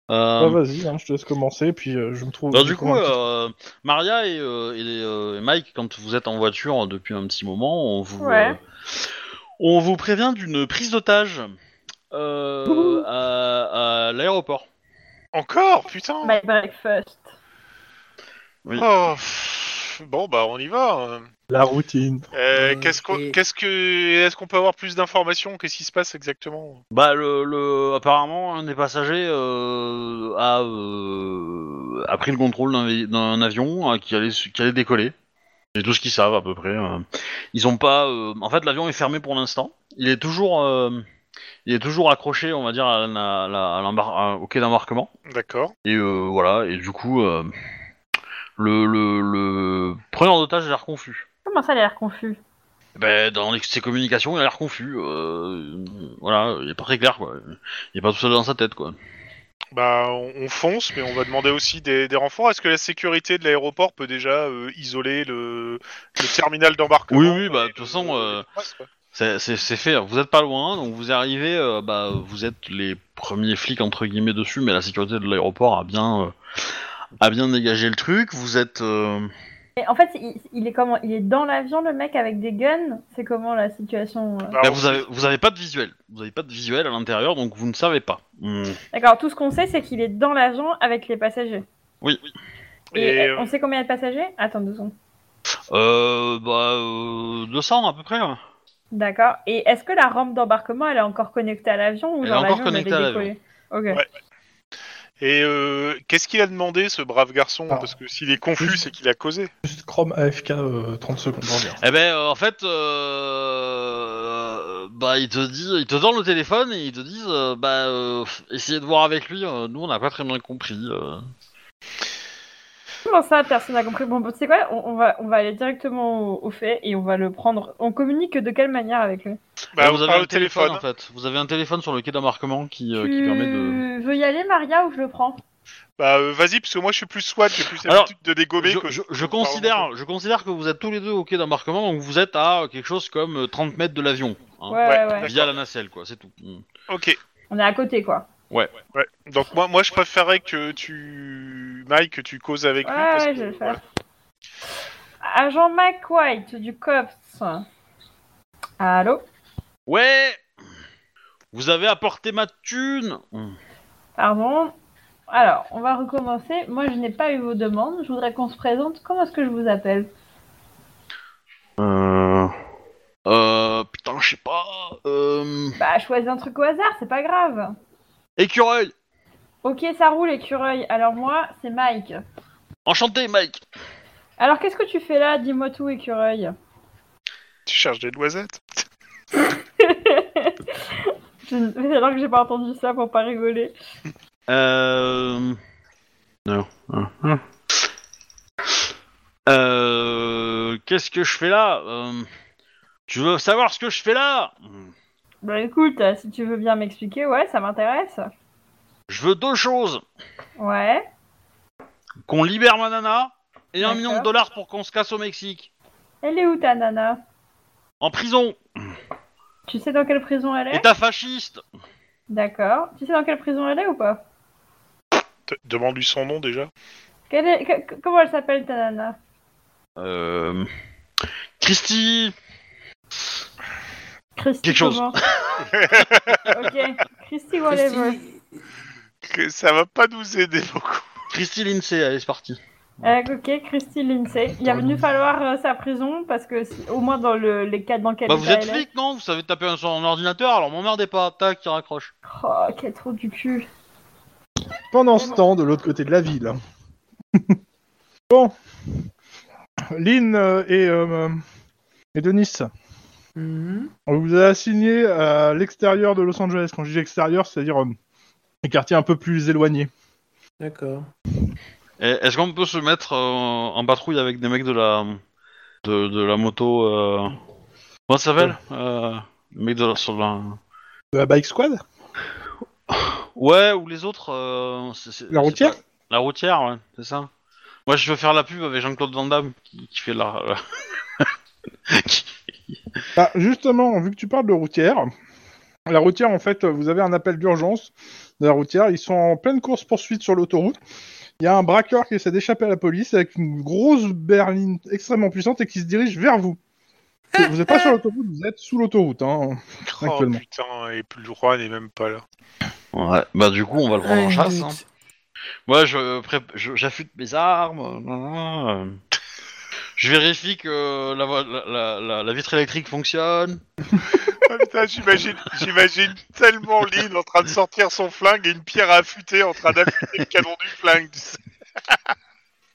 Speaker 2: Bah,
Speaker 1: Euh,
Speaker 2: vas-y, hein, je te laisse commencer, puis euh, je me trouve.
Speaker 1: bah,
Speaker 2: je
Speaker 1: du
Speaker 2: me
Speaker 1: coup,
Speaker 2: trouve un petit-
Speaker 1: euh, Maria et, euh, et les, euh, et Mike, quand vous êtes en voiture euh, depuis un petit moment, on vous,
Speaker 3: Ouais.
Speaker 1: euh, on vous prévient d'une prise d'otage euh, à, à l'aéroport.
Speaker 5: Encore, putain.
Speaker 3: My breakfast.
Speaker 5: Oh, pff, Bon bah on y va.
Speaker 2: La routine.
Speaker 4: Euh,
Speaker 5: Euh, qu'est-ce qu'on,
Speaker 4: et-
Speaker 5: qu'est-ce que, est-ce qu'on peut avoir plus d'informations Qu'est-ce qui se passe exactement
Speaker 1: Bah, le, le- apparemment, un des passagers euh, a, euh, a pris le contrôle d'un vé- d'un avion euh, qui, allait, su- qui allait décoller. C'est tout ce qu'ils savent à peu près. euh. Ils ont pas. euh, en fait, l'avion est fermé pour l'instant. Il est toujours, euh, il est toujours accroché, on va dire, à la- la- à l'embar- à- au quai d'embarquement.
Speaker 5: D'accord.
Speaker 1: Et euh, voilà. Et du coup, euh, le, le, le preneur d'otage a l'air confus.
Speaker 3: Comment ça, il a l'air confus
Speaker 1: Ben, dans les- ses communications, il a l'air confus. euh, voilà, il est pas très clair, quoi. Il est pas tout seul dans sa tête, quoi.
Speaker 5: Bah on, on fonce, mais on va demander aussi des, des renforts. Est-ce que la sécurité de l'aéroport peut déjà euh, isoler le, le terminal d'embarquement
Speaker 1: Oui, oui, bah,
Speaker 5: et
Speaker 1: de toute
Speaker 5: le-
Speaker 1: façon, euh,
Speaker 5: le- ouais,
Speaker 1: C'est c'est- c'est fait, hein. vous êtes pas loin, donc vous arrivez, euh, bah, vous êtes les premiers flics entre guillemets dessus, mais la sécurité de l'aéroport a bien, euh, a bien dégagé le truc. Vous êtes, euh,
Speaker 3: Et En fait, il, il est comment Il est dans l'avion, le mec, avec des guns C'est comment la situation euh
Speaker 5: Bah,
Speaker 1: là,
Speaker 5: on-
Speaker 1: vous avez, vous avez pas de visuel, vous avez pas de visuel à l'intérieur, donc vous ne savez pas. Hmm.
Speaker 3: D'accord, tout ce qu'on sait, c'est qu'il est dans l'avion avec les passagers.
Speaker 1: Oui.
Speaker 3: Et,
Speaker 5: Et,
Speaker 3: euh, on sait combien il y a de passagers Attends deux secondes.
Speaker 1: Euh, bah, euh, 200 à peu près. hein.
Speaker 3: D'accord. Et est-ce que la rampe d'embarquement, elle est encore connectée à l'avion ou
Speaker 1: Elle est
Speaker 3: genre
Speaker 1: encore
Speaker 3: l'avion, on avait
Speaker 1: connectée à l'avion.
Speaker 3: décollé Ok.
Speaker 5: Ouais. Et euh, qu'est-ce qu'il a demandé ce brave garçon
Speaker 7: Ah.
Speaker 5: Parce que s'il est confus, c'est qu'il a causé.
Speaker 1: Bah,
Speaker 7: Juste Chrome AFK euh, 30 secondes. on revient.
Speaker 1: Eh ben, euh, en fait, euh, bah, il te dit, il te donne le téléphone et ils te disent, euh, bah, euh, essayez de voir avec lui. euh, nous, on n'a pas très bien compris. euh.
Speaker 3: Comment ça, personne n'a compris Bon, c'est quoi on, on va, on va aller directement au, au fait et on va le prendre. On communique de quelle manière avec lui
Speaker 5: Bah,
Speaker 1: Et
Speaker 5: on parle au téléphone.
Speaker 1: en fait. Vous avez un téléphone sur le quai d'embarquement qui, euh, qui permet de.
Speaker 3: Tu Hmm, veux y aller, Maria, ou je le prends
Speaker 5: Bah euh, vas-y, parce que moi je suis plus SWAT, j'ai plus
Speaker 1: Alors,
Speaker 5: l'habitude de dégommer.
Speaker 1: Je,
Speaker 5: que-
Speaker 1: je-
Speaker 5: que
Speaker 1: je
Speaker 5: de parler.
Speaker 1: considère, je considère que vous êtes tous les deux au quai d'embarquement, donc vous êtes à euh, quelque chose comme euh, 30 mètres de l'avion, hein,
Speaker 3: Ouais, ouais,
Speaker 5: Ouais.
Speaker 3: ouais.
Speaker 1: via la nacelle, quoi. C'est tout. Mm.
Speaker 5: Ok.
Speaker 3: On est à côté, quoi.
Speaker 5: Ouais. Donc moi, moi je préférais que tu, Mike, que tu causes avec
Speaker 3: Ouais,
Speaker 5: lui. Parce
Speaker 3: ouais,
Speaker 5: que,
Speaker 3: je vais le
Speaker 5: voilà.
Speaker 3: faire. Agent McWhite du COPS. Allô
Speaker 1: Ouais. Vous avez apporté ma thune. Mm.
Speaker 3: Pardon Alors, on va recommencer. Moi, je n'ai pas eu vos demandes. Je voudrais qu'on se présente. Comment est-ce que je vous appelle
Speaker 1: Euh, putain, je sais pas. Euh...
Speaker 3: Bah, choisis un truc au hasard, c'est pas grave.
Speaker 1: Écureuil
Speaker 3: Ok, ça roule, écureuil. Alors, moi, c'est Mike.
Speaker 1: Enchanté, Mike
Speaker 3: Alors, qu'est-ce que tu fais là Dis-moi tout, écureuil.
Speaker 5: Tu cherches des noisettes
Speaker 3: Je- Alors que j'ai pas entendu ça pour pas rigoler.
Speaker 1: Euh. Non. Euh, Euh, Qu'est-ce que je fais là Euh, Tu veux savoir ce que je fais là
Speaker 3: Bah, écoute, euh, si tu veux bien m'expliquer, ouais, ça m'intéresse.
Speaker 1: Je veux deux choses
Speaker 3: Ouais.
Speaker 1: qu'on libère ma nana et un
Speaker 3: D'accord.
Speaker 1: million de dollars pour qu'on se casse au Mexique.
Speaker 3: Elle est où ta nana
Speaker 1: En prison
Speaker 3: Tu sais dans quelle prison elle est
Speaker 1: État fasciste
Speaker 3: D'accord. Tu sais dans quelle prison elle est ou pas
Speaker 5: Te- Demande-lui son nom déjà.
Speaker 3: Quelle est- que- que- Comment elle s'appelle ta nana
Speaker 1: Euh. Christy
Speaker 3: Christy
Speaker 1: Quelque chose.
Speaker 3: comment ok. Christy whatever.
Speaker 4: Christy,
Speaker 5: Que ça va pas nous aider beaucoup.
Speaker 1: Christy Lindsay, allez, c'est parti.
Speaker 3: Euh, ok, Christy Lindsay. Il a venu falloir euh, sa prison parce que si- au moins dans le, les cas dans quel
Speaker 1: Bah, vous
Speaker 3: état
Speaker 1: êtes
Speaker 3: elle est.
Speaker 1: flic, non Vous savez taper un- sur un ordinateur, alors m'emmerdez pas, tac, il raccroche.
Speaker 3: Oh, quel trou du cul.
Speaker 8: Pendant ce temps, de l'autre côté de la ville.
Speaker 2: Lynn euh, et, euh, et Denis,
Speaker 4: Mhm.
Speaker 2: on vous a assigné à l'extérieur de Los Angeles. Quand je dis extérieur, c'est-à-dire euh, les quartiers un peu plus éloignés.
Speaker 4: D'accord.
Speaker 1: Et Est-ce qu'on peut se mettre euh, en patrouille avec des mecs de la de, de la moto euh... Comment ça s'appelle euh... Les mecs de la, sur la...
Speaker 2: De la Bike Squad
Speaker 1: Ouais, ou les autres... euh, c'est- c'est-
Speaker 2: La
Speaker 1: c'est
Speaker 2: routière
Speaker 1: pas- La routière, ouais, c'est ça. Moi, je veux faire la pub avec Jean-Claude Van Damme, qui, qui fait la... la- qui-
Speaker 2: Bah, justement, vu que tu parles de routière, la routière, en fait, vous avez un appel d'urgence de la routière. Ils sont en pleine course-poursuite sur l'autoroute. Il y a un braqueur qui essaie d'échapper à la police avec une grosse berline extrêmement puissante et qui se dirige vers vous. Vous n'êtes pas sur l'autoroute, vous êtes sous l'autoroute. Hein.
Speaker 5: Oh
Speaker 2: Actuellement.
Speaker 5: putain, et le roi n'est même pas là.
Speaker 1: Ouais, bah du coup, on va le prendre en
Speaker 4: Ouais,
Speaker 1: chasse.
Speaker 4: donc,
Speaker 1: hein. Moi, je euh, pré- je- j'affûte mes armes. euh, nanana, euh. Je vérifie que la, vo- la- la- la- la vitre électrique fonctionne.
Speaker 5: Ah, putain, j'imagine, j'imagine tellement Lynn en train de sortir son flingue et une pierre à affûter en train d'affûter le canon du flingue. tu sais.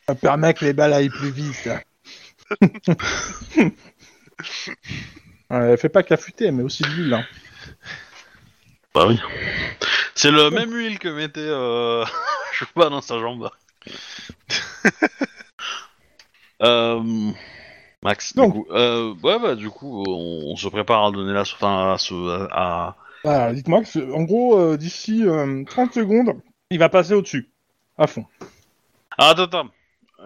Speaker 2: Ça permet que les balles aillent plus vite. Elle fait pas qu'affûter, mais aussi de l'huile. hein.
Speaker 1: Bah oui. C'est le même huile que mettait euh... je sais pas dans sa jambe. Euh, Max, du
Speaker 2: Donc.
Speaker 1: coup, euh, ouais, bah, du coup, on, on se prépare à donner la, enfin, à, se- à-
Speaker 2: Voilà, dites-moi que, ce- en gros, euh, d'ici euh, 30 secondes, il va passer au-dessus, à fond.
Speaker 1: Ah, attends, attends.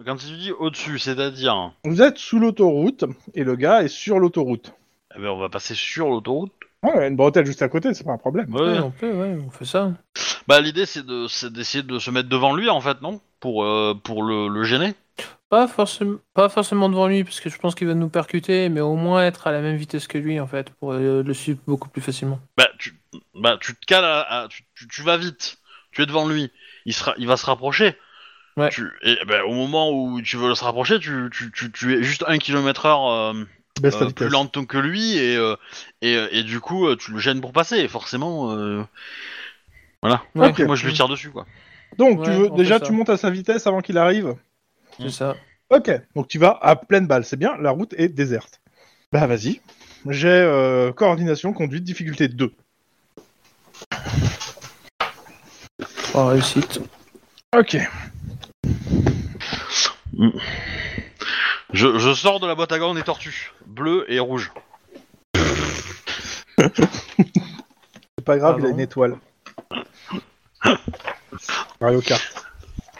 Speaker 1: Quand tu dis au-dessus, c'est-à-dire,
Speaker 2: Vous êtes sous l'autoroute et le gars est sur l'autoroute. Ah
Speaker 1: eh ben, on va passer sur l'autoroute.
Speaker 2: Ouais, il y a une bretelle juste à côté, c'est pas un problème.
Speaker 1: Ouais.
Speaker 4: ouais, on peut, ouais, on fait ça.
Speaker 1: Bah, l'idée, c'est de, c'est d'essayer de se mettre devant lui, en fait, non Pour, euh, pour le, le gêner.
Speaker 4: Pas forcément, pas forcément devant lui, parce que je pense qu'il va nous percuter, mais au moins être à la même vitesse que lui, en fait, pour euh, le suivre beaucoup plus facilement.
Speaker 1: Bah, tu, bah, tu te cales, à- à- tu, tu- tu vas vite. Tu es devant lui. Il, sera, il va se rapprocher.
Speaker 4: Ouais.
Speaker 1: Tu, et bah, au moment où tu veux se rapprocher, tu, tu, tu, tu es juste un kilomètre heure euh,
Speaker 2: Baisse ta
Speaker 1: euh, plus
Speaker 2: vitesse.
Speaker 1: lent que lui et, euh, et, euh, et du coup, euh, tu le gênes pour passer. Et forcément, euh, voilà.
Speaker 4: Ouais,
Speaker 1: Après, moi, je lui tire dessus, quoi.
Speaker 2: Donc, tu
Speaker 4: Ouais,
Speaker 2: veux,
Speaker 4: on
Speaker 2: déjà,
Speaker 4: fait ça.
Speaker 2: tu montes à sa vitesse avant qu'il arrive.
Speaker 4: C'est ça.
Speaker 2: Ok, donc tu vas à pleine balle, c'est bien, la route est déserte. Bah, vas-y. J'ai euh, coordination, conduite, difficulté 2.
Speaker 4: Oh, réussite.
Speaker 2: Ok.
Speaker 1: Je, je sors de la boîte à gants des tortues, bleu et rouge.
Speaker 2: C'est pas grave,
Speaker 4: Ah
Speaker 2: il a
Speaker 4: bon
Speaker 2: une étoile. Mario Kart.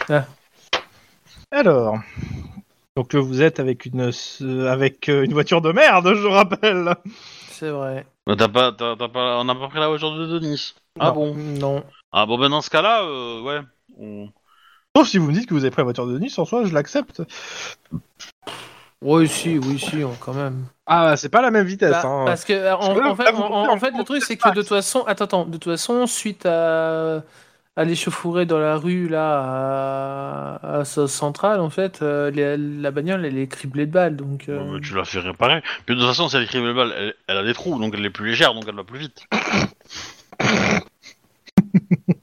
Speaker 4: Ah.
Speaker 2: Alors,
Speaker 8: Donc euh, vous êtes avec une, euh, avec, euh, une voiture de merde, je rappelle.
Speaker 4: C'est vrai.
Speaker 1: Bah, T'as pas, t'as- t'as pas, on a pas pris la voiture de Denis. Ah
Speaker 4: Non.
Speaker 1: bon
Speaker 4: Non.
Speaker 1: Ah bon, ben dans ce cas-là, euh, ouais. on-
Speaker 2: sauf si vous me dites que vous avez pris la voiture de Nice, en soi, je l'accepte.
Speaker 4: Oui, si, oui, si, on- quand même.
Speaker 2: Ah, c'est pas la même vitesse.
Speaker 4: Bah,
Speaker 2: hein.
Speaker 4: Parce que euh, en,
Speaker 2: Parce que là,
Speaker 4: en fait,
Speaker 2: là, vous
Speaker 4: en- en-
Speaker 2: comptez
Speaker 4: en
Speaker 2: en
Speaker 4: fait, le truc c'est que de toute façon, attends, attends, de toute façon, suite à aller chauffourée dans la rue là à, à South Central en fait, euh, la, la bagnole elle est criblée de balles donc. euh,
Speaker 1: Euh, tu l'as fait réparer. Puis de toute façon, si elle écrit le bal, elle, elle a des trous, donc elle est plus légère, donc elle va plus vite.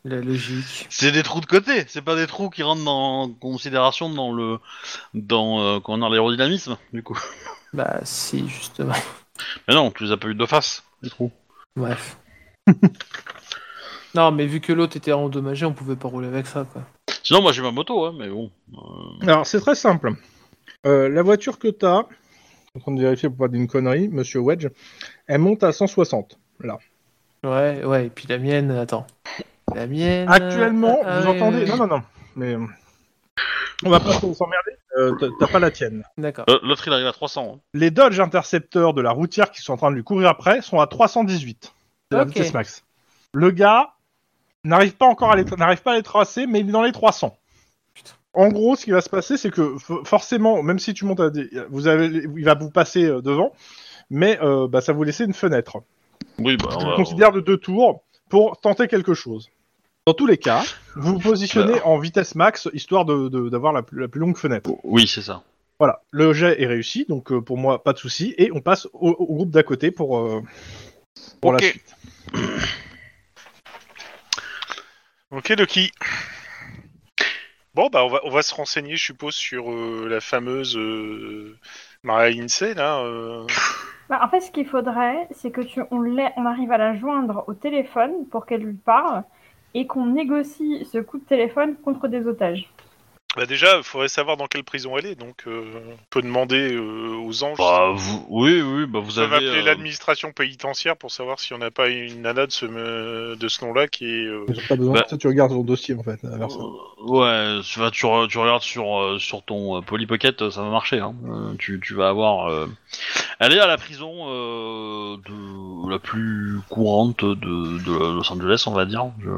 Speaker 4: La logique.
Speaker 1: C'est des trous de côté, c'est pas des trous qui rentrent dans, en considération dans le dans euh, comment dire, l'aérodynamisme du coup.
Speaker 4: Bah si justement.
Speaker 1: Mais non, tu les as pas eu de face, les trous.
Speaker 4: Bref. non mais vu que l'autre était endommagé, on pouvait pas rouler avec ça quoi.
Speaker 1: Sinon, moi j'ai ma moto, hein, mais bon. euh,
Speaker 2: Alors, c'est très simple. Euh, la voiture que t'as, je suis en train de vérifier pour pas dire une connerie, monsieur Wedge, elle monte à 160.
Speaker 4: Ouais ouais et puis la mienne attends. La mienne.
Speaker 2: Actuellement,
Speaker 4: euh,
Speaker 2: vous
Speaker 4: euh,
Speaker 2: entendez. Non, non, non. Mais. euh, On va pas s'emmerder. Euh, t'as- T'as pas la tienne.
Speaker 4: D'accord.
Speaker 1: euh, L'autre il arrive à 300. hein.
Speaker 2: Les Dodge Intercepteurs de la routière qui sont en train de lui courir après sont à 318. C'est la
Speaker 4: Ok.
Speaker 2: vitesse max. Le gars n'arrive pas encore à les, n'arrive pas à les tracer, mais il est dans les 300.
Speaker 4: Putain.
Speaker 2: En gros, ce qui va se passer, c'est que fo- forcément, même si tu montes à des, vous avez, il va vous passer euh, devant, mais euh, bah, ça vous laisse une fenêtre.
Speaker 1: Oui, bah.
Speaker 2: Je
Speaker 1: on va-
Speaker 2: considère de deux tours pour tenter quelque chose. Dans tous les cas, vous vous positionnez en vitesse max, histoire de- de- d'avoir la, plus- la plus longue fenêtre.
Speaker 1: Oui, c'est ça.
Speaker 2: Voilà, le jet est réussi, donc euh, pour moi, pas de souci. Et on passe au, au groupe d'à côté pour, euh, pour
Speaker 5: Ok.
Speaker 2: la suite.
Speaker 5: Ok, de qui Bon, bah, on va, on va se renseigner, je suppose, sur euh, la fameuse euh, Maria Lindsay, là. euh.
Speaker 3: Bah, en fait, ce qu'il faudrait, c'est que tu, on, l'ait- on arrive à la joindre au téléphone pour qu'elle lui parle et qu'on négocie ce coup de téléphone contre des otages.
Speaker 5: Bah, déjà, il faudrait savoir dans quelle prison elle est, donc euh, on peut demander euh, aux anges.
Speaker 1: Bah, vous... Oui, oui, bah vous
Speaker 5: On va
Speaker 1: avez.
Speaker 5: appeler
Speaker 1: euh,
Speaker 5: l'administration pénitentiaire pour savoir si on n'a pas une nana de ce, me- de ce nom-là qui est. euh,
Speaker 2: J'ai pas besoin
Speaker 1: Bah.
Speaker 2: de ça, tu regardes ton dossier en fait.
Speaker 1: euh, Ouais, tu, vas- tu, re- tu regardes sur, euh, sur ton euh, Polly Pocket, euh, ça va marcher. Hein. Euh, tu, tu vas avoir. euh, Elle est à la prison euh, de... la plus courante de, de Los Angeles, on va dire. Je-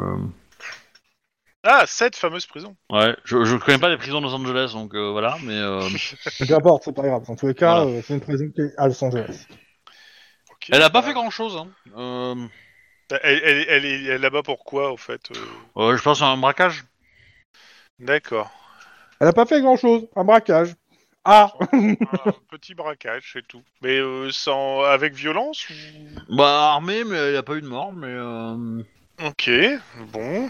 Speaker 5: Ah, cette fameuse prison
Speaker 1: Ouais, je, je connais pas les prisons de Los Angeles, donc euh, voilà, mais euh,
Speaker 2: Qu'importe, c'est pas grave. En tous les cas,
Speaker 1: Voilà.
Speaker 2: euh, c'est une prison qui est à Los Angeles.
Speaker 5: Ok.
Speaker 1: elle a pas
Speaker 5: Bah,
Speaker 1: fait grand chose. Hein. Euh,
Speaker 5: Elle, elle- elle est elle est là-bas pourquoi, en fait euh
Speaker 1: euh, je pense à un braquage.
Speaker 5: D'accord.
Speaker 2: Elle a pas fait grand chose, un braquage. Ah
Speaker 5: un petit braquage, c'est tout. Mais euh, sans... avec violence ou...
Speaker 1: Bah armée, mais elle a pas eu de mort, mais euh,
Speaker 5: Ok, bon.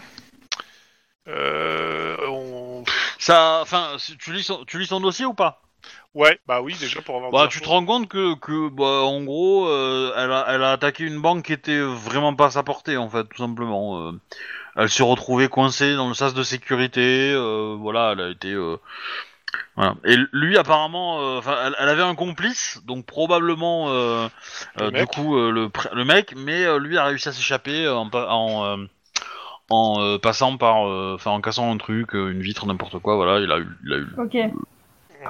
Speaker 5: Euh, on-
Speaker 1: ça, enfin, si- tu lis son, tu lis son dossier ou pas
Speaker 5: Ouais, bah oui, déjà pour avoir.
Speaker 1: Bah
Speaker 5: des
Speaker 1: tu te
Speaker 5: infos.
Speaker 1: rends compte que, que bah, en gros, euh, elle, a, elle a attaqué une banque qui était vraiment pas à sa portée en fait, tout simplement. euh. elle s'est retrouvée coincée dans le sas de sécurité, euh, voilà, elle a été. euh, voilà. Et lui apparemment, euh, 'fin, elle, elle avait un complice, donc probablement euh,
Speaker 5: Le
Speaker 1: euh, du
Speaker 5: mec.
Speaker 1: coup euh, le, pr- le mec, mais euh, lui a réussi à s'échapper euh, en, pa- en, euh, en, euh, passant par, enfin en cassant un truc, euh, une vitre, n'importe quoi, voilà, il a eu, il a eu
Speaker 3: Ok.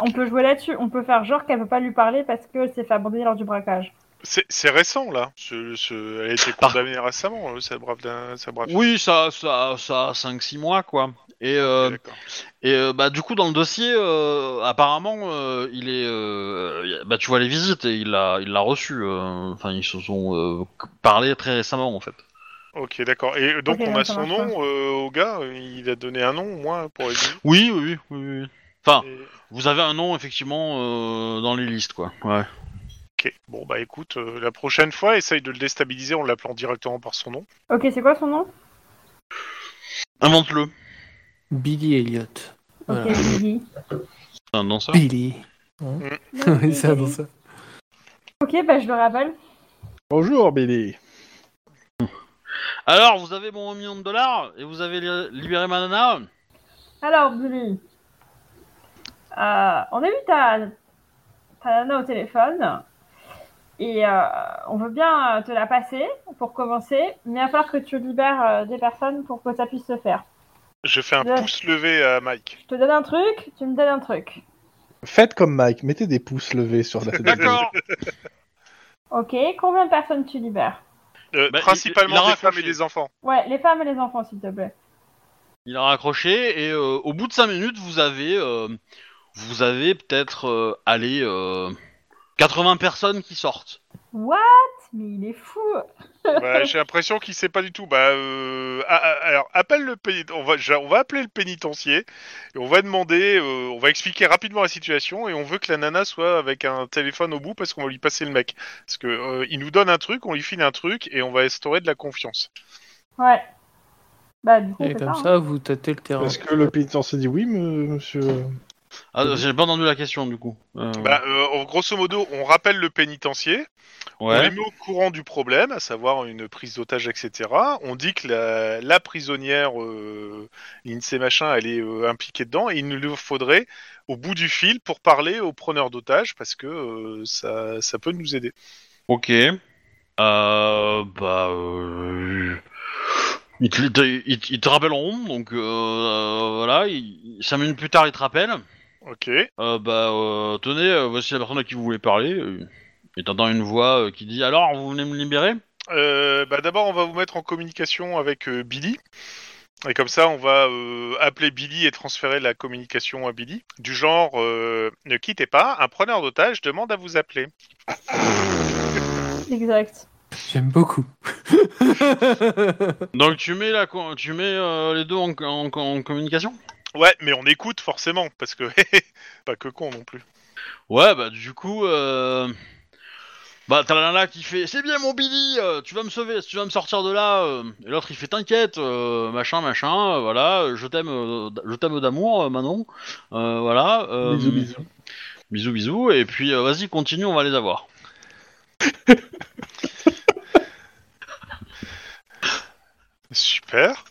Speaker 3: On peut jouer là-dessus. On peut faire genre qu'elle peut pas lui parler parce qu'elle s'est fait abandonner lors du braquage.
Speaker 5: C'est c'est récent là. Ce, ce- Elle a été
Speaker 1: Par-
Speaker 5: condamnée récemment, euh, cette brave. dame- cette brave...
Speaker 1: Oui, ça, ça, ça, 5-6 mois, quoi. Et, euh,
Speaker 5: D'accord.
Speaker 1: et euh, bah, du coup, dans le dossier, euh, apparemment, euh, il est. euh, y a- bah, tu vois les visites et il l'a il l'a reçu. euh, Enfin, ils se sont euh, c- parlé très récemment, en fait.
Speaker 5: Ok, d'accord. Et euh, donc
Speaker 3: Ok,
Speaker 5: on
Speaker 3: non,
Speaker 5: a
Speaker 3: ça
Speaker 5: son
Speaker 3: marche
Speaker 5: nom euh, au gars. Il a donné un nom au moins pour aider.
Speaker 1: Oui, oui, oui. oui, oui. Enfin,
Speaker 5: Et-
Speaker 1: vous avez un nom, effectivement, euh, dans les listes, quoi. Ouais.
Speaker 5: Ok. Bon bah écoute, euh, la prochaine fois, essaye de le déstabiliser en l'appelant directement par son nom.
Speaker 3: Ok, c'est quoi son nom
Speaker 1: Invente-le.
Speaker 4: Billy Elliott.
Speaker 3: Ok,
Speaker 4: Voilà.
Speaker 3: Billy.
Speaker 1: C'est Un danseur.
Speaker 4: Billy. Oui, c'est pour ça.
Speaker 3: Ok, bah je le rappelle.
Speaker 2: Bonjour Billy
Speaker 1: Alors, vous avez mon million de dollars et vous avez li- libéré ma nana.
Speaker 3: Alors, Billy, euh, on a eu ta, ta nana au téléphone et euh, on veut bien euh, te la passer pour commencer, mais il va falloir que tu libères euh, des personnes pour que ça puisse se faire.
Speaker 5: Je fais un
Speaker 3: Ouais.
Speaker 5: pouce levé à Mike.
Speaker 3: Je te donne un truc, tu me donnes un truc.
Speaker 2: Faites comme Mike, mettez des pouces levés sur la
Speaker 1: D'accord.
Speaker 3: Ok, combien de personnes tu libères
Speaker 5: Euh,
Speaker 1: Bah, il-
Speaker 5: principalement
Speaker 1: il a
Speaker 5: des femmes et
Speaker 1: raccroché.
Speaker 5: des enfants.
Speaker 3: Ouais, les femmes et les enfants, s'il te plaît.
Speaker 1: Il a raccroché et euh, au bout de 5 minutes, vous avez, euh, vous avez peut-être, euh, allez, euh, 80 personnes qui sortent.
Speaker 3: What mais il est fou.
Speaker 5: Bah, J'ai l'impression qu'il sait pas du tout. Bah, euh, ah, ah, alors, appelle le pénit- on va, j'a- on va appeler le pénitencier et on va demander, euh, on va expliquer rapidement la situation et on veut que la nana soit avec un téléphone au bout parce qu'on va lui passer le mec. Parce que euh, il nous donne un truc, on lui file un truc et on va instaurer de la confiance.
Speaker 3: Ouais. Bah, du coup,
Speaker 4: Et
Speaker 3: c'est ça.
Speaker 4: comme
Speaker 3: hein.
Speaker 4: ça, vous tâtez le terrain.
Speaker 7: Est-ce que le pénitencier dit oui, me- monsieur
Speaker 1: Ah, j'ai pas entendu la question du coup. Euh,
Speaker 5: Bah, euh, en- grosso modo, on rappelle le pénitencier, on les
Speaker 1: ouais.
Speaker 5: met au courant du problème, à savoir une prise d'otage, etc. On dit que la, la prisonnière, euh, l'INSEE machin, elle est euh, impliquée dedans, et il nous le faudrait au bout du fil pour parler au preneur d'otage, parce que euh, ça, ça peut nous aider.
Speaker 1: Ok. Euh, bah. euh, Ils te, ils te- ils te- ils te rappelleront, donc euh, voilà, ils- cinq minutes plus tard ils te rappellent.
Speaker 5: Ok.
Speaker 1: Euh, bah, euh, tenez, euh, voici la personne à qui vous voulez parler. euh, et t'entends une voix euh, qui dit Alors, vous venez me libérer
Speaker 5: Euh, bah, D'abord, on va vous mettre en communication avec euh, Billy. Et comme ça, on va euh, appeler Billy et transférer la communication à Billy. Du genre, euh, ne quittez pas, un preneur d'otage demande à vous appeler.
Speaker 3: hein, Exact.
Speaker 4: J'aime beaucoup.
Speaker 1: Donc, tu mets, la, co- tu mets euh, les deux en, en- en communication
Speaker 5: Ouais, mais on écoute forcément, parce que pas que con non plus.
Speaker 1: Ouais, bah, du coup, euh, bah, t'as la nana qui fait C'est bien, mon Billy, euh, tu vas me sauver, tu vas me sortir de là. euh. et l'autre, il fait T'inquiète, euh, machin, machin, euh, voilà, euh, je t'aime, euh, d- je t'aime d'amour, euh, Manon. Euh, voilà. euh,
Speaker 7: Bisous, bisous.
Speaker 1: Bisous, bisous, et puis euh, vas-y, continue, on va les avoir.
Speaker 5: Super.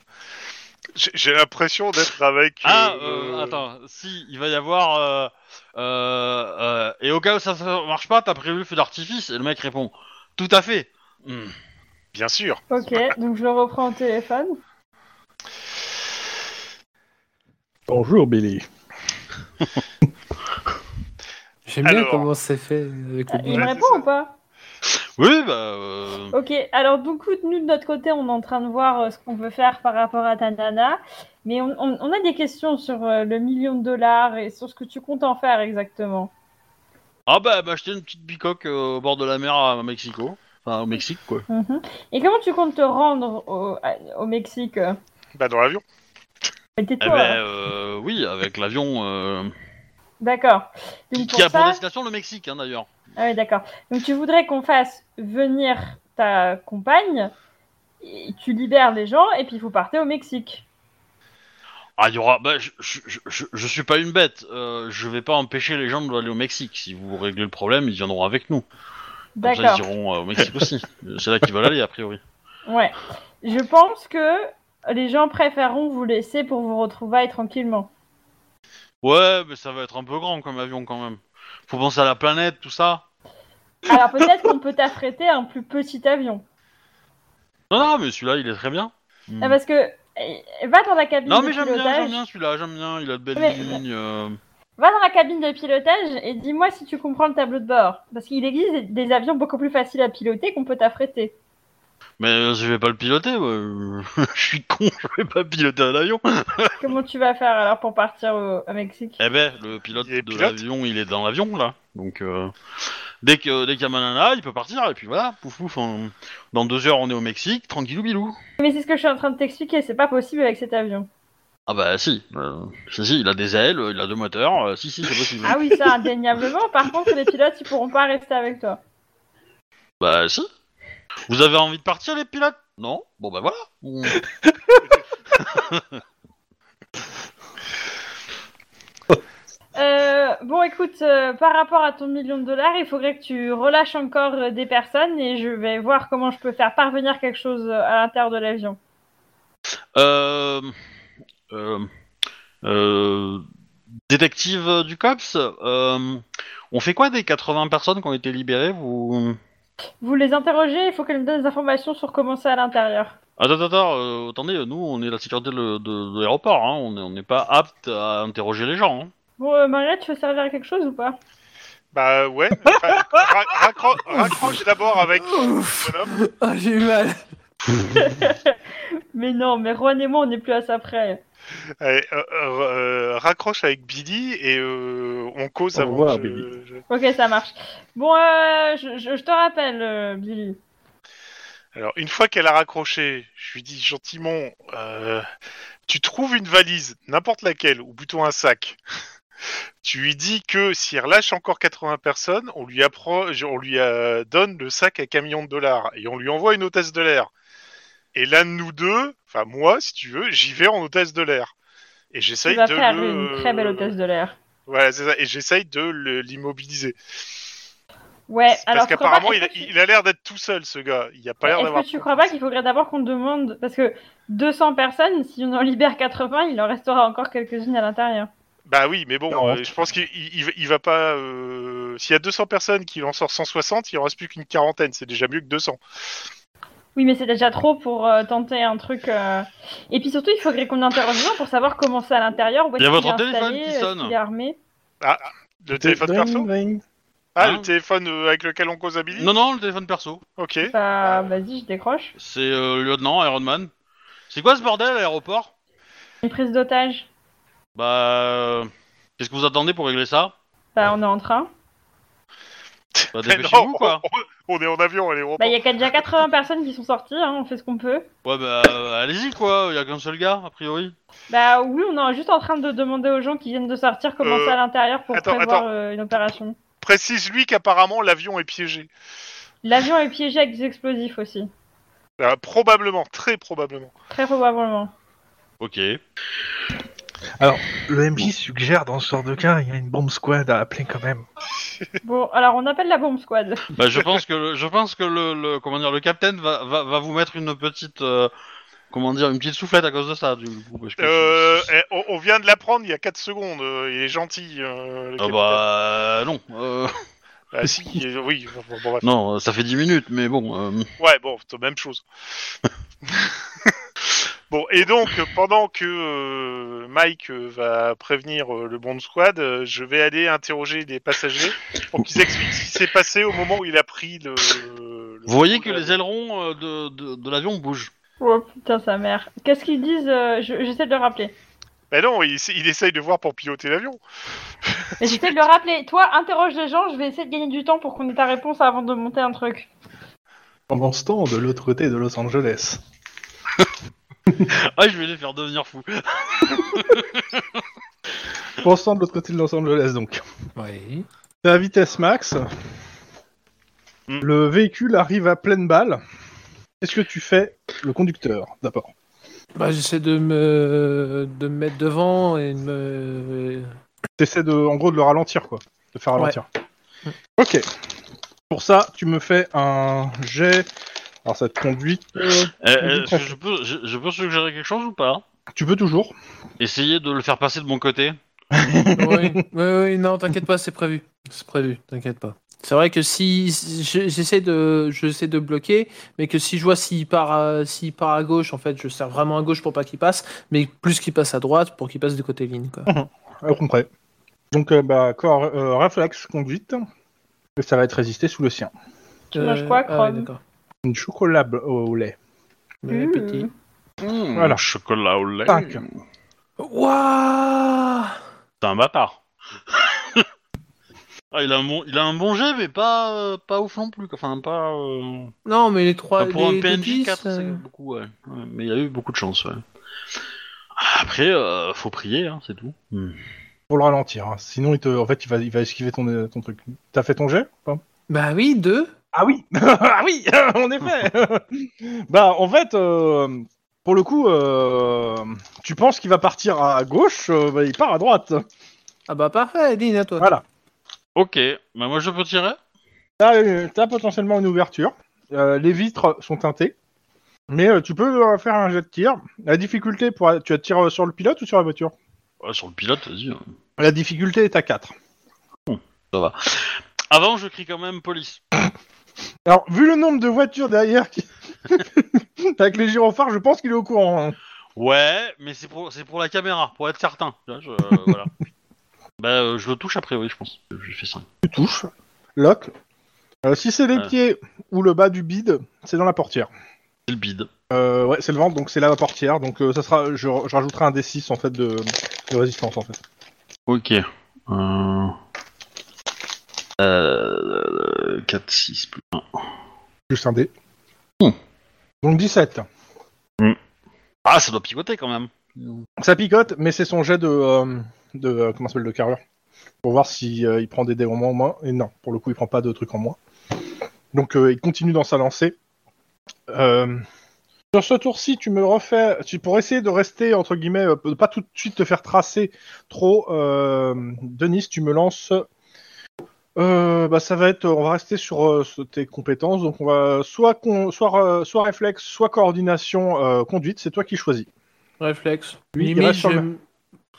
Speaker 5: J'ai j'ai l'impression d'être avec.
Speaker 1: Ah,
Speaker 5: euh,
Speaker 1: euh, attends, si, il va y avoir. euh, euh, euh, et au cas où ça ne marche pas, t'as prévu le feu d'artifice Et le mec répond Tout à fait. Hmm.
Speaker 5: Bien sûr.
Speaker 3: Ok, donc je le reprends au téléphone.
Speaker 7: Bonjour, Billy.
Speaker 4: J'aime bien
Speaker 5: Alors.
Speaker 4: comment c'est fait avec le
Speaker 3: Il
Speaker 5: Ouais,
Speaker 3: me
Speaker 5: c'est
Speaker 3: répond
Speaker 5: ça.
Speaker 3: ou pas
Speaker 1: Oui, bah. euh,
Speaker 3: Ok, alors du coup, nous de notre côté, on est en train de voir euh, ce qu'on peut faire par rapport à ta nana. Mais on, on- on a des questions sur euh, le million de dollars et sur ce que tu comptes en faire exactement.
Speaker 1: Ah, bah, bah acheté une petite bicoque euh, au bord de la mer à Mexico. Enfin, au Mexique, quoi.
Speaker 3: Mhm. Et comment tu comptes te rendre au, à- au Mexique euh hein.
Speaker 5: Bah, dans l'avion.
Speaker 3: Mais
Speaker 1: Eh
Speaker 3: tais-toi.
Speaker 1: ben, euh, oui, avec l'avion. euh,
Speaker 3: D'accord.
Speaker 1: qui,
Speaker 3: Donc
Speaker 1: qui a
Speaker 3: pour
Speaker 1: pour
Speaker 3: ça,
Speaker 1: destination le Mexique, hein, d'ailleurs.
Speaker 3: ah ouais, d'accord. Donc tu voudrais qu'on fasse venir ta compagne, et tu libères les gens et puis vous partez au Mexique.
Speaker 1: Ah, il y aura. Bah, je, je, je- je- je suis pas une bête. Euh, je vais pas empêcher les gens d'aller au Mexique. Si vous réglez le problème, ils viendront avec nous. Comme ça,
Speaker 3: D'accord.
Speaker 1: ils iront euh, au Mexique aussi. Euh, C'est là qu'ils veulent aller, a priori.
Speaker 3: Ouais. Je pense que les gens préféreront vous laisser pour vous retrouver tranquillement.
Speaker 1: Ouais, mais ça va être un peu grand comme avion quand même. Faut penser à la planète, tout ça.
Speaker 3: Alors peut-être qu'on peut t'affréter un plus petit avion.
Speaker 1: Non, non, mais celui-là, il est très bien. Hmm.
Speaker 3: Ah, parce que eh, va dans la cabine
Speaker 1: non,
Speaker 3: de
Speaker 1: mais j'aime bien,
Speaker 3: pilotage.
Speaker 1: j'aime bien celui-là, j'aime bien. Il a de belles
Speaker 3: Mais-
Speaker 1: lignes. euh.
Speaker 3: Va dans la cabine de pilotage et dis-moi si tu comprends le tableau de bord. Parce qu'il existe des- des avions beaucoup plus faciles à piloter qu'on peut t'affréter.
Speaker 1: Mais euh, je vais pas le piloter, moi. euh, je suis con, je vais pas piloter un avion.
Speaker 3: Comment tu vas faire alors pour partir au, au Mexique
Speaker 1: Eh ben, le pilote
Speaker 5: Il est
Speaker 1: de
Speaker 5: pilote
Speaker 1: l'avion, il est dans l'avion, là. Donc, euh, dès que dès qu'il y a Manana, il peut partir, et puis voilà, pouf pouf. on- Dans deux heures, on est au Mexique, tranquillou bilou.
Speaker 3: Mais c'est ce que je suis en train de t'expliquer, c'est pas possible avec cet avion.
Speaker 1: Ah bah si, euh, si, si, il a des ailes, il a deux moteurs, euh, si, si, c'est possible.
Speaker 3: Ah oui, ça indéniablement. Par contre, les pilotes, ils pourront pas rester avec toi.
Speaker 1: Bah si. Vous avez envie de partir les pilotes Non Bon bah voilà. On-
Speaker 3: Euh, bon, écoute, euh, par rapport à ton million de dollars, il faudrait que tu relâches encore euh, des personnes et je vais voir comment je peux faire parvenir quelque chose euh, à l'intérieur de l'avion.
Speaker 1: Euh... euh, euh, Détective euh, du COPS, euh, on fait quoi des 80 personnes qui ont été libérées vous...
Speaker 3: Vous les interrogez, il faut qu'elles me donnent des informations sur comment c'est à l'intérieur.
Speaker 1: Attends, attends, attends, euh, attendez, euh, nous on est la sécurité de, de- de l'aéroport, hein, on est- on n'est pas apte à interroger les gens. hein.
Speaker 3: Bon, euh, Maria, tu veux servir à quelque chose ou pas
Speaker 5: Bah, ouais. Ra- ra- raccro- raccroche d'abord avec. euh,
Speaker 4: Ouf.
Speaker 5: Bonhomme.
Speaker 4: Oh, j'ai eu mal.
Speaker 3: Mais non, mais Juan et moi, on n'est plus à ça près.
Speaker 5: Allez, euh, euh, euh, raccroche avec Billy et euh, on cause
Speaker 7: Au
Speaker 5: avant.
Speaker 7: revoir,
Speaker 5: que je-
Speaker 7: Billy.
Speaker 5: je-
Speaker 3: Ok, ça marche. Bon, euh, je, je- je te rappelle, euh, Billy.
Speaker 5: Alors, une fois qu'elle a raccroché, je lui dis gentiment euh, Tu trouves une valise, n'importe laquelle, ou plutôt un sac. Tu lui dis que si elle relâche encore 80 personnes, on lui, appro- on lui euh, donne le sac avec un million de dollars et on lui envoie une hôtesse de l'air. Et l'un de nous deux, enfin moi si tu veux, j'y vais en hôtesse de l'air. Et
Speaker 3: Tu
Speaker 5: j'essaye de.
Speaker 3: vas faire
Speaker 5: le-
Speaker 3: une très belle hôtesse de l'air.
Speaker 5: Voilà, c'est ça. Et j'essaye de le- l'immobiliser.
Speaker 3: Ouais, Eh, alors.
Speaker 5: Parce
Speaker 3: faut
Speaker 5: qu'apparemment,
Speaker 3: pas-
Speaker 5: il, a-
Speaker 3: est-ce que tu-
Speaker 5: il a l'air d'être tout seul, ce gars. Il a pas l'air
Speaker 3: Est-ce
Speaker 5: d'avoir.
Speaker 3: que tu crois pas qu'il faudrait d'abord qu'on demande Parce que 200 personnes, si on en libère 80, il en restera encore quelques-unes à l'intérieur.
Speaker 5: Bah oui, mais bon,
Speaker 9: Non,
Speaker 5: euh, je pense qu'il il, il- il va pas. euh, S'il y a 200 personnes qui en sort 160, il en reste plus qu'une quarantaine. C'est déjà mieux que 200.
Speaker 3: Oui, mais c'est déjà trop pour euh, tenter un truc. euh, Et puis surtout, il faudrait qu'on interroge les gens pour savoir comment c'est à l'intérieur, où
Speaker 1: Il y
Speaker 3: est-ce
Speaker 1: a
Speaker 3: qu'il est
Speaker 1: votre téléphone
Speaker 3: installé,
Speaker 1: qui
Speaker 3: est-ce
Speaker 1: sonne.
Speaker 3: qu'il est armé.
Speaker 5: Le téléphone
Speaker 9: Ding,
Speaker 5: perso
Speaker 9: ding.
Speaker 5: Ah,
Speaker 1: Hein
Speaker 5: le téléphone euh, avec lequel on cause à Billy
Speaker 1: Non, non, le téléphone perso.
Speaker 5: Ok.
Speaker 3: Bah, vas-y, je décroche.
Speaker 1: C'est euh, lieutenant Iron Man. C'est quoi ce bordel à l'aéroport
Speaker 3: Une prise d'otage.
Speaker 1: Bah. euh, Qu'est-ce que vous attendez pour régler ça
Speaker 3: Bah, on est en train.
Speaker 1: Bah,
Speaker 5: Mais
Speaker 1: dépêchez-vous
Speaker 5: non,
Speaker 1: quoi
Speaker 5: on, on est en avion, allez, on
Speaker 3: Bah, il y a déjà 80 personnes qui sont sorties, hein, on fait ce qu'on peut.
Speaker 1: Ouais, bah, euh, allez-y quoi, y a qu'un seul gars, a priori.
Speaker 3: Bah, oui, on est juste en train de demander aux gens qui viennent de sortir comment
Speaker 5: Euh,
Speaker 3: c'est à l'intérieur pour
Speaker 5: attends,
Speaker 3: prévoir
Speaker 5: attends.
Speaker 3: euh, une opération.
Speaker 5: Précise-lui qu'apparemment, l'avion est piégé.
Speaker 3: L'avion est piégé avec des explosifs aussi.
Speaker 5: Ah, probablement, très probablement.
Speaker 3: Très probablement.
Speaker 1: Ok.
Speaker 10: Le MJ suggère dans ce genre de cas, il y a une bombe squad à appeler quand même.
Speaker 3: Bon, alors on appelle la bombe squad.
Speaker 1: Bah, je pense que le, je pense que le, le- comment dire le capitaine va, va, va vous mettre une petite euh, comment dire une petite soufflette à cause de ça du coup parce que-
Speaker 5: Euh, eh, on, on vient de l'apprendre il y a 4 secondes. euh, Il est gentil. euh, le
Speaker 1: Ah bah euh, non euh,
Speaker 5: capitaine. Ah, si, il est- oui. bon, bon, bref.
Speaker 1: non euh, ça fait 10 minutes mais bon euh,
Speaker 5: Ouais, bon, c'est la même chose. bon, et donc, pendant que euh, Mike euh, va prévenir euh, le Bond Squad, euh, je vais aller interroger les passagers pour qu'ils expliquent ce qui s'est passé au moment où il a pris le. le-
Speaker 1: vous voyez que les ailerons euh, de, de, de l'avion bougent.
Speaker 3: Oh putain, sa mère. Qu'est-ce qu'ils disent euh, je- J'essaie de le rappeler.
Speaker 5: Bah non, il, essa- il essaye de voir pour piloter l'avion.
Speaker 3: Mais J'essaie de le rappeler. Toi, interroge les gens, je vais essayer de gagner du temps pour qu'on ait ta réponse avant de monter un truc.
Speaker 10: Pendant ce temps, de l'autre côté de Los Angeles.
Speaker 1: Ah je vais les faire devenir fous.
Speaker 2: Pensant de l'autre côté de Los Angeles, donc.
Speaker 4: Oui.
Speaker 2: C'est à vitesse max.
Speaker 1: Mm.
Speaker 2: Le véhicule arrive à pleine balle. Qu'est-ce que tu fais, le conducteur, d'abord
Speaker 4: Bah, j'essaie de me... de me mettre devant et de me.
Speaker 2: T'essaies de, en gros de le ralentir, quoi. De faire ralentir. Hmm. Ok. Pour ça, tu me fais un jet. Alors, ça te conduit.
Speaker 1: Eh, eh, Est-ce que je peux je, je peux suggérer quelque chose ou pas
Speaker 2: Tu peux toujours.
Speaker 1: Essayez de le faire passer de mon côté.
Speaker 4: oui, oui, oui, non, t'inquiète pas, c'est prévu. C'est prévu, t'inquiète pas. C'est vrai que si si- je- j'essaie de, j'essaie de bloquer, mais que si je vois s'il part, à- s'il part à gauche, en fait, je serre vraiment à gauche pour pas qu'il passe, mais plus qu'il passe à droite pour qu'il passe du côté ligne. Quoi.
Speaker 2: À peu près. Donc, euh, bah, corps, euh, réflexe conduite. Et ça va être résisté sous le sien.
Speaker 3: Tu manges quoi,
Speaker 4: ah ouais,
Speaker 3: Chrome
Speaker 4: d'accord.
Speaker 2: Une chocolat bl- au lait.
Speaker 4: Mais
Speaker 3: Mmh.
Speaker 4: petit.
Speaker 1: Mmh,
Speaker 2: Voilà.
Speaker 1: Chocolat au lait.
Speaker 2: Tac.
Speaker 4: Ouah
Speaker 1: C'est un bâtard. ah, il a un bon, il a un bon jet, mais pas, euh, pas ouf non plus. Enfin, pas. euh,
Speaker 4: Non, mais les trois.
Speaker 1: enfin, Bah, pour
Speaker 4: Bah, les-
Speaker 1: un
Speaker 4: les
Speaker 1: PNJ
Speaker 4: dix,
Speaker 1: 4, c'est
Speaker 4: euh,
Speaker 1: beaucoup, ouais. Ouais, Mais il a eu beaucoup de chance, ouais. Après, euh, faut prier, hein, c'est tout.
Speaker 2: Pour le ralentir. hein. Sinon, il te, en fait, il va, il va esquiver ton, euh, ton truc. T'as fait ton jet ou pas
Speaker 4: Bah oui, deux.
Speaker 2: Ah oui Ah oui En effet Bah, en fait, euh, pour le coup, euh, tu penses qu'il va partir à gauche, euh, bah, il part à droite.
Speaker 4: Ah bah parfait, Lynn, à toi.
Speaker 2: Voilà.
Speaker 1: Ok, bah moi je peux tirer
Speaker 2: T'as euh, t'as potentiellement une ouverture. Euh, les vitres sont teintées. Mais euh, tu peux euh, faire un jet de tir. La difficulté, pour, tu attires euh, sur le pilote ou sur la voiture
Speaker 1: Ouais, Sur le pilote, vas-y. hein.
Speaker 2: La difficulté est à 4.
Speaker 1: Avant, je crie quand même police.
Speaker 2: Alors, vu le nombre de voitures derrière qui... avec les gyrophares, je pense qu'il est au courant. hein.
Speaker 1: Ouais, mais c'est pour, c'est pour la caméra, pour être certain. Là, je, euh, voilà. Bah, euh, je le touche a priori, je pense. Je fais ça.
Speaker 2: Tu touches, lock. Euh, si c'est les
Speaker 1: Ah.
Speaker 2: pieds ou le bas du bide, c'est dans la portière.
Speaker 1: C'est le bide.
Speaker 2: Euh, ouais, c'est le ventre, donc c'est la portière. Donc euh, ça sera, je, je rajouterai un D6 en fait de, de résistance en fait.
Speaker 1: Ok. Euh... Euh... 4, 6 plus
Speaker 2: Juste un D. Donc 17.
Speaker 1: Ah, ça doit picoter quand même.
Speaker 2: Ça picote, mais c'est son jet de. euh, de euh, comment ça s'appelle De carrure. Pour voir si euh, il prend des dés en moins ou moins. Et non, pour le coup, il prend pas de trucs en moins. Donc euh, il continue dans sa lancée. Euh, Sur ce tour-ci, tu me refais. Tu pourrais essayer de rester, entre guillemets, euh, de pas tout de suite te faire tracer trop. euh, Denis, tu me lances. Euh, bah ça va être, on va rester sur euh, sur tes compétences, donc on va soit con- soit, euh, soit réflexe, soit coordination euh, conduite, c'est toi qui choisis.
Speaker 4: Réflexe.
Speaker 2: Lui, il
Speaker 4: Limite,
Speaker 2: reste sur le-
Speaker 4: j'aime-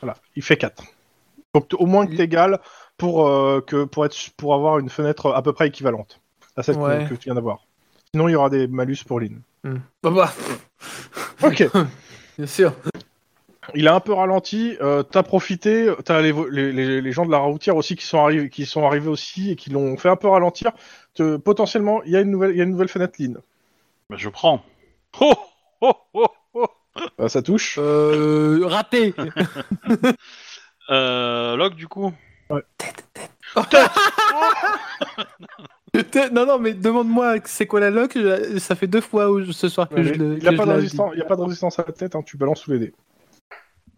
Speaker 2: Voilà, il fait 4. Donc t- au moins que t'égales pour, euh, que, pour, être, pour avoir une fenêtre à peu près équivalente à celle que-
Speaker 4: Ouais.
Speaker 2: que, tu viens d'avoir. Sinon, il y aura des malus pour Lynn.
Speaker 4: Hmm. Bah, bah,
Speaker 2: Ok,
Speaker 4: bien sûr.
Speaker 2: il a un peu ralenti, euh, t'as profité, t'as les, vo- les, les- les gens de la routière aussi qui sont, arrivés, qui sont arrivés aussi et qui l'ont fait un peu ralentir. Te- potentiellement, il y, a une nouvelle- il y a une nouvelle fenêtre Lynn.
Speaker 1: Bah, je prends. Oh, oh, oh.
Speaker 2: Euh, ça touche.
Speaker 4: Euh, raté.
Speaker 1: Euh, Log, du coup
Speaker 4: Peut-être- non, non, mais demande-moi c'est quoi la loc. je- Ça fait deux fois où- ce soir que je le.
Speaker 2: il n'y a,
Speaker 4: que
Speaker 2: pas
Speaker 4: je
Speaker 2: de
Speaker 4: la
Speaker 2: résistance- il y a pas de résistance à la tête, hein, tu balances sous les dés.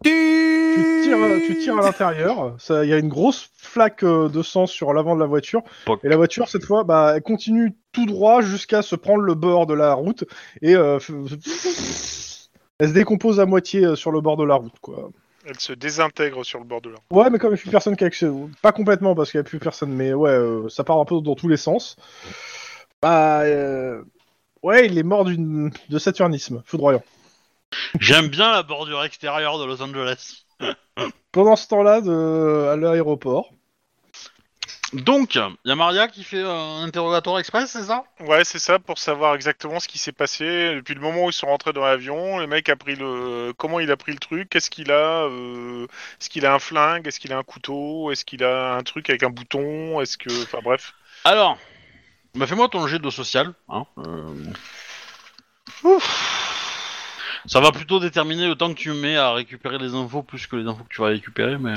Speaker 4: dis.
Speaker 2: tu tires, euh, tu tires à l'intérieur, ça- il y a une grosse flaque euh, de sang sur l'avant de la voiture,
Speaker 1: Poc.
Speaker 2: et la voiture, cette fois, bah, elle continue tout droit jusqu'à se prendre le bord de la route, et euh, f- elle se décompose à moitié euh, sur le bord de la route, quoi.
Speaker 5: Elle se désintègre sur le bord de la
Speaker 2: Ouais, mais comme il n'y a plus personne qui accède- pas complètement parce qu'il n'y a plus personne, mais ouais, euh, ça part un peu dans tous les sens. Bah, euh, ouais, il est mort d'une de saturnisme, foudroyant.
Speaker 1: J'aime bien la bordure extérieure de Los Angeles.
Speaker 2: Pendant ce temps-là, de... à l'aéroport,
Speaker 1: Donc, il y a Maria qui fait euh, un interrogatoire express, c'est ça
Speaker 5: Ouais, c'est ça, pour savoir exactement ce qui s'est passé. Depuis le moment où ils sont rentrés dans l'avion, le mec a pris le. Comment il a pris le truc Qu'est-ce qu'il a euh, Est-ce qu'il a un flingue Est-ce qu'il a un couteau Est-ce qu'il a un truc avec un bouton Est-ce que. Enfin bref.
Speaker 1: Alors, bah, fais-moi ton jet de social. Hein. euh. Ça va plutôt déterminer le temps que tu mets à récupérer les infos plus que les infos que tu vas récupérer, mais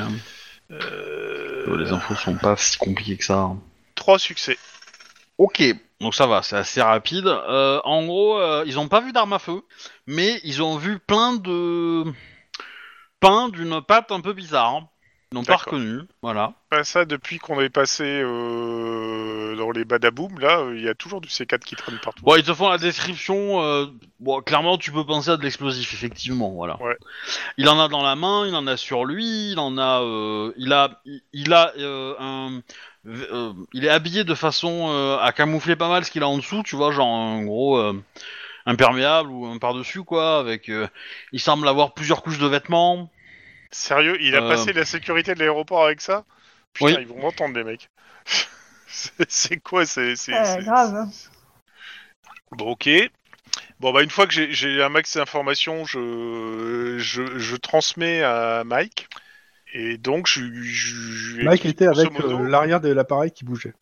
Speaker 1: euh, les infos sont pas si compliquées que ça. hein.
Speaker 5: Trois succès.
Speaker 1: Ok, donc ça va, c'est assez rapide. Euh, en gros, euh, ils ont pas vu d'armes à feu, mais ils ont vu plein de pains d'une pâte un peu bizarre. hein. Ils n'ont pas
Speaker 5: D'accord.
Speaker 1: reconnu, voilà.
Speaker 5: Pas ça, depuis qu'on est passé euh, dans les badaboum, là, euh, il y a toujours du C4 qui traîne partout.
Speaker 1: Bon, ils te font la description. euh, bon, clairement, tu peux penser à de l'explosif, effectivement, voilà.
Speaker 5: Ouais.
Speaker 1: Il en a dans la main, il en a sur lui, il en a, euh, il a, il, il a euh, un, euh, il est habillé de façon euh, à camoufler pas mal ce qu'il a en dessous, tu vois, genre un gros euh, imperméable ou un par-dessus quoi, avec, euh, il semble avoir plusieurs couches de vêtements.
Speaker 5: Sérieux, il a
Speaker 1: Euh.
Speaker 5: passé la sécurité de l'aéroport avec ça Putain,
Speaker 1: Oui.
Speaker 5: ils vont m'entendre, les mecs. C'est- c'est quoi C'est c'est-
Speaker 3: Euh,
Speaker 5: c'est-
Speaker 3: grave.
Speaker 5: Bon, ok. Bon, bah, une fois que j'ai- j'ai un max d'informations, je, je, je transmets à Mike. Et donc, je, je, je-
Speaker 2: Mike il était
Speaker 5: grosso
Speaker 2: avec
Speaker 5: modo-
Speaker 2: euh, l'arrière de l'appareil qui bougeait.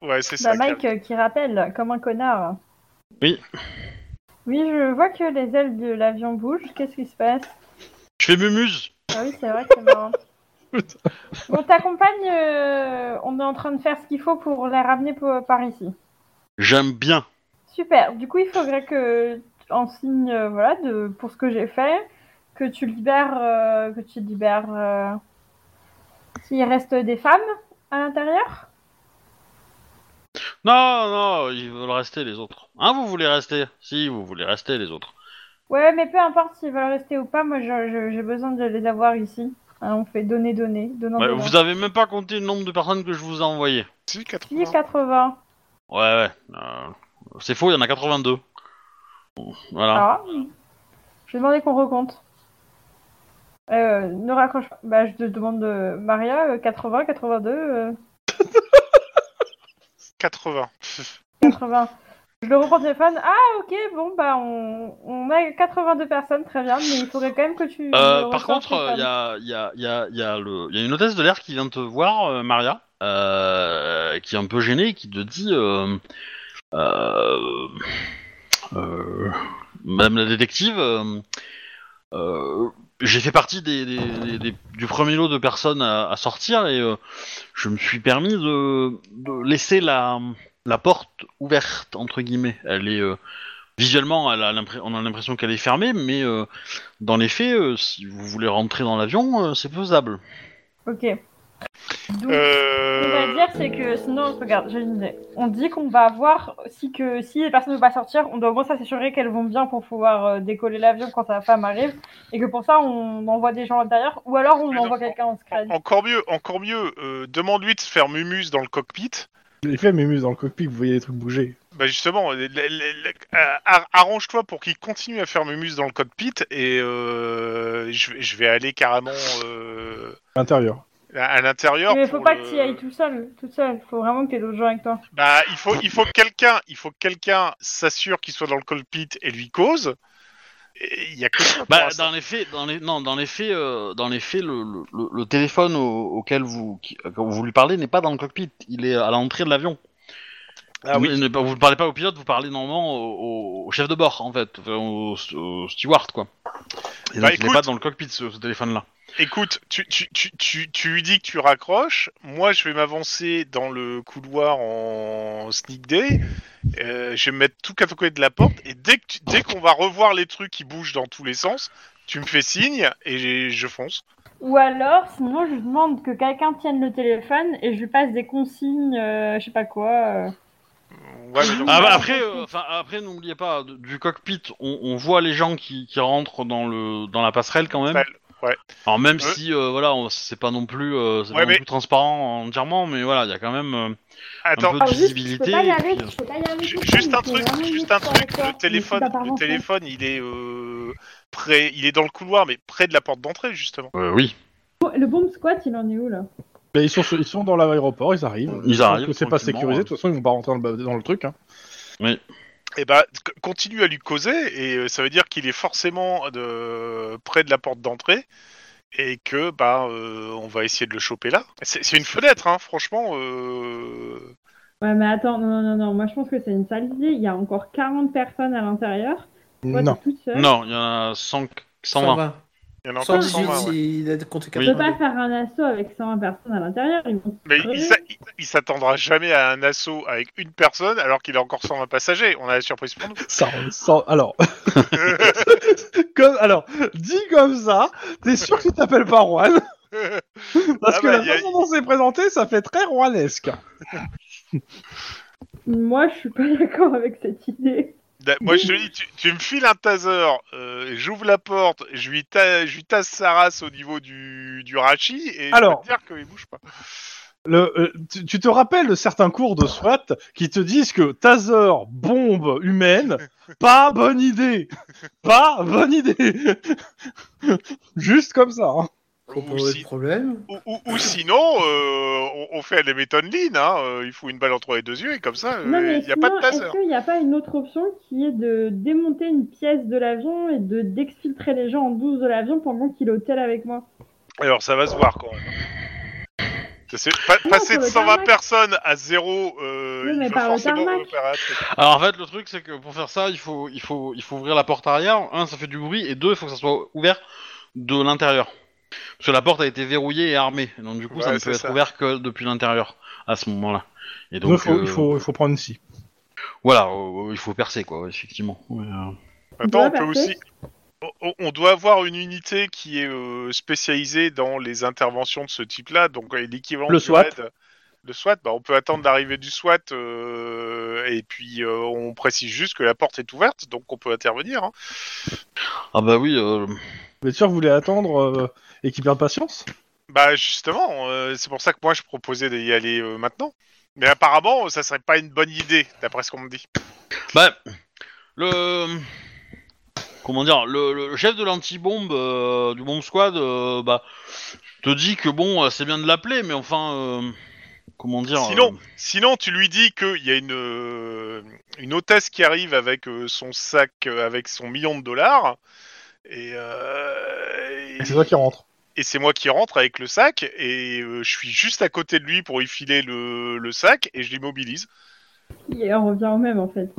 Speaker 5: Ouais, c'est
Speaker 3: Bah,
Speaker 5: ça.
Speaker 3: Mike euh, qui rappelle, comme un connard.
Speaker 1: Oui.
Speaker 3: Oui, je vois que les ailes de l'avion bougent. Qu'est-ce qui se passe
Speaker 1: Je fais mumuse.
Speaker 3: Ah oui, c'est vrai que c'est marrant. On t'accompagne, euh, on est en train de faire ce qu'il faut pour la ramener pour- par ici.
Speaker 1: J'aime bien.
Speaker 3: Super, du coup il faudrait que, en signe euh, voilà, de, pour ce que j'ai fait, que tu libères, euh, que tu libères euh, s'il reste des femmes à l'intérieur.
Speaker 1: Non, non, ils veulent rester les autres. Hein, vous voulez rester Si, vous voulez rester les autres.
Speaker 3: Ouais, mais peu importe s'ils veulent rester ou pas, moi je- je- j'ai besoin de les avoir ici. Hein, on fait donner, donner, donnant,
Speaker 1: Ouais,
Speaker 3: donnant.
Speaker 1: Bah, vous avez même pas compté le nombre de personnes que je vous ai envoyées.
Speaker 5: Si,
Speaker 3: Qui est
Speaker 5: 80.
Speaker 3: 80
Speaker 1: Ouais, ouais. euh, c'est faux, il y en a 82. Voilà.
Speaker 3: Ah. Je vais demander qu'on recompte. Euh, ne raccroche pas. Bah, je te demande euh, Maria, euh, 80, 82, euh,
Speaker 5: 80.
Speaker 3: 80. Je le reprends au téléphone. Ah, ok, bon, bah, on, on a 82 personnes, très bien, mais il faudrait quand même que tu.
Speaker 1: Euh,
Speaker 3: le
Speaker 1: par
Speaker 3: ressortes,
Speaker 1: contre, il
Speaker 3: les
Speaker 1: y a, y, a, y, a, y, a le- y a une hôtesse de l'air qui vient te voir, euh, Maria, euh, qui est un peu gênée et qui te dit euh, euh, euh, Madame la détective, euh, euh, j'ai fait partie des, des- des- des- du premier lot de personnes à, à sortir et euh, je me suis permis de, de laisser la, la porte ouverte, entre guillemets. Elle est. euh, visuellement, elle a l'impr- on a l'impression qu'elle est fermée, mais euh, dans les faits, euh, si vous voulez rentrer dans l'avion, euh, c'est faisable.
Speaker 3: Ok. Donc, ce qu'on va
Speaker 5: Euh,
Speaker 3: dire, c'est que sinon, regarde, j'ai une idée. On dit qu'on va voir si que si les personnes ne veulent pas sortir, on doit au moins s'assurer qu'elles vont bien pour pouvoir euh, décoller l'avion quand la femme arrive, et que pour ça, on envoie des gens à l'intérieur, ou alors on
Speaker 5: Mais
Speaker 3: envoie
Speaker 5: non,
Speaker 3: quelqu'un en scred.
Speaker 5: en- encore mieux, encore mieux. euh, Demande-lui de se faire mumuse dans le cockpit.
Speaker 7: Il fait mémuse dans le cockpit, vous voyez les trucs bouger.
Speaker 5: Bah justement, la- la- la- la- euh, ar- arrange-toi pour qu'il continue à faire mumuse dans le cockpit et euh, je, vais- je vais aller carrément euh,
Speaker 7: À l'intérieur.
Speaker 5: à, à l'intérieur.
Speaker 3: Mais faut
Speaker 5: pour
Speaker 3: pas
Speaker 5: le-
Speaker 3: que tu y ailles tout seul, tout seul. Faut vraiment que t'aies d'autres gens avec toi.
Speaker 5: Bah, il faut, il faut que quelqu'un, il faut que quelqu'un s'assure qu'il soit dans le cockpit et lui cause. Et Il y a que ça. pour
Speaker 1: Bah,
Speaker 5: l'instant.
Speaker 1: dans les faits, dans les, non, dans les faits, euh, dans les faits, le, le- le- le téléphone au- auquel vous, qui- euh, quand vous lui parlez n'est pas dans le cockpit, il est à l'entrée de l'avion.
Speaker 5: Ah
Speaker 1: vous,
Speaker 5: oui.
Speaker 1: ne, vous ne parlez pas au pilote, vous parlez normalement au, au- au chef de bord, en fait, enfin, au, au steward, quoi. Et
Speaker 5: Bah,
Speaker 1: donc, il n'est
Speaker 5: écoute.
Speaker 1: pas dans le cockpit, ce, ce téléphone-là.
Speaker 5: Écoute, tu, tu, tu, tu, tu lui dis que tu raccroches. Moi, je vais m'avancer dans le couloir en sneak day. Euh, je vais me mettre tout à côté de la porte. Et dès que tu- dès qu'on va revoir les trucs qui bougent dans tous les sens, tu me fais signe et j'ai- je fonce.
Speaker 3: Ou alors, sinon, je demande que quelqu'un tienne le téléphone et je lui passe des consignes, euh, je sais pas quoi. euh.
Speaker 5: Ouais, mais non.
Speaker 1: Ah, bah,
Speaker 3: dans le
Speaker 1: après,
Speaker 3: cockpit.
Speaker 1: euh, enfin, après, n'oubliez pas, de- du cockpit, on, on voit les gens qui, qui rentrent dans le dans la passerelle quand même.
Speaker 5: Ouais.
Speaker 1: Alors même
Speaker 5: Ouais.
Speaker 1: si, euh, voilà, on- c'est pas non plus, euh, c'est
Speaker 5: Ouais,
Speaker 1: pas non
Speaker 5: mais-
Speaker 1: plus transparent entièrement, mais voilà, il y a quand même. euh,
Speaker 5: Attends,
Speaker 1: peu
Speaker 11: Alors, Ah, juste, je peux
Speaker 1: visibilité,
Speaker 11: pas y
Speaker 1: et
Speaker 11: aller,
Speaker 1: puis, euh,
Speaker 11: je peux pas y aller
Speaker 5: ju-
Speaker 11: tout seul,
Speaker 5: juste un
Speaker 11: mais
Speaker 5: truc,
Speaker 11: c'est vraiment
Speaker 5: juste un
Speaker 11: juste
Speaker 5: truc.
Speaker 11: avec toi.
Speaker 5: Le téléphone,
Speaker 11: Mais c'est pas par
Speaker 5: le
Speaker 3: hein.
Speaker 11: contre.
Speaker 5: téléphone, il est euh, près, il est dans le couloir, mais près de la porte d'entrée justement.
Speaker 1: euh, oui.
Speaker 3: Le bomb squat, il en est où là
Speaker 7: Mais ils sont, sur- ils sont dans l'aéroport, ils arrivent.
Speaker 1: Ils
Speaker 7: Je pense
Speaker 1: arrivent
Speaker 7: que C'est pas
Speaker 1: tranquillement,
Speaker 7: sécurisé,
Speaker 1: hein.
Speaker 7: de toute façon ils vont pas rentrer dans le, dans le truc. Hein.
Speaker 5: Et bah, c- continue à lui causer, et euh, ça veut dire qu'il est forcément de... près de la porte d'entrée, et que bah, euh, on va essayer de le choper là. C'est c'est une fenêtre, hein, franchement. euh,
Speaker 3: Ouais, mais attends, non, non, non, non, moi je pense que c'est une sale idée. Il y a encore 40 personnes à l'intérieur. Toi,
Speaker 7: non.
Speaker 3: t'es toute seule.
Speaker 1: Non, il y en a 100, 120.
Speaker 5: Il y en a encore
Speaker 4: 118,
Speaker 5: 120. ouais.
Speaker 4: il a compté
Speaker 1: Oui.
Speaker 3: On peut
Speaker 4: 82.
Speaker 3: pas faire un assaut avec 120 personnes à l'intérieur. Ils vont...
Speaker 5: Mais
Speaker 3: crever.
Speaker 5: il s'a- il- il s'attendra jamais à un assaut avec une personne alors qu'il a encore 120 passagers. On a la surprise pour nous.
Speaker 7: Ça, ça- alors. Comme- alors, dit comme ça, t'es sûr que tu t'appelles pas Juan Parce
Speaker 5: Ah
Speaker 7: que
Speaker 5: bah,
Speaker 7: la
Speaker 5: y a-
Speaker 7: façon dont c'est présenté, ça fait très Juanesque.
Speaker 3: Moi, je suis pas d'accord avec cette idée.
Speaker 5: Da- Moi je te dis, tu, tu me files un taser, euh, j'ouvre la porte, je lui, ta- je lui tasse sa race au niveau du, du rachi et
Speaker 7: Alors.
Speaker 5: je peux te dire qu'il bouge pas.
Speaker 7: Le, euh, tu, tu te rappelles de certains cours de SWAT qui te disent que taser, bombe humaine, pas bonne idée. Pas bonne idée. Juste comme ça. hein.
Speaker 4: Faut pas
Speaker 5: Ou
Speaker 4: avoir
Speaker 5: si-
Speaker 4: de problème.
Speaker 5: Ou, ou- ou sinon, euh, on, on fait les méthodes lean, hein, euh, il faut une balle entre les deux yeux et comme ça,
Speaker 3: Non, mais
Speaker 5: il n'y a pas de
Speaker 3: sinon,
Speaker 5: taser.
Speaker 3: Est-ce qu'il n'y a pas une autre option qui est de démonter une pièce de l'avion et de d'exfiltrer les gens en 12 de l'avion pendant qu'il est hôtel avec moi
Speaker 5: Alors ça va se voir quand même. Ça, c'est- pa-
Speaker 3: Non,
Speaker 5: passer
Speaker 3: sur
Speaker 5: de
Speaker 3: le
Speaker 5: 120
Speaker 3: tarmac.
Speaker 5: personnes à zéro, euh,
Speaker 3: Oui, mais
Speaker 5: il va
Speaker 3: par le
Speaker 5: forcément
Speaker 3: tarmac.
Speaker 5: faire un truc.
Speaker 1: Alors en fait le truc c'est que pour faire ça il faut il faut il faut ouvrir la porte arrière. Un ça fait du bruit et deux il faut que ça soit ouvert de l'intérieur. Parce que la porte a été verrouillée et armée. Donc du coup ça
Speaker 5: Ouais,
Speaker 1: ne
Speaker 5: c'est
Speaker 1: peut être
Speaker 5: ça.
Speaker 1: ouvert que depuis l'intérieur à ce moment-là. Et
Speaker 7: il,
Speaker 1: donc
Speaker 7: faut,
Speaker 1: euh,
Speaker 7: il, faut, il faut prendre une scie.
Speaker 1: voilà euh, euh, il faut percer quoi effectivement. Ouais, euh.
Speaker 5: Maintenant, on
Speaker 3: doit
Speaker 5: peut
Speaker 3: passer.
Speaker 5: aussi. on- on- On doit avoir une unité qui est euh, spécialisée dans les interventions de ce type-là, donc euh, l'équivalent
Speaker 7: Le
Speaker 5: du
Speaker 7: SWAT.
Speaker 5: raid. Le SWAT, bah, on peut attendre l'arrivée du SWAT euh, et puis euh, on précise juste que la porte est ouverte, donc on peut intervenir. hein.
Speaker 1: Ah bah oui. euh,
Speaker 7: Vous êtes sûr que vous voulez attendre euh, et qu'il perde patience
Speaker 5: Bah justement, euh, c'est pour ça que moi je proposais d'y aller euh, maintenant. Mais apparemment, ça serait pas une bonne idée, d'après ce qu'on me dit.
Speaker 1: Bah, le. Comment dire Le, le chef de l'antibombe, euh, du bomb squad, euh, bah, te dit que bon, euh, c'est bien de l'appeler, mais enfin. euh, comment dire
Speaker 5: Sinon,
Speaker 1: euh,
Speaker 5: sinon, tu lui dis qu'il y a une, euh, une hôtesse qui arrive avec euh, son sac, euh, avec son million de dollars, et, euh,
Speaker 7: C'est toi qui rentre.
Speaker 5: et c'est moi qui rentre avec le sac, et euh, je suis juste à côté de lui pour lui filer le, le sac, et je l'immobilise.
Speaker 3: Et on revient au même en fait.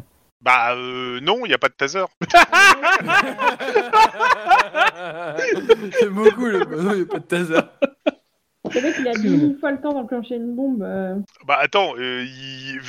Speaker 5: Bah euh, non, il n'y a pas de taser.
Speaker 4: C'est beaucoup le. Non, il n'y a pas de taser.
Speaker 3: Le mec, il a
Speaker 7: Excusez-moi.
Speaker 3: 10 000 fois le temps d'enclencher une bombe. euh.
Speaker 5: Bah attends, euh, il-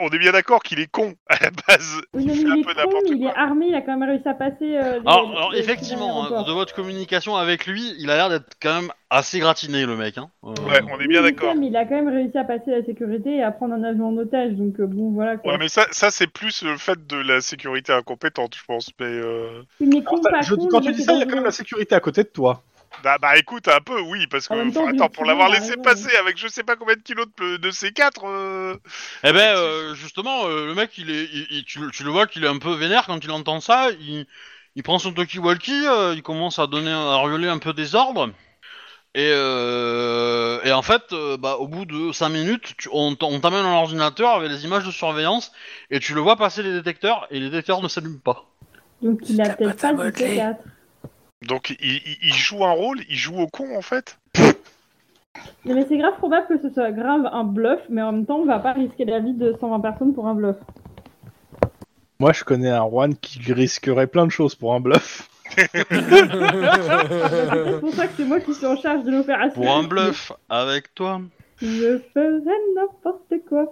Speaker 5: on est bien d'accord qu'il est con à la base.
Speaker 3: Oui, mais
Speaker 5: fait
Speaker 3: il
Speaker 5: un
Speaker 3: est
Speaker 5: peu
Speaker 3: con,
Speaker 5: n'importe
Speaker 3: il
Speaker 5: quoi.
Speaker 3: est armé, il a quand même réussi à passer. euh, des-
Speaker 1: Alors, alors,
Speaker 3: des- des-
Speaker 1: effectivement,
Speaker 3: des- des-
Speaker 1: hein, de votre communication avec lui, il a l'air d'être quand même assez gratiné le mec. Hein. Euh,
Speaker 5: Ouais, on est bien
Speaker 3: Oui,
Speaker 5: d'accord.
Speaker 3: mais il a quand même réussi à passer la sécurité et à prendre un avion en otage, donc euh, bon, voilà quoi.
Speaker 5: Ouais, mais ça, ça c'est plus le fait de la sécurité incompétente, je pense. Mais euh,
Speaker 3: Il n'est con,
Speaker 2: Alors, t'as-
Speaker 3: pas
Speaker 2: je-
Speaker 3: con,
Speaker 2: quand
Speaker 3: le
Speaker 2: tu
Speaker 3: mec
Speaker 2: dis
Speaker 3: est
Speaker 2: ça, il y a
Speaker 3: dangereux.
Speaker 2: quand même la sécurité à côté de toi.
Speaker 5: bah, bah, écoute, un peu, oui, parce que
Speaker 3: En même temps,
Speaker 5: enfin,
Speaker 3: vu
Speaker 5: attends,
Speaker 3: le
Speaker 5: pour
Speaker 3: tunnel,
Speaker 5: l'avoir
Speaker 3: il a
Speaker 5: laissé
Speaker 3: raison,
Speaker 5: passer avec je sais pas combien de kilos de, de C4. euh,
Speaker 1: Eh ben, euh, justement, euh, le mec, il est, il- il- tu, le- tu le vois qu'il est un peu vénère quand il entend ça. Il, il prend son talkie-walkie, euh, il commence à donner, à hurler un peu des ordres. Et, euh, et en fait, euh, bah, au bout de 5 minutes, tu- on, t- on t'amène dans l'ordinateur avec les images de surveillance et tu le vois passer les détecteurs et les détecteurs ne s'allument pas.
Speaker 3: Donc il
Speaker 4: T'as
Speaker 3: a
Speaker 4: pas
Speaker 3: peut-être pas
Speaker 4: ta
Speaker 3: du C4.
Speaker 5: Donc il, il- il joue un rôle, il joue au con en fait.
Speaker 3: Non, mais Eh ben, c'est grave probable que ce soit grave un bluff, mais en même temps, on va pas risquer la vie de 120 personnes pour un bluff.
Speaker 2: Moi, je connais un Juan qui risquerait plein de choses pour un bluff.
Speaker 3: C'est pour ça que c'est moi qui suis en charge de l'opération.
Speaker 1: Euh. Pour un bluff avec toi.
Speaker 3: Je faisais n'importe quoi.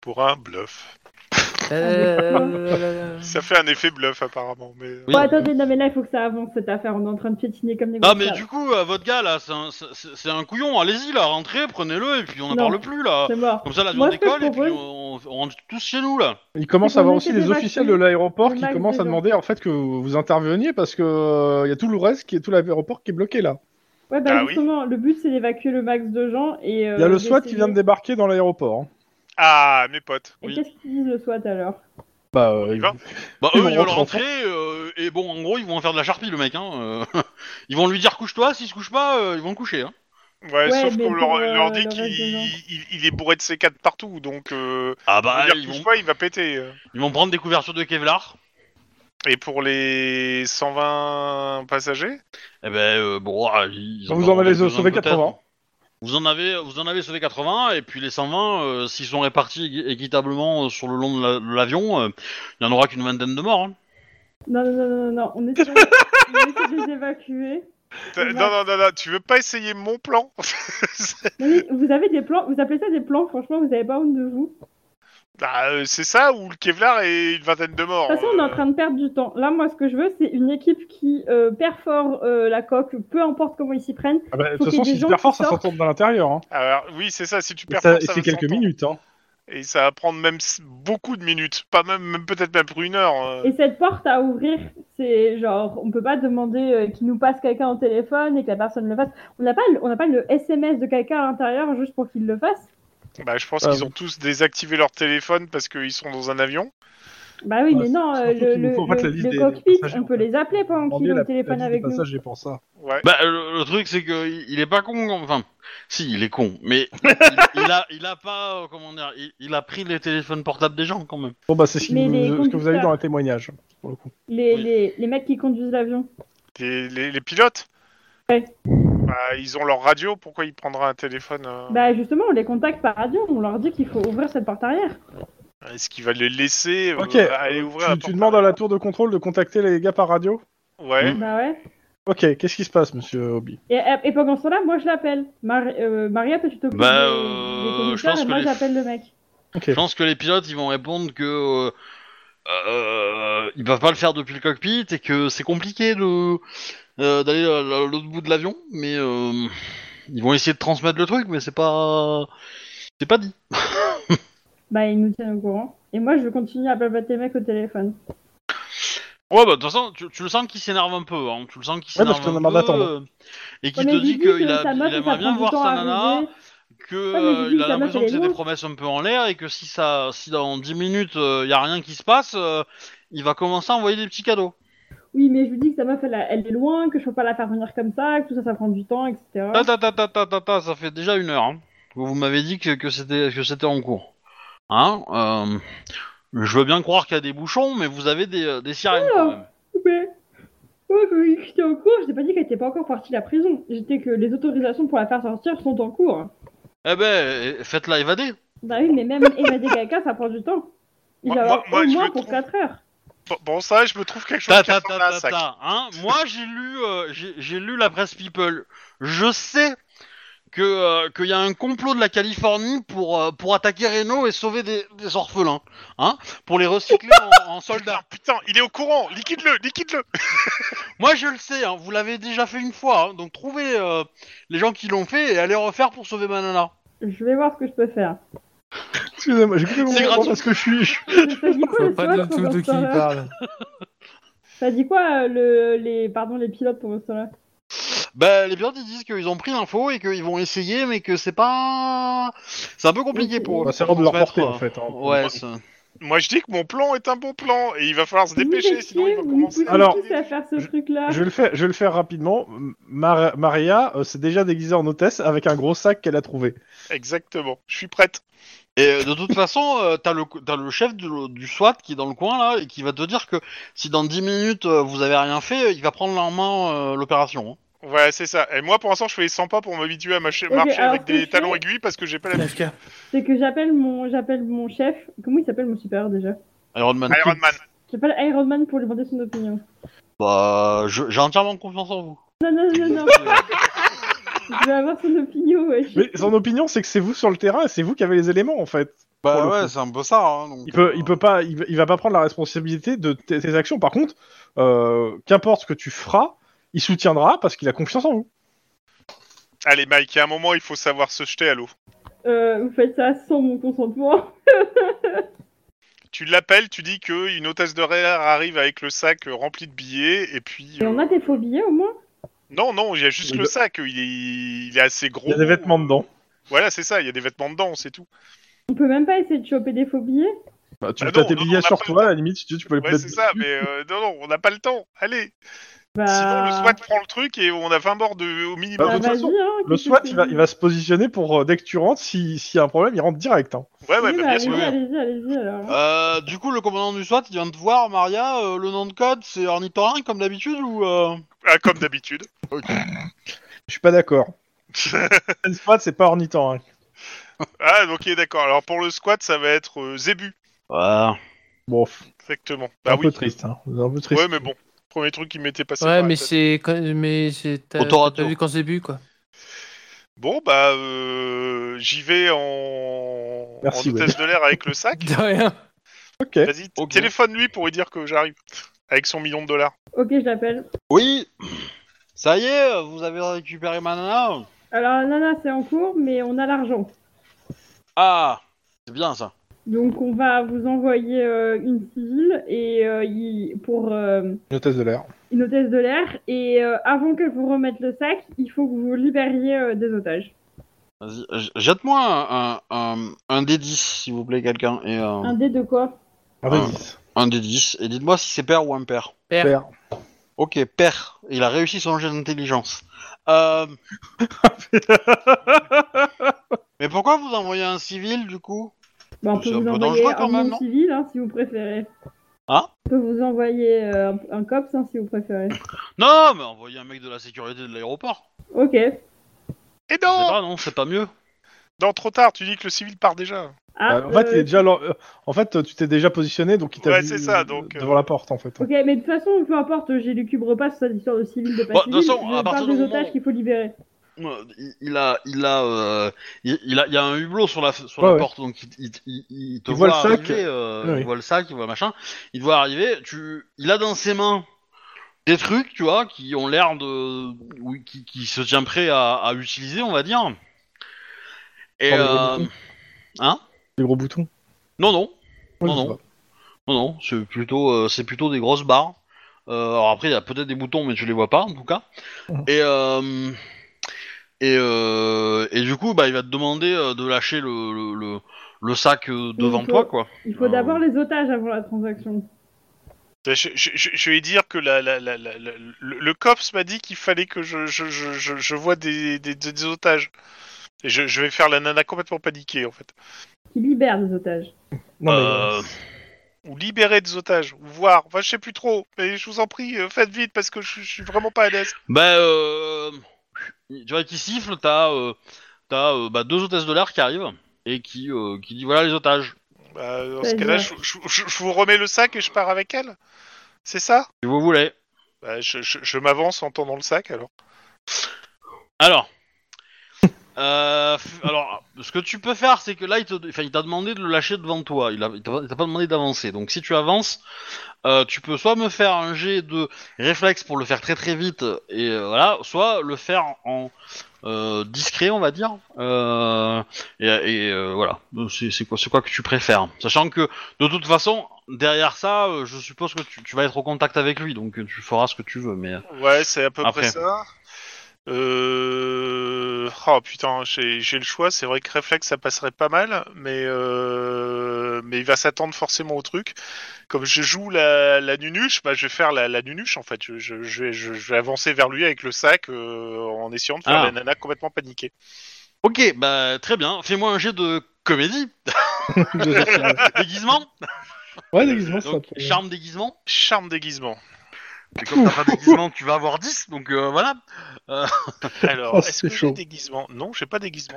Speaker 5: Pour un bluff.
Speaker 4: Euh,
Speaker 5: Ça fait un effet bluff apparemment. Mais... euh,
Speaker 1: Oui.
Speaker 3: Bon, attendez, non, mais là, il faut que ça avance cette affaire. On est en train de piétiner comme des
Speaker 1: Ah
Speaker 3: grosses
Speaker 1: mais
Speaker 3: salades.
Speaker 1: du coup, euh, votre gars là, c'est un, c'est- c'est- c'est un couillon. Allez-y là, rentrez, prenez-le et puis on n'en
Speaker 3: Non.
Speaker 1: parle plus là.
Speaker 3: C'est mort.
Speaker 1: Comme ça, la
Speaker 3: Moi,
Speaker 1: viande
Speaker 3: ce que je
Speaker 1: décolle et puis
Speaker 3: propose-
Speaker 1: on, on rentre tous chez nous là.
Speaker 2: Il commence
Speaker 3: Ils
Speaker 2: à
Speaker 3: ont
Speaker 2: avoir
Speaker 3: laissé
Speaker 2: aussi les
Speaker 3: des
Speaker 2: officiels de
Speaker 3: vaccins.
Speaker 2: l'aéroport
Speaker 3: Des
Speaker 2: qui
Speaker 3: vagues
Speaker 2: commencent à
Speaker 3: de gens.
Speaker 2: demander en fait que vous interveniez parce que euh, il y a tout le reste qui est tout l'aéroport qui est bloqué là.
Speaker 3: Ouais, bah
Speaker 5: Ah oui.
Speaker 3: justement, le but c'est d'évacuer le max de gens et. euh,
Speaker 2: Il y a le SWAT qui vient de débarquer dans l'aéroport. hein.
Speaker 5: Ah, mes potes.
Speaker 3: Et
Speaker 1: oui.
Speaker 3: qu'est-ce qu'ils disent le SWAT alors
Speaker 2: Bah, euh,
Speaker 5: y va.
Speaker 1: Bah
Speaker 2: Ils
Speaker 1: eux,
Speaker 2: vont
Speaker 1: ils veulent
Speaker 2: rentrer
Speaker 1: rentrer euh, et bon, en gros, ils vont en faire de la charpie le mec. Hein. euh. ils vont lui dire couche-toi. S'il se couche pas, euh, ils vont le coucher. Hein.
Speaker 3: Ouais,
Speaker 5: Ouais, sauf
Speaker 3: mais
Speaker 5: qu'on leur,
Speaker 3: pour, euh,
Speaker 5: leur
Speaker 3: le
Speaker 5: dit
Speaker 3: reste
Speaker 5: qu'il
Speaker 3: des gens.
Speaker 5: il- il est bourré de C4 partout, donc euh,
Speaker 1: Ah
Speaker 5: on va
Speaker 1: bah
Speaker 5: dire
Speaker 1: ils
Speaker 5: touche
Speaker 1: vont,
Speaker 5: pas, il va péter. euh.
Speaker 1: ils vont prendre des couvertures de Kevlar.
Speaker 5: Et pour les 120 passagers
Speaker 1: Eh ben euh, bon, ah, ils
Speaker 2: Vous en
Speaker 1: auront
Speaker 2: avez
Speaker 1: besoin
Speaker 2: sauvé
Speaker 1: peut-être.
Speaker 2: 80.
Speaker 1: Vous en avez, vous en avez sauvé 80 et puis les 120, euh, s'ils sont répartis équi- équitablement euh, sur le long de la- de l'avion, euh, il n'y en aura qu'une vingtaine de morts. hein.
Speaker 3: Non, non, non, non, non, non, on essaie, on essaie de les évacuer.
Speaker 5: T'as-
Speaker 3: Ouais.
Speaker 5: Non, non, non, non, tu veux pas essayer mon plan
Speaker 3: Non, mais vous avez des plans, vous appelez ça des plans, franchement, vous avez pas honte de vous.
Speaker 5: Bah, euh, c'est ça, ou le Kevlar et une vingtaine de
Speaker 3: De
Speaker 5: morts.
Speaker 3: toute façon, on est en
Speaker 5: euh.
Speaker 3: train de perdre du temps. Là, moi, ce que je veux, c'est une équipe qui euh, perfore euh, la coque, peu importe comment ils s'y prennent.
Speaker 2: Ah bah, de
Speaker 3: Faut
Speaker 2: toute
Speaker 3: qu'il y
Speaker 2: façon,
Speaker 3: ait des
Speaker 2: si tu
Speaker 3: gens
Speaker 2: perds fort,
Speaker 3: qui
Speaker 2: ça
Speaker 3: sortent.
Speaker 2: s'entend de l'intérieur. Hein.
Speaker 5: Alors, oui, c'est ça, si
Speaker 2: Et
Speaker 5: tu perds
Speaker 2: ça-
Speaker 5: force,
Speaker 2: et
Speaker 5: ça
Speaker 2: c'est
Speaker 5: va
Speaker 2: quelques
Speaker 5: s'entendre.
Speaker 2: minutes. Hein.
Speaker 5: Et ça va prendre même s- beaucoup de minutes, pas même, même peut-être même pour une heure. euh.
Speaker 3: Et cette porte à ouvrir, c'est genre, on peut pas demander euh, qu'il nous passe quelqu'un au téléphone et que la personne le fasse. On n'a pas, le- on n'a pas le SMS de quelqu'un à l'intérieur juste pour qu'il le fasse.
Speaker 5: Bah, je pense
Speaker 2: Ah,
Speaker 5: qu'ils ont tous désactivé leur téléphone parce qu'ils sont dans un avion.
Speaker 3: Bah oui,
Speaker 2: Ouais,
Speaker 3: mais non,
Speaker 2: surtout
Speaker 3: euh, le,
Speaker 2: qu'il nous
Speaker 3: le-
Speaker 2: faut en fait la
Speaker 3: le-
Speaker 2: liste
Speaker 3: le
Speaker 2: des- des
Speaker 3: cockpit,
Speaker 2: passagers,
Speaker 3: on peut
Speaker 2: en fait.
Speaker 3: les appeler pendant
Speaker 2: Demander
Speaker 3: qu'ils ont
Speaker 2: la-
Speaker 3: le
Speaker 2: la
Speaker 3: téléphone
Speaker 2: liste
Speaker 3: avec
Speaker 2: des
Speaker 3: nous.
Speaker 2: passages, j'ai pour ça.
Speaker 5: Ouais.
Speaker 1: Bah, le, le truc, c'est que il, il est pas con, enfin, si, il est con, mais il, il a, il a pas, euh, comment dire, il, il a pris les téléphones portables des gens quand même.
Speaker 2: Bon, bah, c'est ce, qui
Speaker 3: Mais
Speaker 2: nous-
Speaker 3: les
Speaker 2: ce que vous avez
Speaker 3: conducteurs-
Speaker 2: dans les témoignages. Pour le coup.
Speaker 3: Les,
Speaker 1: Oui.
Speaker 3: les, les mecs qui conduisent l'avion.
Speaker 5: Les, les- les pilotes
Speaker 3: Ouais.
Speaker 5: Bah, ils ont leur radio, pourquoi ils prendraient un téléphone euh,
Speaker 3: Bah justement, on les contacte par radio, on leur dit qu'il faut ouvrir cette porte arrière. Bah.
Speaker 5: Est-ce qu'il va les laisser euh,
Speaker 2: Ok,
Speaker 5: aller ouvrir la
Speaker 2: Tu,
Speaker 5: porte
Speaker 2: tu demandes à la tour de contrôle de contacter les gars par radio
Speaker 5: Ouais.
Speaker 2: Hmm.
Speaker 3: Bah ouais.
Speaker 2: Ok, qu'est-ce qui se passe, monsieur Hobby
Speaker 3: Et, et pendant ce temps-là, moi je l'appelle. Mar- euh, Maria, toi, tu t'occupes
Speaker 1: Bah,
Speaker 3: des-
Speaker 1: euh,
Speaker 3: des
Speaker 1: je pense
Speaker 3: conducteurs et
Speaker 1: que
Speaker 3: moi
Speaker 1: les-
Speaker 3: j'appelle le mec.
Speaker 2: Ok.
Speaker 1: Je pense que les pilotes, ils vont répondre que euh, euh, ils peuvent pas le faire depuis le cockpit et que c'est compliqué de euh, d'aller à l- à l'autre bout de l'avion, mais euh, ils vont essayer de transmettre le truc, mais c'est pas, c'est pas dit.
Speaker 3: Bah il nous tient au courant. Et moi je veux continuer à blablater les mecs au téléphone.
Speaker 1: Ouais, bah de toute façon, tu, tu le sens qu'il s'énerve un peu, hein, tu le sens qu'il
Speaker 2: Ouais, parce
Speaker 1: s'énerve
Speaker 2: qu'on en
Speaker 1: un
Speaker 2: a marre
Speaker 1: peu
Speaker 2: d'attendre.
Speaker 1: euh, et
Speaker 3: Ouais,
Speaker 1: qu'il
Speaker 3: Oh, mais
Speaker 1: te
Speaker 3: dis
Speaker 1: dit
Speaker 3: que
Speaker 1: qu'il a-
Speaker 3: sa meuf,
Speaker 1: il
Speaker 3: ça
Speaker 1: aimerait
Speaker 3: prend
Speaker 1: bien
Speaker 3: du
Speaker 1: voir
Speaker 3: temps
Speaker 1: sa
Speaker 3: à
Speaker 1: nana.
Speaker 3: arriver.
Speaker 1: que
Speaker 3: Ouais, mais je
Speaker 1: euh,
Speaker 3: dis
Speaker 1: il a
Speaker 3: que la meuf,
Speaker 1: l'impression que
Speaker 3: elle est
Speaker 1: c'est des
Speaker 3: lourde.
Speaker 1: promesses un peu en l'air et que si ça, si dans 10 minutes euh, il y a rien qui se passe, euh, il va commencer à envoyer des petits cadeaux.
Speaker 3: Oui, mais je lui dis que sa meuf elle, a- elle est loin, que je peux pas la faire venir comme ça, que tout ça ça prend du temps, etc.
Speaker 1: Ta ta ta ta ta ta ta, ça fait déjà une heure. hein, que Vous m'avez dit que, que c'était que c'était en cours. Hein euh, Je veux bien croire qu'il y a des bouchons, mais vous avez des, euh, des sirènes quand même.
Speaker 3: Mais moi, quand j'ai dit Oh, que j'étais en cours, je t'ai pas dit qu'elle était pas encore partie de la prison. J'étais que les autorisations pour la faire sortir sont en cours.
Speaker 1: Eh ben, eh, faites-la évader.
Speaker 3: Bah oui, mais même évader quelqu'un, ça prend du temps. Il
Speaker 5: Moi-
Speaker 3: va avoir
Speaker 5: moi- moi,
Speaker 3: au
Speaker 5: je
Speaker 3: moins
Speaker 5: le
Speaker 3: pour
Speaker 5: trouve-
Speaker 3: 4 heures.
Speaker 5: Bon, bon, ça, je me trouve quelque chose
Speaker 1: Ta
Speaker 5: qui
Speaker 1: ta
Speaker 5: ressemble
Speaker 1: ta
Speaker 5: à un
Speaker 1: ta
Speaker 5: sac.
Speaker 1: ta, hein. Moi j'ai lu euh, j'ai j'ai lu la presse People. Je sais que euh, qu'il y a un complot de la Californie pour euh, pour attaquer Reno et sauver des, des orphelins, hein, pour les recycler en, en soldats.
Speaker 5: Putain, il est au courant, liquide-le, liquide-le
Speaker 1: Moi je le sais, hein, vous l'avez déjà fait une fois, hein, donc trouvez euh, les gens qui l'ont fait et allez refaire pour sauver Banana.
Speaker 3: Je vais voir ce que je peux faire.
Speaker 7: Excusez-moi, j'ai cru
Speaker 1: C'est
Speaker 7: comprendre
Speaker 1: gratuit.
Speaker 7: parce que je suis. je-
Speaker 3: Ça dit quoi,
Speaker 4: Je
Speaker 3: le
Speaker 4: vois pas de
Speaker 3: pilote
Speaker 4: tout
Speaker 3: pour
Speaker 4: de qui
Speaker 3: Monster
Speaker 4: il
Speaker 3: Hunter
Speaker 4: parle.
Speaker 3: Ça dit quoi euh, le, les, pardon, les pilotes pour Monster Hunter
Speaker 1: Bah les pilotes ils disent qu'ils ont pris l'info et qu'ils vont essayer mais que c'est pas c'est un peu compliqué pour eux.
Speaker 7: Bah, c'est hors de leur
Speaker 1: pour
Speaker 7: portée
Speaker 1: se mettre,
Speaker 7: en fait. hein.
Speaker 1: euh, Ouais, c'est-
Speaker 5: Moi je dis que mon plan est un bon plan et il va falloir se
Speaker 3: Vous
Speaker 5: dépêcher,
Speaker 3: êtes
Speaker 5: sinon il va
Speaker 3: qui,
Speaker 5: commencer.
Speaker 3: Vous
Speaker 7: Alors-
Speaker 3: Alors, tous à faire ce truc-là.
Speaker 7: Je vais, le faire, je vais le faire rapidement. Mar- Maria euh, s'est déjà déguisée en hôtesse avec un gros sac qu'elle a trouvé.
Speaker 5: Exactement, je suis prête.
Speaker 1: Et euh, de toute façon, euh, t'as le, t'as le chef du, du SWAT qui est dans le coin là et qui va te dire que si dans 10 minutes euh, vous avez rien fait, il va prendre en main euh, l'opération. hein.
Speaker 5: Ouais, c'est ça. Et moi pour l'instant je fais les 100 pas pour m'habituer à marcher,
Speaker 3: Ok,
Speaker 5: marcher
Speaker 3: alors,
Speaker 5: avec
Speaker 3: ce que
Speaker 5: des
Speaker 3: je
Speaker 5: talons
Speaker 3: fais-
Speaker 5: aiguilles parce que j'ai pas la
Speaker 4: Kafka.
Speaker 3: C'est que j'appelle mon, j'appelle mon chef. Comment il s'appelle mon supérieur déjà
Speaker 1: hein. Iron Man.
Speaker 5: Iron Man.
Speaker 3: J'appelle Iron Man pour lui demander son opinion.
Speaker 1: Bah, je- j'ai entièrement confiance en vous.
Speaker 3: Non, non, non, non. je vais avoir son opinion, wesh.
Speaker 7: Mais son opinion, c'est que c'est vous sur le terrain et c'est vous qui avez les éléments en fait. Pour le
Speaker 1: Bah, ouais, c'est un peu ça. hein, donc,
Speaker 7: Il peut,
Speaker 1: euh,
Speaker 7: il peut pas, il, va- il va pas prendre la responsabilité de tes, tes actions. Par contre, euh, qu'importe ce que tu feras, il soutiendra parce qu'il a confiance en vous.
Speaker 5: Allez Mike, à un moment il faut savoir se jeter à l'eau.
Speaker 3: Euh, vous faites ça sans mon consentement.
Speaker 5: Tu l'appelles, tu dis que une hôtesse de l'air arrive avec le sac euh, rempli de billets et puis.
Speaker 3: Et on
Speaker 5: euh,
Speaker 3: a des faux billets au moins
Speaker 5: Non, non, il y a juste
Speaker 7: Il
Speaker 5: le
Speaker 7: y a-
Speaker 5: sac, il est, il est assez gros.
Speaker 7: Il y a des vêtements dedans.
Speaker 5: Voilà, c'est ça, il y a des vêtements dedans, c'est tout.
Speaker 3: On peut même pas essayer de choper des faux billets
Speaker 7: Bah, tu
Speaker 5: Ah
Speaker 7: as
Speaker 5: non,
Speaker 7: tes
Speaker 5: non,
Speaker 7: billets
Speaker 5: on a
Speaker 7: sur
Speaker 5: pas-
Speaker 7: toi, à la limite, si tu veux, tu peux les
Speaker 5: Ouais,
Speaker 7: mettre
Speaker 5: c'est ça, mais euh, non, non, on n'a pas le temps. Allez,
Speaker 3: Bah.
Speaker 5: sinon le SWAT prend le truc et on a 20 morts de, au minimum.
Speaker 7: Bah, de
Speaker 3: bah,
Speaker 7: toute
Speaker 3: vas-y,
Speaker 7: façon,
Speaker 3: hein,
Speaker 7: Le
Speaker 3: qu'est-ce que
Speaker 7: SWAT,
Speaker 3: c'est
Speaker 7: il va, il va se positionner pour, euh, dès que tu rentres, si- s'il y a un problème, il rentre direct. hein.
Speaker 5: ouais, ouais,
Speaker 3: Oui,
Speaker 5: bah,
Speaker 3: bah,
Speaker 5: bien sûr.
Speaker 3: allez-y, allez-y, allez-y alors.
Speaker 1: Euh, du coup, le commandant du SWAT, il vient de voir Maria. euh, le nom de code, c'est Ornithorin comme d'habitude ou euh,
Speaker 5: Ah, comme d'habitude.
Speaker 7: Je suis pas d'accord. Le SWAT, c'est pas ornitant. hein.
Speaker 5: Ah, ok, d'accord. Alors pour le squat, ça va être euh, Zébu.
Speaker 1: Ouais.
Speaker 7: Bon, pff,
Speaker 5: Exactement.
Speaker 7: c'est
Speaker 5: Bah
Speaker 7: un
Speaker 5: oui.
Speaker 7: peu triste. hein. C'est Un peu triste.
Speaker 5: Ouais, mais bon. Premier truc qui m'était passé. par
Speaker 4: Ouais,
Speaker 5: la
Speaker 4: mais
Speaker 5: tête.
Speaker 4: c'est. quand- Mais c'est. T'as t'as
Speaker 1: Autoradio.
Speaker 4: pas vu quand c'est bu, quoi.
Speaker 5: Bon, bah, euh, j'y vais en.
Speaker 7: Merci,
Speaker 5: en hôtesse de l'air avec le sac.
Speaker 4: De rien.
Speaker 7: Ok.
Speaker 5: Vas-y,
Speaker 1: Ok.
Speaker 5: téléphone-lui pour lui dire que j'arrive. Avec son million de dollars.
Speaker 3: Ok, je l'appelle.
Speaker 1: Oui. Ça y est, vous avez récupéré Manana.
Speaker 3: Alors, Nana, c'est en cours, mais on a l'argent.
Speaker 1: Ah, c'est bien ça.
Speaker 3: Donc, on va vous envoyer euh, une civile et, euh, il- pour euh,
Speaker 7: Une hôtesse de l'air.
Speaker 3: une hôtesse de l'air. Et euh, avant qu'elle vous remette le sac, il faut que vous libériez euh, des otages.
Speaker 1: Vas-y, j- jette-moi un, un, un, un D10, s'il vous plaît, quelqu'un. Et, euh,
Speaker 3: Un dé de quoi
Speaker 7: Un
Speaker 1: Ah.
Speaker 7: D10.
Speaker 1: Un des 10, et dites-moi si c'est père ou impair.
Speaker 4: Père.
Speaker 7: Père.
Speaker 1: Ok, père. Il a réussi son jet d'intelligence. Euh... Mais pourquoi vous envoyez un civil, du coup
Speaker 3: Bah, On
Speaker 1: C'est
Speaker 3: peut
Speaker 1: un
Speaker 3: vous
Speaker 1: peu
Speaker 3: envoyer
Speaker 1: dangereux quand même,
Speaker 3: un
Speaker 1: non
Speaker 3: civil, hein, si vous préférez.
Speaker 1: Hein
Speaker 3: On peut vous envoyer euh, un- un cops, hein, si vous préférez.
Speaker 1: Non, mais envoyez un mec de la sécurité de l'aéroport.
Speaker 3: Ok.
Speaker 5: Et
Speaker 1: Je sais
Speaker 5: non
Speaker 1: pas, non, c'est pas mieux.
Speaker 5: Non, trop tard, tu dis que le civil part déjà.
Speaker 3: Ah,
Speaker 7: Euh, en fait,
Speaker 3: euh,
Speaker 7: il est déjà. lan- euh, En fait, tu t'es déjà positionné, donc il t'a
Speaker 5: Ouais,
Speaker 7: vu
Speaker 5: c'est ça,
Speaker 7: euh,
Speaker 5: donc, euh,
Speaker 7: devant la porte, en fait. hein.
Speaker 3: Ok, mais de toute façon, peu importe, j'ai lucubre pas sur cette histoire de civil, de pas
Speaker 1: Bah, de
Speaker 3: civil,
Speaker 1: toute façon,
Speaker 3: je
Speaker 1: à partir
Speaker 3: parle
Speaker 1: du
Speaker 3: des
Speaker 1: moment
Speaker 3: otages
Speaker 1: où-
Speaker 3: qu'il faut libérer.
Speaker 1: Euh, Il il a, il a, euh, il, il a, il y a un hublot sur la, sur
Speaker 7: Ouais,
Speaker 1: la
Speaker 7: ouais.
Speaker 1: porte, donc il, il- il- il te
Speaker 7: Il voit
Speaker 1: voit,
Speaker 7: le sac.
Speaker 1: arriver, euh,
Speaker 7: Oui, oui.
Speaker 1: il voit le sac, il voit machin, il te voit arriver. Tu, il a dans ses mains des trucs, tu vois, qui ont l'air de, oui, qui, qui se tient prêt à, à utiliser, on va dire. Et
Speaker 7: Prends des
Speaker 1: euh,
Speaker 7: boutons.
Speaker 1: hein
Speaker 7: Les gros boutons.
Speaker 1: non, non,
Speaker 7: Oui,
Speaker 1: Non,
Speaker 7: je
Speaker 1: non.
Speaker 7: sais pas.
Speaker 1: non, non, c'est plutôt, euh, c'est plutôt des grosses barres. Euh, alors après, il y a peut-être des boutons, mais tu les vois pas en tout cas.
Speaker 7: Mhm.
Speaker 1: Et euh, et, euh, et du coup, bah, il va te demander euh, de lâcher le, le, le, le sac euh, devant
Speaker 3: Oui,
Speaker 1: toi, quoi.
Speaker 3: Il faut
Speaker 1: Euh.
Speaker 3: d'abord les otages avant la transaction.
Speaker 5: Bah, Je, je- je- je vais dire que la, la- la- la- la- le, le COPS m'a dit qu'il fallait que je, je, je, je, je vois des, des, des otages. Et je, je vais faire la nana complètement paniquée, en fait.
Speaker 3: Qui libère les otages.
Speaker 7: Non, mais,
Speaker 1: Euh,
Speaker 5: Ou libérer des otages, ou voir. Enfin, je sais plus trop. Mais je vous en prie, euh, faites vite parce que je, je suis vraiment pas à l'aise.
Speaker 1: Bah, euh, tu vois qui siffle, t'as euh, t'as, euh, bah, deux hôtesses de l'air qui arrivent et qui euh, qui dit voilà les otages.
Speaker 5: Bah, dans ce
Speaker 3: Vas-y.
Speaker 5: cas-là, je, je- je- je vous remets le sac et je pars avec elle. C'est ça
Speaker 1: Si vous voulez.
Speaker 5: bah, Je, je- je m'avance en tendant le sac alors.
Speaker 1: Alors, Euh, f- alors, ce que tu peux faire, c'est que là, il te- enfin, il t'a demandé de le lâcher devant toi. Il a- il t'a il t'a pas demandé d'avancer. Donc, si tu avances, euh, tu peux soit me faire un jet de réflexe pour le faire très très vite, et euh, voilà, soit le faire en euh, discret, on va dire. Euh, et et, euh, voilà, Donc, c'est c'est quoi, c'est quoi que tu préfères. Sachant que, de toute façon, derrière ça, euh, je suppose que tu, tu vas être au contact avec lui, donc euh, tu feras ce que tu veux. Mais euh.
Speaker 5: Ouais, c'est à peu
Speaker 1: Après.
Speaker 5: près ça. Euh... Oh putain, j'ai j'ai le choix. C'est vrai que réflexe, ça passerait pas mal, mais euh... mais il va s'attendre forcément au truc. Comme je joue la, la nunuche, bah, je vais faire la, la nunuche en fait. Je, je, je, vais- je- je vais avancer vers lui avec le sac euh, en essayant de faire
Speaker 1: Ah.
Speaker 5: la nana complètement paniquée.
Speaker 1: ok, bah très bien. Fais-moi un jet de comédie, déguisement.
Speaker 7: ouais, déguisement, ça
Speaker 1: Donc,
Speaker 7: peut-
Speaker 1: charme déguisement.
Speaker 5: Charme déguisement.
Speaker 1: Et comme t'as pas déguisement, tu vas avoir 10, donc euh, voilà.
Speaker 5: Alors,
Speaker 7: Oh,
Speaker 5: est-ce
Speaker 7: c'est
Speaker 5: que j'ai
Speaker 7: chaud.
Speaker 5: déguisement Non, j'ai pas déguisement.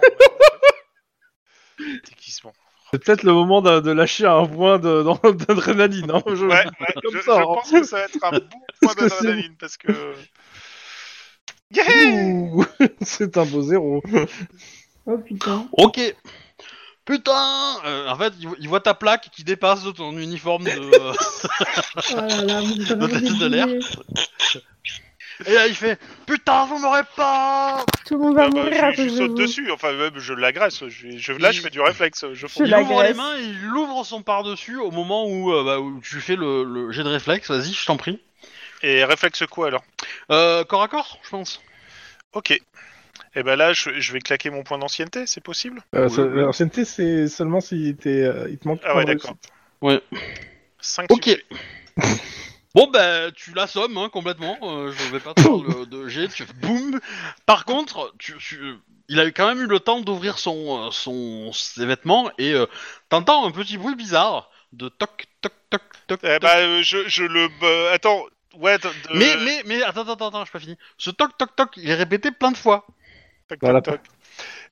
Speaker 5: déguisement.
Speaker 2: C'est peut-être le moment de, de lâcher un point de- dans- d'adrénaline. hein, je-
Speaker 5: Ouais, ouais,
Speaker 2: comme
Speaker 5: je,
Speaker 2: ça,
Speaker 5: je
Speaker 2: hein.
Speaker 5: pense que ça va être un bon point
Speaker 7: Parce que c'est-
Speaker 5: d'adrénaline parce que. Yeah
Speaker 7: Ouh, C'est un beau zéro.
Speaker 3: Oh putain.
Speaker 1: Ok. Putain euh, En fait, il, voit- il voit ta plaque qui dépasse de ton uniforme de... euh,
Speaker 3: Oh là là, vous êtes
Speaker 1: Notre fils de
Speaker 3: vraiment
Speaker 1: l'air.
Speaker 3: dégoûtés.
Speaker 1: Et là, il fait « Putain, vous m'aurez pas
Speaker 3: Tout le monde
Speaker 5: Ah
Speaker 3: va
Speaker 5: bah,
Speaker 3: mourir à
Speaker 5: je, je
Speaker 3: cause de
Speaker 5: saute
Speaker 3: vous.
Speaker 5: dessus, enfin même je l'agresse, je, je- là je fais du réflexe, je !»
Speaker 3: Je
Speaker 5: fonds.
Speaker 1: Il
Speaker 3: la
Speaker 1: ouvre les
Speaker 3: graisse.
Speaker 1: mains et il ouvre son par-dessus au moment où, euh, bah, où tu fais le, le jet de réflexe. Vas-y, je t'en prie.
Speaker 5: Et réflexe quoi alors
Speaker 1: Euh, corps à corps, je pense.
Speaker 5: Ok. Et ben là je, je vais claquer mon point d'ancienneté, c'est possible
Speaker 7: Euh, ça-
Speaker 1: Ouais, ouais.
Speaker 7: L'ancienneté, c'est seulement si t'es, euh, il te manque.
Speaker 5: Ah ouais
Speaker 7: un
Speaker 5: d'accord.
Speaker 1: Ouais.
Speaker 5: 5
Speaker 1: Ok. Bon, bah, tu l'assommes hein, complètement. euh, je vais pas te faire le- de jet. Tu fais boum. Par contre, tu, tu- il a eu quand même eu le temps d'ouvrir son, euh, son, ses vêtements et euh, t'entends un petit bruit bizarre de toc, toc, toc, toc.
Speaker 5: Eh
Speaker 1: toc.
Speaker 5: bah euh, je, je le... bah, attends, ouais... de- de-
Speaker 1: Mais, mais, mais, attends, attends, attends, je suis pas fini. Ce toc, toc, toc, il est répété plein de fois.
Speaker 5: toc, toc,
Speaker 7: Voilà.
Speaker 5: toc.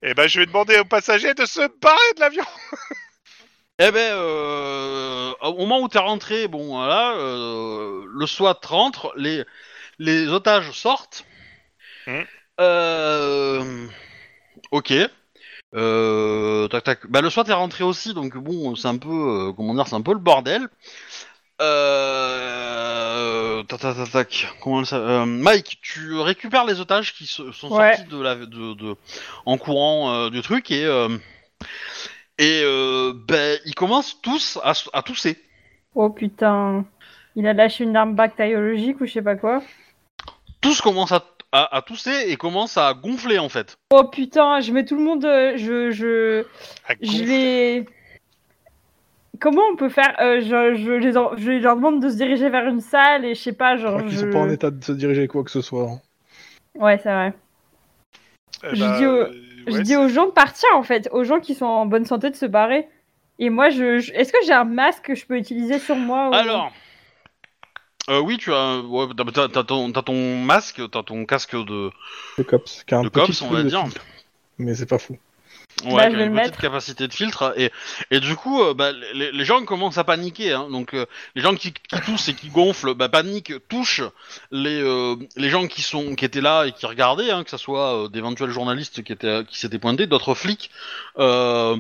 Speaker 5: Eh ben je vais demander aux passagers de se barrer de l'avion
Speaker 1: Eh ben, euh, au moment où t'es rentré, bon, voilà, euh, le SWAT rentre, les, les otages sortent.
Speaker 5: Hmm.
Speaker 1: Euh, ok. Euh, tac, tac. Bah, le SWAT est rentré aussi, donc bon, c'est un peu, euh, comment dire, c'est un peu le bordel. Euh, tac, tac, tac, tac. Comment ça euh, Mike, tu récupères les otages qui se- sont
Speaker 3: Ouais.
Speaker 1: sortis de la, de, de- en courant euh, du truc et euh, et euh, ben, ils commencent tous à, à tousser.
Speaker 3: Oh putain. Il a lâché une arme bactériologique ou je sais pas quoi.
Speaker 1: Tous commencent à, à- à tousser et commencent à gonfler en fait.
Speaker 3: Oh putain, je mets tout le monde. euh, Je, je,
Speaker 5: Ah,
Speaker 3: je
Speaker 5: con.
Speaker 3: les. Comment on peut faire Euh, je, je les en- je leur demande de se diriger vers une salle et je sais pas,
Speaker 7: Je
Speaker 3: genre.
Speaker 7: crois qu'ils
Speaker 3: je-
Speaker 7: sont pas en état de se diriger quoi que ce soit. hein.
Speaker 3: Ouais, c'est vrai.
Speaker 5: Eh
Speaker 3: je
Speaker 5: bah,
Speaker 3: dis au-
Speaker 5: euh,
Speaker 3: je
Speaker 5: ouais,
Speaker 3: dis aux gens de partir en fait, aux gens qui sont en bonne santé de se barrer. Et moi, je, je- est-ce que j'ai un masque que je peux utiliser sur moi ou-
Speaker 1: Alors, euh, oui, tu as, ouais, t'as- t'as- t'as ton, t'as ton masque, t'as ton casque de,
Speaker 7: Le cops, qui a un
Speaker 1: de
Speaker 7: petit
Speaker 1: cops, on
Speaker 7: truc
Speaker 1: va
Speaker 7: de
Speaker 1: dire.
Speaker 7: filtre, Mais c'est pas fou.
Speaker 1: Ouais,
Speaker 3: Bah, je
Speaker 1: qui a
Speaker 3: vais
Speaker 1: une
Speaker 3: le
Speaker 1: petite
Speaker 3: mettre.
Speaker 1: capacité de filtre. Et, et du coup, euh, bah, les, les gens commencent à paniquer. hein. Donc, euh, les gens qui, qui toussent et qui gonflent, bah, paniquent, touchent. Les, euh, les gens qui, sont, qui étaient là et qui regardaient, hein, que ce soit euh, d'éventuels journalistes qui, étaient, qui s'étaient pointés, d'autres flics, euh,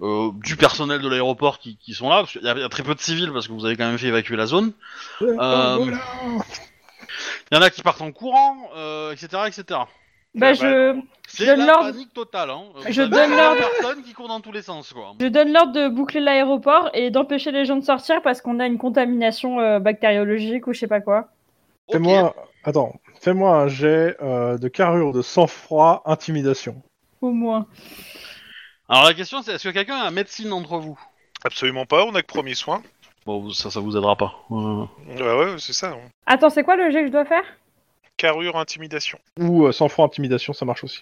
Speaker 1: euh, du personnel de l'aéroport qui, qui sont là. Parce qu'il y, a- il y a très peu de civils parce que vous avez quand même fait évacuer la zone. Euh, Il y en a qui partent en courant, euh, etc. etc.
Speaker 3: Bah,
Speaker 5: Ah, bah,
Speaker 3: je,
Speaker 1: C'est
Speaker 3: Je
Speaker 1: la
Speaker 3: l'ordre-
Speaker 1: panique totale. Hein. Vous
Speaker 3: Je
Speaker 1: avez
Speaker 3: donne
Speaker 1: plein de
Speaker 3: l'ordre.
Speaker 1: personnes qui courent dans tous les sens. Quoi.
Speaker 3: je donne l'ordre de boucler l'aéroport et d'empêcher les gens de sortir parce qu'on a une contamination euh, bactériologique ou je sais pas quoi.
Speaker 1: Ok.
Speaker 7: Fais-moi, attends, fais-moi un jet euh, de carrure de sang-froid, intimidation.
Speaker 3: Au moins.
Speaker 1: Alors la question c'est est-ce que quelqu'un a médecine entre vous
Speaker 5: Absolument pas, on a que premier soin.
Speaker 1: Bon vous- ça ça vous aidera pas. Euh,
Speaker 5: Ouais, ouais, c'est ça. hein.
Speaker 3: Attends, c'est quoi le jet que je dois faire
Speaker 5: Carrure, intimidation.
Speaker 7: Ou euh, sang-froid, intimidation, ça marche aussi.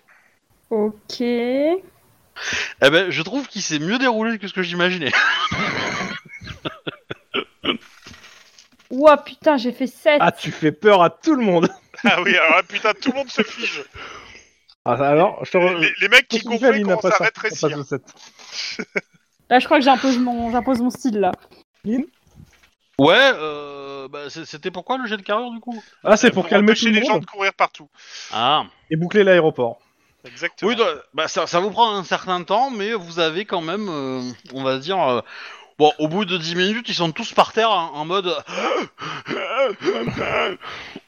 Speaker 3: Ok.
Speaker 1: Eh ben je trouve qu'il s'est mieux déroulé que ce que j'imaginais.
Speaker 3: Ouah putain, j'ai fait 7.
Speaker 7: Ah, tu fais peur à tout le monde.
Speaker 5: Ah oui, alors là, putain, tout le monde se fige.
Speaker 7: Ah, alors, je te re-
Speaker 5: Les, les mecs qui
Speaker 7: Qu'est-ce qu'il fait,
Speaker 5: gonflaient
Speaker 7: lui, il n'a
Speaker 5: commencent
Speaker 7: pas
Speaker 5: à
Speaker 7: ça. On passe
Speaker 5: rétrécir.
Speaker 7: au sept.
Speaker 3: Là, je crois que j'impose mon, j'impose mon style là.
Speaker 1: Ouais euh, bah, c'est- c'était pourquoi le jet de carrure du coup
Speaker 7: Ah, c'est pour calmer tout
Speaker 5: Euh, empêcher
Speaker 7: le
Speaker 5: les gens
Speaker 7: monde
Speaker 5: de courir partout.
Speaker 1: Ah
Speaker 7: et boucler l'aéroport.
Speaker 5: Exactement.
Speaker 1: Oui, donc, bah, ça, ça vous prend un certain temps, mais vous avez quand même, euh, on va dire, euh, bon, au bout de 10 minutes, ils sont tous par terre hein, en, en mode.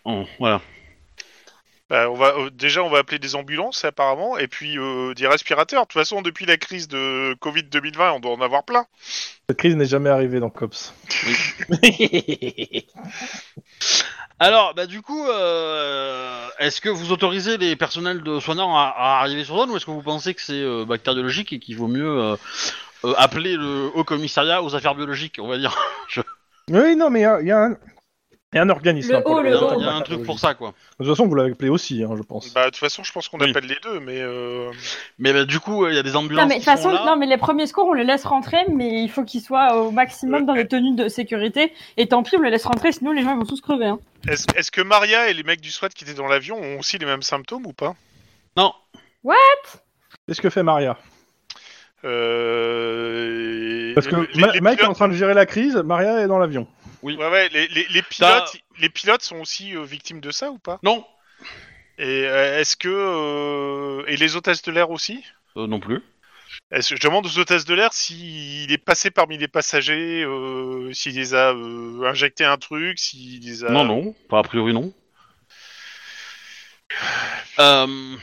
Speaker 1: Oh, voilà.
Speaker 5: Bah, on va, euh, déjà, on va appeler des ambulances apparemment, et puis euh, des respirateurs. De toute façon, depuis la crise de Covid 2020, on doit en avoir plein.
Speaker 2: Cette crise n'est jamais arrivée dans Cops.
Speaker 1: Alors, bah, du coup, euh, est-ce que vous autorisez les personnels de soignants à, à arriver sur zone ou est-ce que vous pensez que c'est euh, bactériologique et qu'il vaut mieux euh, euh, appeler le haut commissariat aux affaires biologiques, on va dire
Speaker 2: Oui, non, mais il y a, il y a un... il y a un organisme.
Speaker 3: Le
Speaker 2: hein, pour
Speaker 3: haut,
Speaker 1: Il
Speaker 3: le
Speaker 1: y
Speaker 2: la-
Speaker 1: a,
Speaker 3: haut.
Speaker 1: il y a un truc pour ça, quoi.
Speaker 2: De toute façon, vous l'avez appelé aussi, hein, je pense.
Speaker 5: Bah, de toute façon, je pense qu'on
Speaker 1: Oui.
Speaker 5: appelle les deux, mais euh,
Speaker 1: Mais bah, du coup, il y a des ambulances
Speaker 3: Non, mais de
Speaker 1: qui
Speaker 3: toute
Speaker 1: sont là.
Speaker 3: façon, non, mais les premiers secours, on les laisse rentrer, mais il faut qu'ils soient au maximum dans des tenues de sécurité. Et tant pis, on les laisse rentrer, sinon les gens vont tous crever. hein.
Speaker 5: est-ce est-ce que Maria et les mecs du SWAT qui étaient dans l'avion ont aussi les mêmes symptômes ou pas
Speaker 1: Non.
Speaker 2: Qu'est-ce que fait Maria
Speaker 5: Euh,
Speaker 2: Parce que
Speaker 5: les- les-
Speaker 2: Ma-
Speaker 5: les
Speaker 2: Mike est
Speaker 5: pilotes-
Speaker 2: en train de gérer la crise, Maria est dans l'avion.
Speaker 5: ouais, ouais, les, les- les
Speaker 1: T'as-
Speaker 5: pilotes, les pilotes sont aussi euh, victimes de ça ou pas
Speaker 1: Non.
Speaker 5: Et euh, est-ce que euh, et les hôtesses de l'air aussi
Speaker 1: Euh, non plus.
Speaker 5: Est-ce- Je demande aux hôtesses de l'air s'il est passé parmi les passagers, euh, s'il les a euh, injecté un truc, s'il les a.
Speaker 1: Non, non. Pas a priori, non. Euh,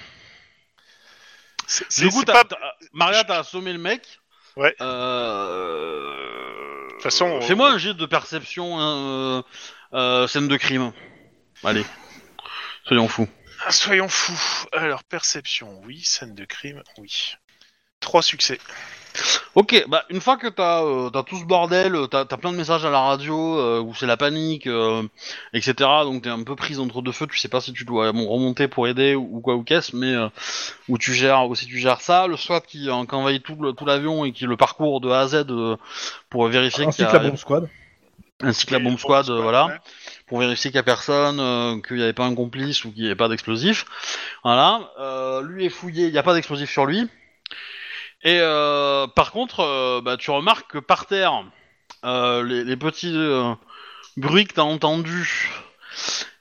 Speaker 5: C'est c'est-
Speaker 1: du coup,
Speaker 5: c'est
Speaker 1: t'as-
Speaker 5: pas.
Speaker 1: t'as- Maria, t'as assommé le mec.
Speaker 5: Ouais.
Speaker 1: Euh...
Speaker 5: De toute façon, on-
Speaker 1: Fais-moi un jet de perception, euh, euh, scène de crime. Allez, soyons fous.
Speaker 5: Soyons fous. Alors, perception, oui. Scène de crime, oui. Trois succès.
Speaker 1: Ok, bah une fois que t'as euh, t'as tout ce bordel, euh, t'as t'as plein de messages à la radio euh, où c'est la panique, euh, etc. Donc t'es un peu prise entre deux feux, tu sais pas si tu dois bon, remonter pour aider ou, ou quoi ou qu'est-ce, mais euh, où tu gères, où si tu gères ça, le SWAT qui, euh, qui envahit tout, le- tout l'avion et qui le parcourt de A à Z euh, pour vérifier
Speaker 2: Ainsi
Speaker 1: qu'il y
Speaker 2: que
Speaker 1: a-
Speaker 2: la bombe squad.
Speaker 1: ainsi que la
Speaker 5: Et
Speaker 1: bombe
Speaker 5: bon,
Speaker 1: squad,
Speaker 5: c'est
Speaker 1: euh,
Speaker 5: pas-
Speaker 1: voilà.
Speaker 5: ouais.
Speaker 1: pour vérifier qu'il n'y a personne, euh, qu'il n'y avait pas un complice ou qu'il n'y avait pas d'explosif. Voilà. Euh, lui est fouillé, il n'y a pas d'explosif sur lui. Et euh, par contre, euh, bah, tu remarques que par terre, euh, les, les petits euh, bruits que t'as entendus,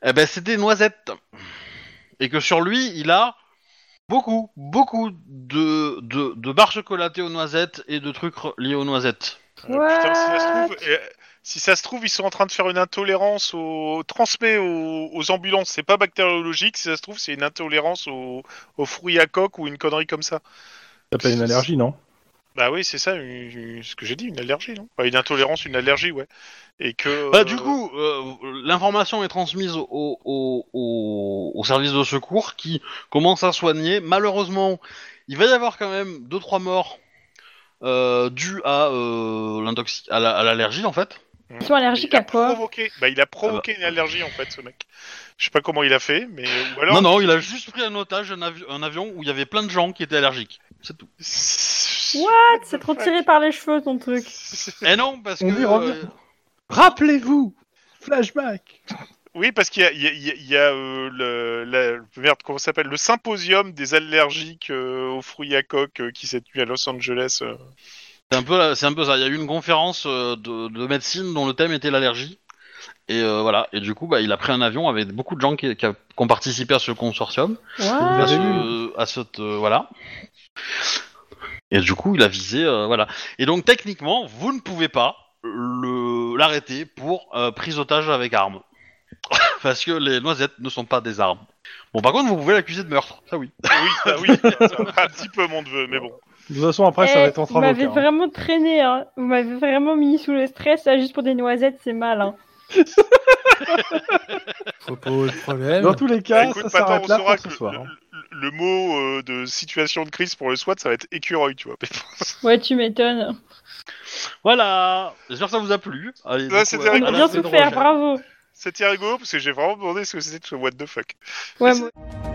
Speaker 1: eh ben, c'est des noisettes. Et que sur lui, il a beaucoup, beaucoup de, de, de barres chocolatées aux noisettes et de trucs liés aux noisettes.
Speaker 5: Euh, putain, si ça se trouve, euh, si ça se trouve, ils sont en train de faire une intolérance au transmet aux, aux ambulances. C'est pas bactériologique. Si ça se trouve, c'est une intolérance aux, aux fruits à coque ou une connerie comme ça.
Speaker 2: Ça s'appelle une allergie, non
Speaker 5: Bah oui, c'est ça, une- une- ce que j'ai dit, une allergie, non Enfin, Une intolérance, une allergie, ouais. Et que.
Speaker 1: Bah
Speaker 5: euh,
Speaker 1: du coup, euh, l'information est transmise au, au, au, au service de secours qui commence à soigner. Malheureusement, il va y avoir quand même deux trois morts euh, dues à euh, l'intoxi- à la- à l'allergie en fait.
Speaker 3: Ils sont allergiques
Speaker 5: il a
Speaker 3: à quoi
Speaker 5: provoqué. Bah, il a provoqué
Speaker 1: Ah
Speaker 5: une allergie en fait, ce mec. Je sais pas comment il a fait, mais ou alors.
Speaker 1: non non, il a juste pris un otage un, avi- un avion où il y avait plein de gens qui étaient allergiques. C'est tout.
Speaker 5: What
Speaker 3: C'est trop tiré par les cheveux ton truc.
Speaker 1: Et Eh non parce
Speaker 2: On
Speaker 1: que
Speaker 2: y revient.
Speaker 1: euh,
Speaker 2: Rappelez-vous Flashback
Speaker 5: Oui, parce qu'il y a, il y a- il y a- il y a, euh, le, la- merde, comment ça s'appelle le symposium des allergiques euh, aux fruits à coque euh, qui s'est tenu à Los Angeles. euh.
Speaker 1: c'est un peu la- c'est un peu ça. Il y a eu une conférence euh, de, de médecine dont le thème était l'allergie. Et euh, voilà. Et du coup, bah, il a pris un avion avec beaucoup de gens qui- qui a- qui ont participé à ce consortium. à,
Speaker 2: avez
Speaker 1: ce, Ah, à cette euh, voilà. Et du coup, il a visé euh, voilà. Et donc techniquement, vous ne pouvez pas le l'arrêter pour euh, prise otage avec arme, parce que les noisettes ne sont pas des armes. Bon, par contre, vous pouvez l'accuser de meurtre. Ça oui.
Speaker 5: Oui, bah oui, c'est un petit peu mon neveu, mais bon.
Speaker 2: De toute façon, après, ça
Speaker 3: Eh,
Speaker 2: va être entre
Speaker 3: vous m'avez
Speaker 2: avocats. hein.
Speaker 3: vraiment traîné, hein. vous m'avez vraiment mis sous le stress, là, juste pour des noisettes, c'est mal. Hein.
Speaker 4: Faut pas le problème.
Speaker 2: Dans tous les
Speaker 5: Bah,
Speaker 2: cas,
Speaker 5: écoute,
Speaker 2: ça
Speaker 5: maintenant,
Speaker 2: s'arrête
Speaker 5: on
Speaker 2: là
Speaker 5: saura
Speaker 2: pour
Speaker 5: que
Speaker 2: ce
Speaker 5: le-
Speaker 2: soir. hein.
Speaker 5: le, le mot euh, de situation de crise pour le SWAT, ça va être écureuil, tu vois.
Speaker 3: Ouais, tu m'étonnes.
Speaker 1: Voilà. J'espère que ça vous a plu. Allez, du
Speaker 5: Ouais,
Speaker 1: coup,
Speaker 5: c'était
Speaker 1: euh,
Speaker 3: On a
Speaker 1: à la
Speaker 3: bien
Speaker 1: semaine
Speaker 3: souffert,
Speaker 1: prochaine.
Speaker 3: bravo.
Speaker 5: C'était rigolo parce que j'ai vraiment demandé ce que c'était ce what the fuck.
Speaker 3: Ouais, moi-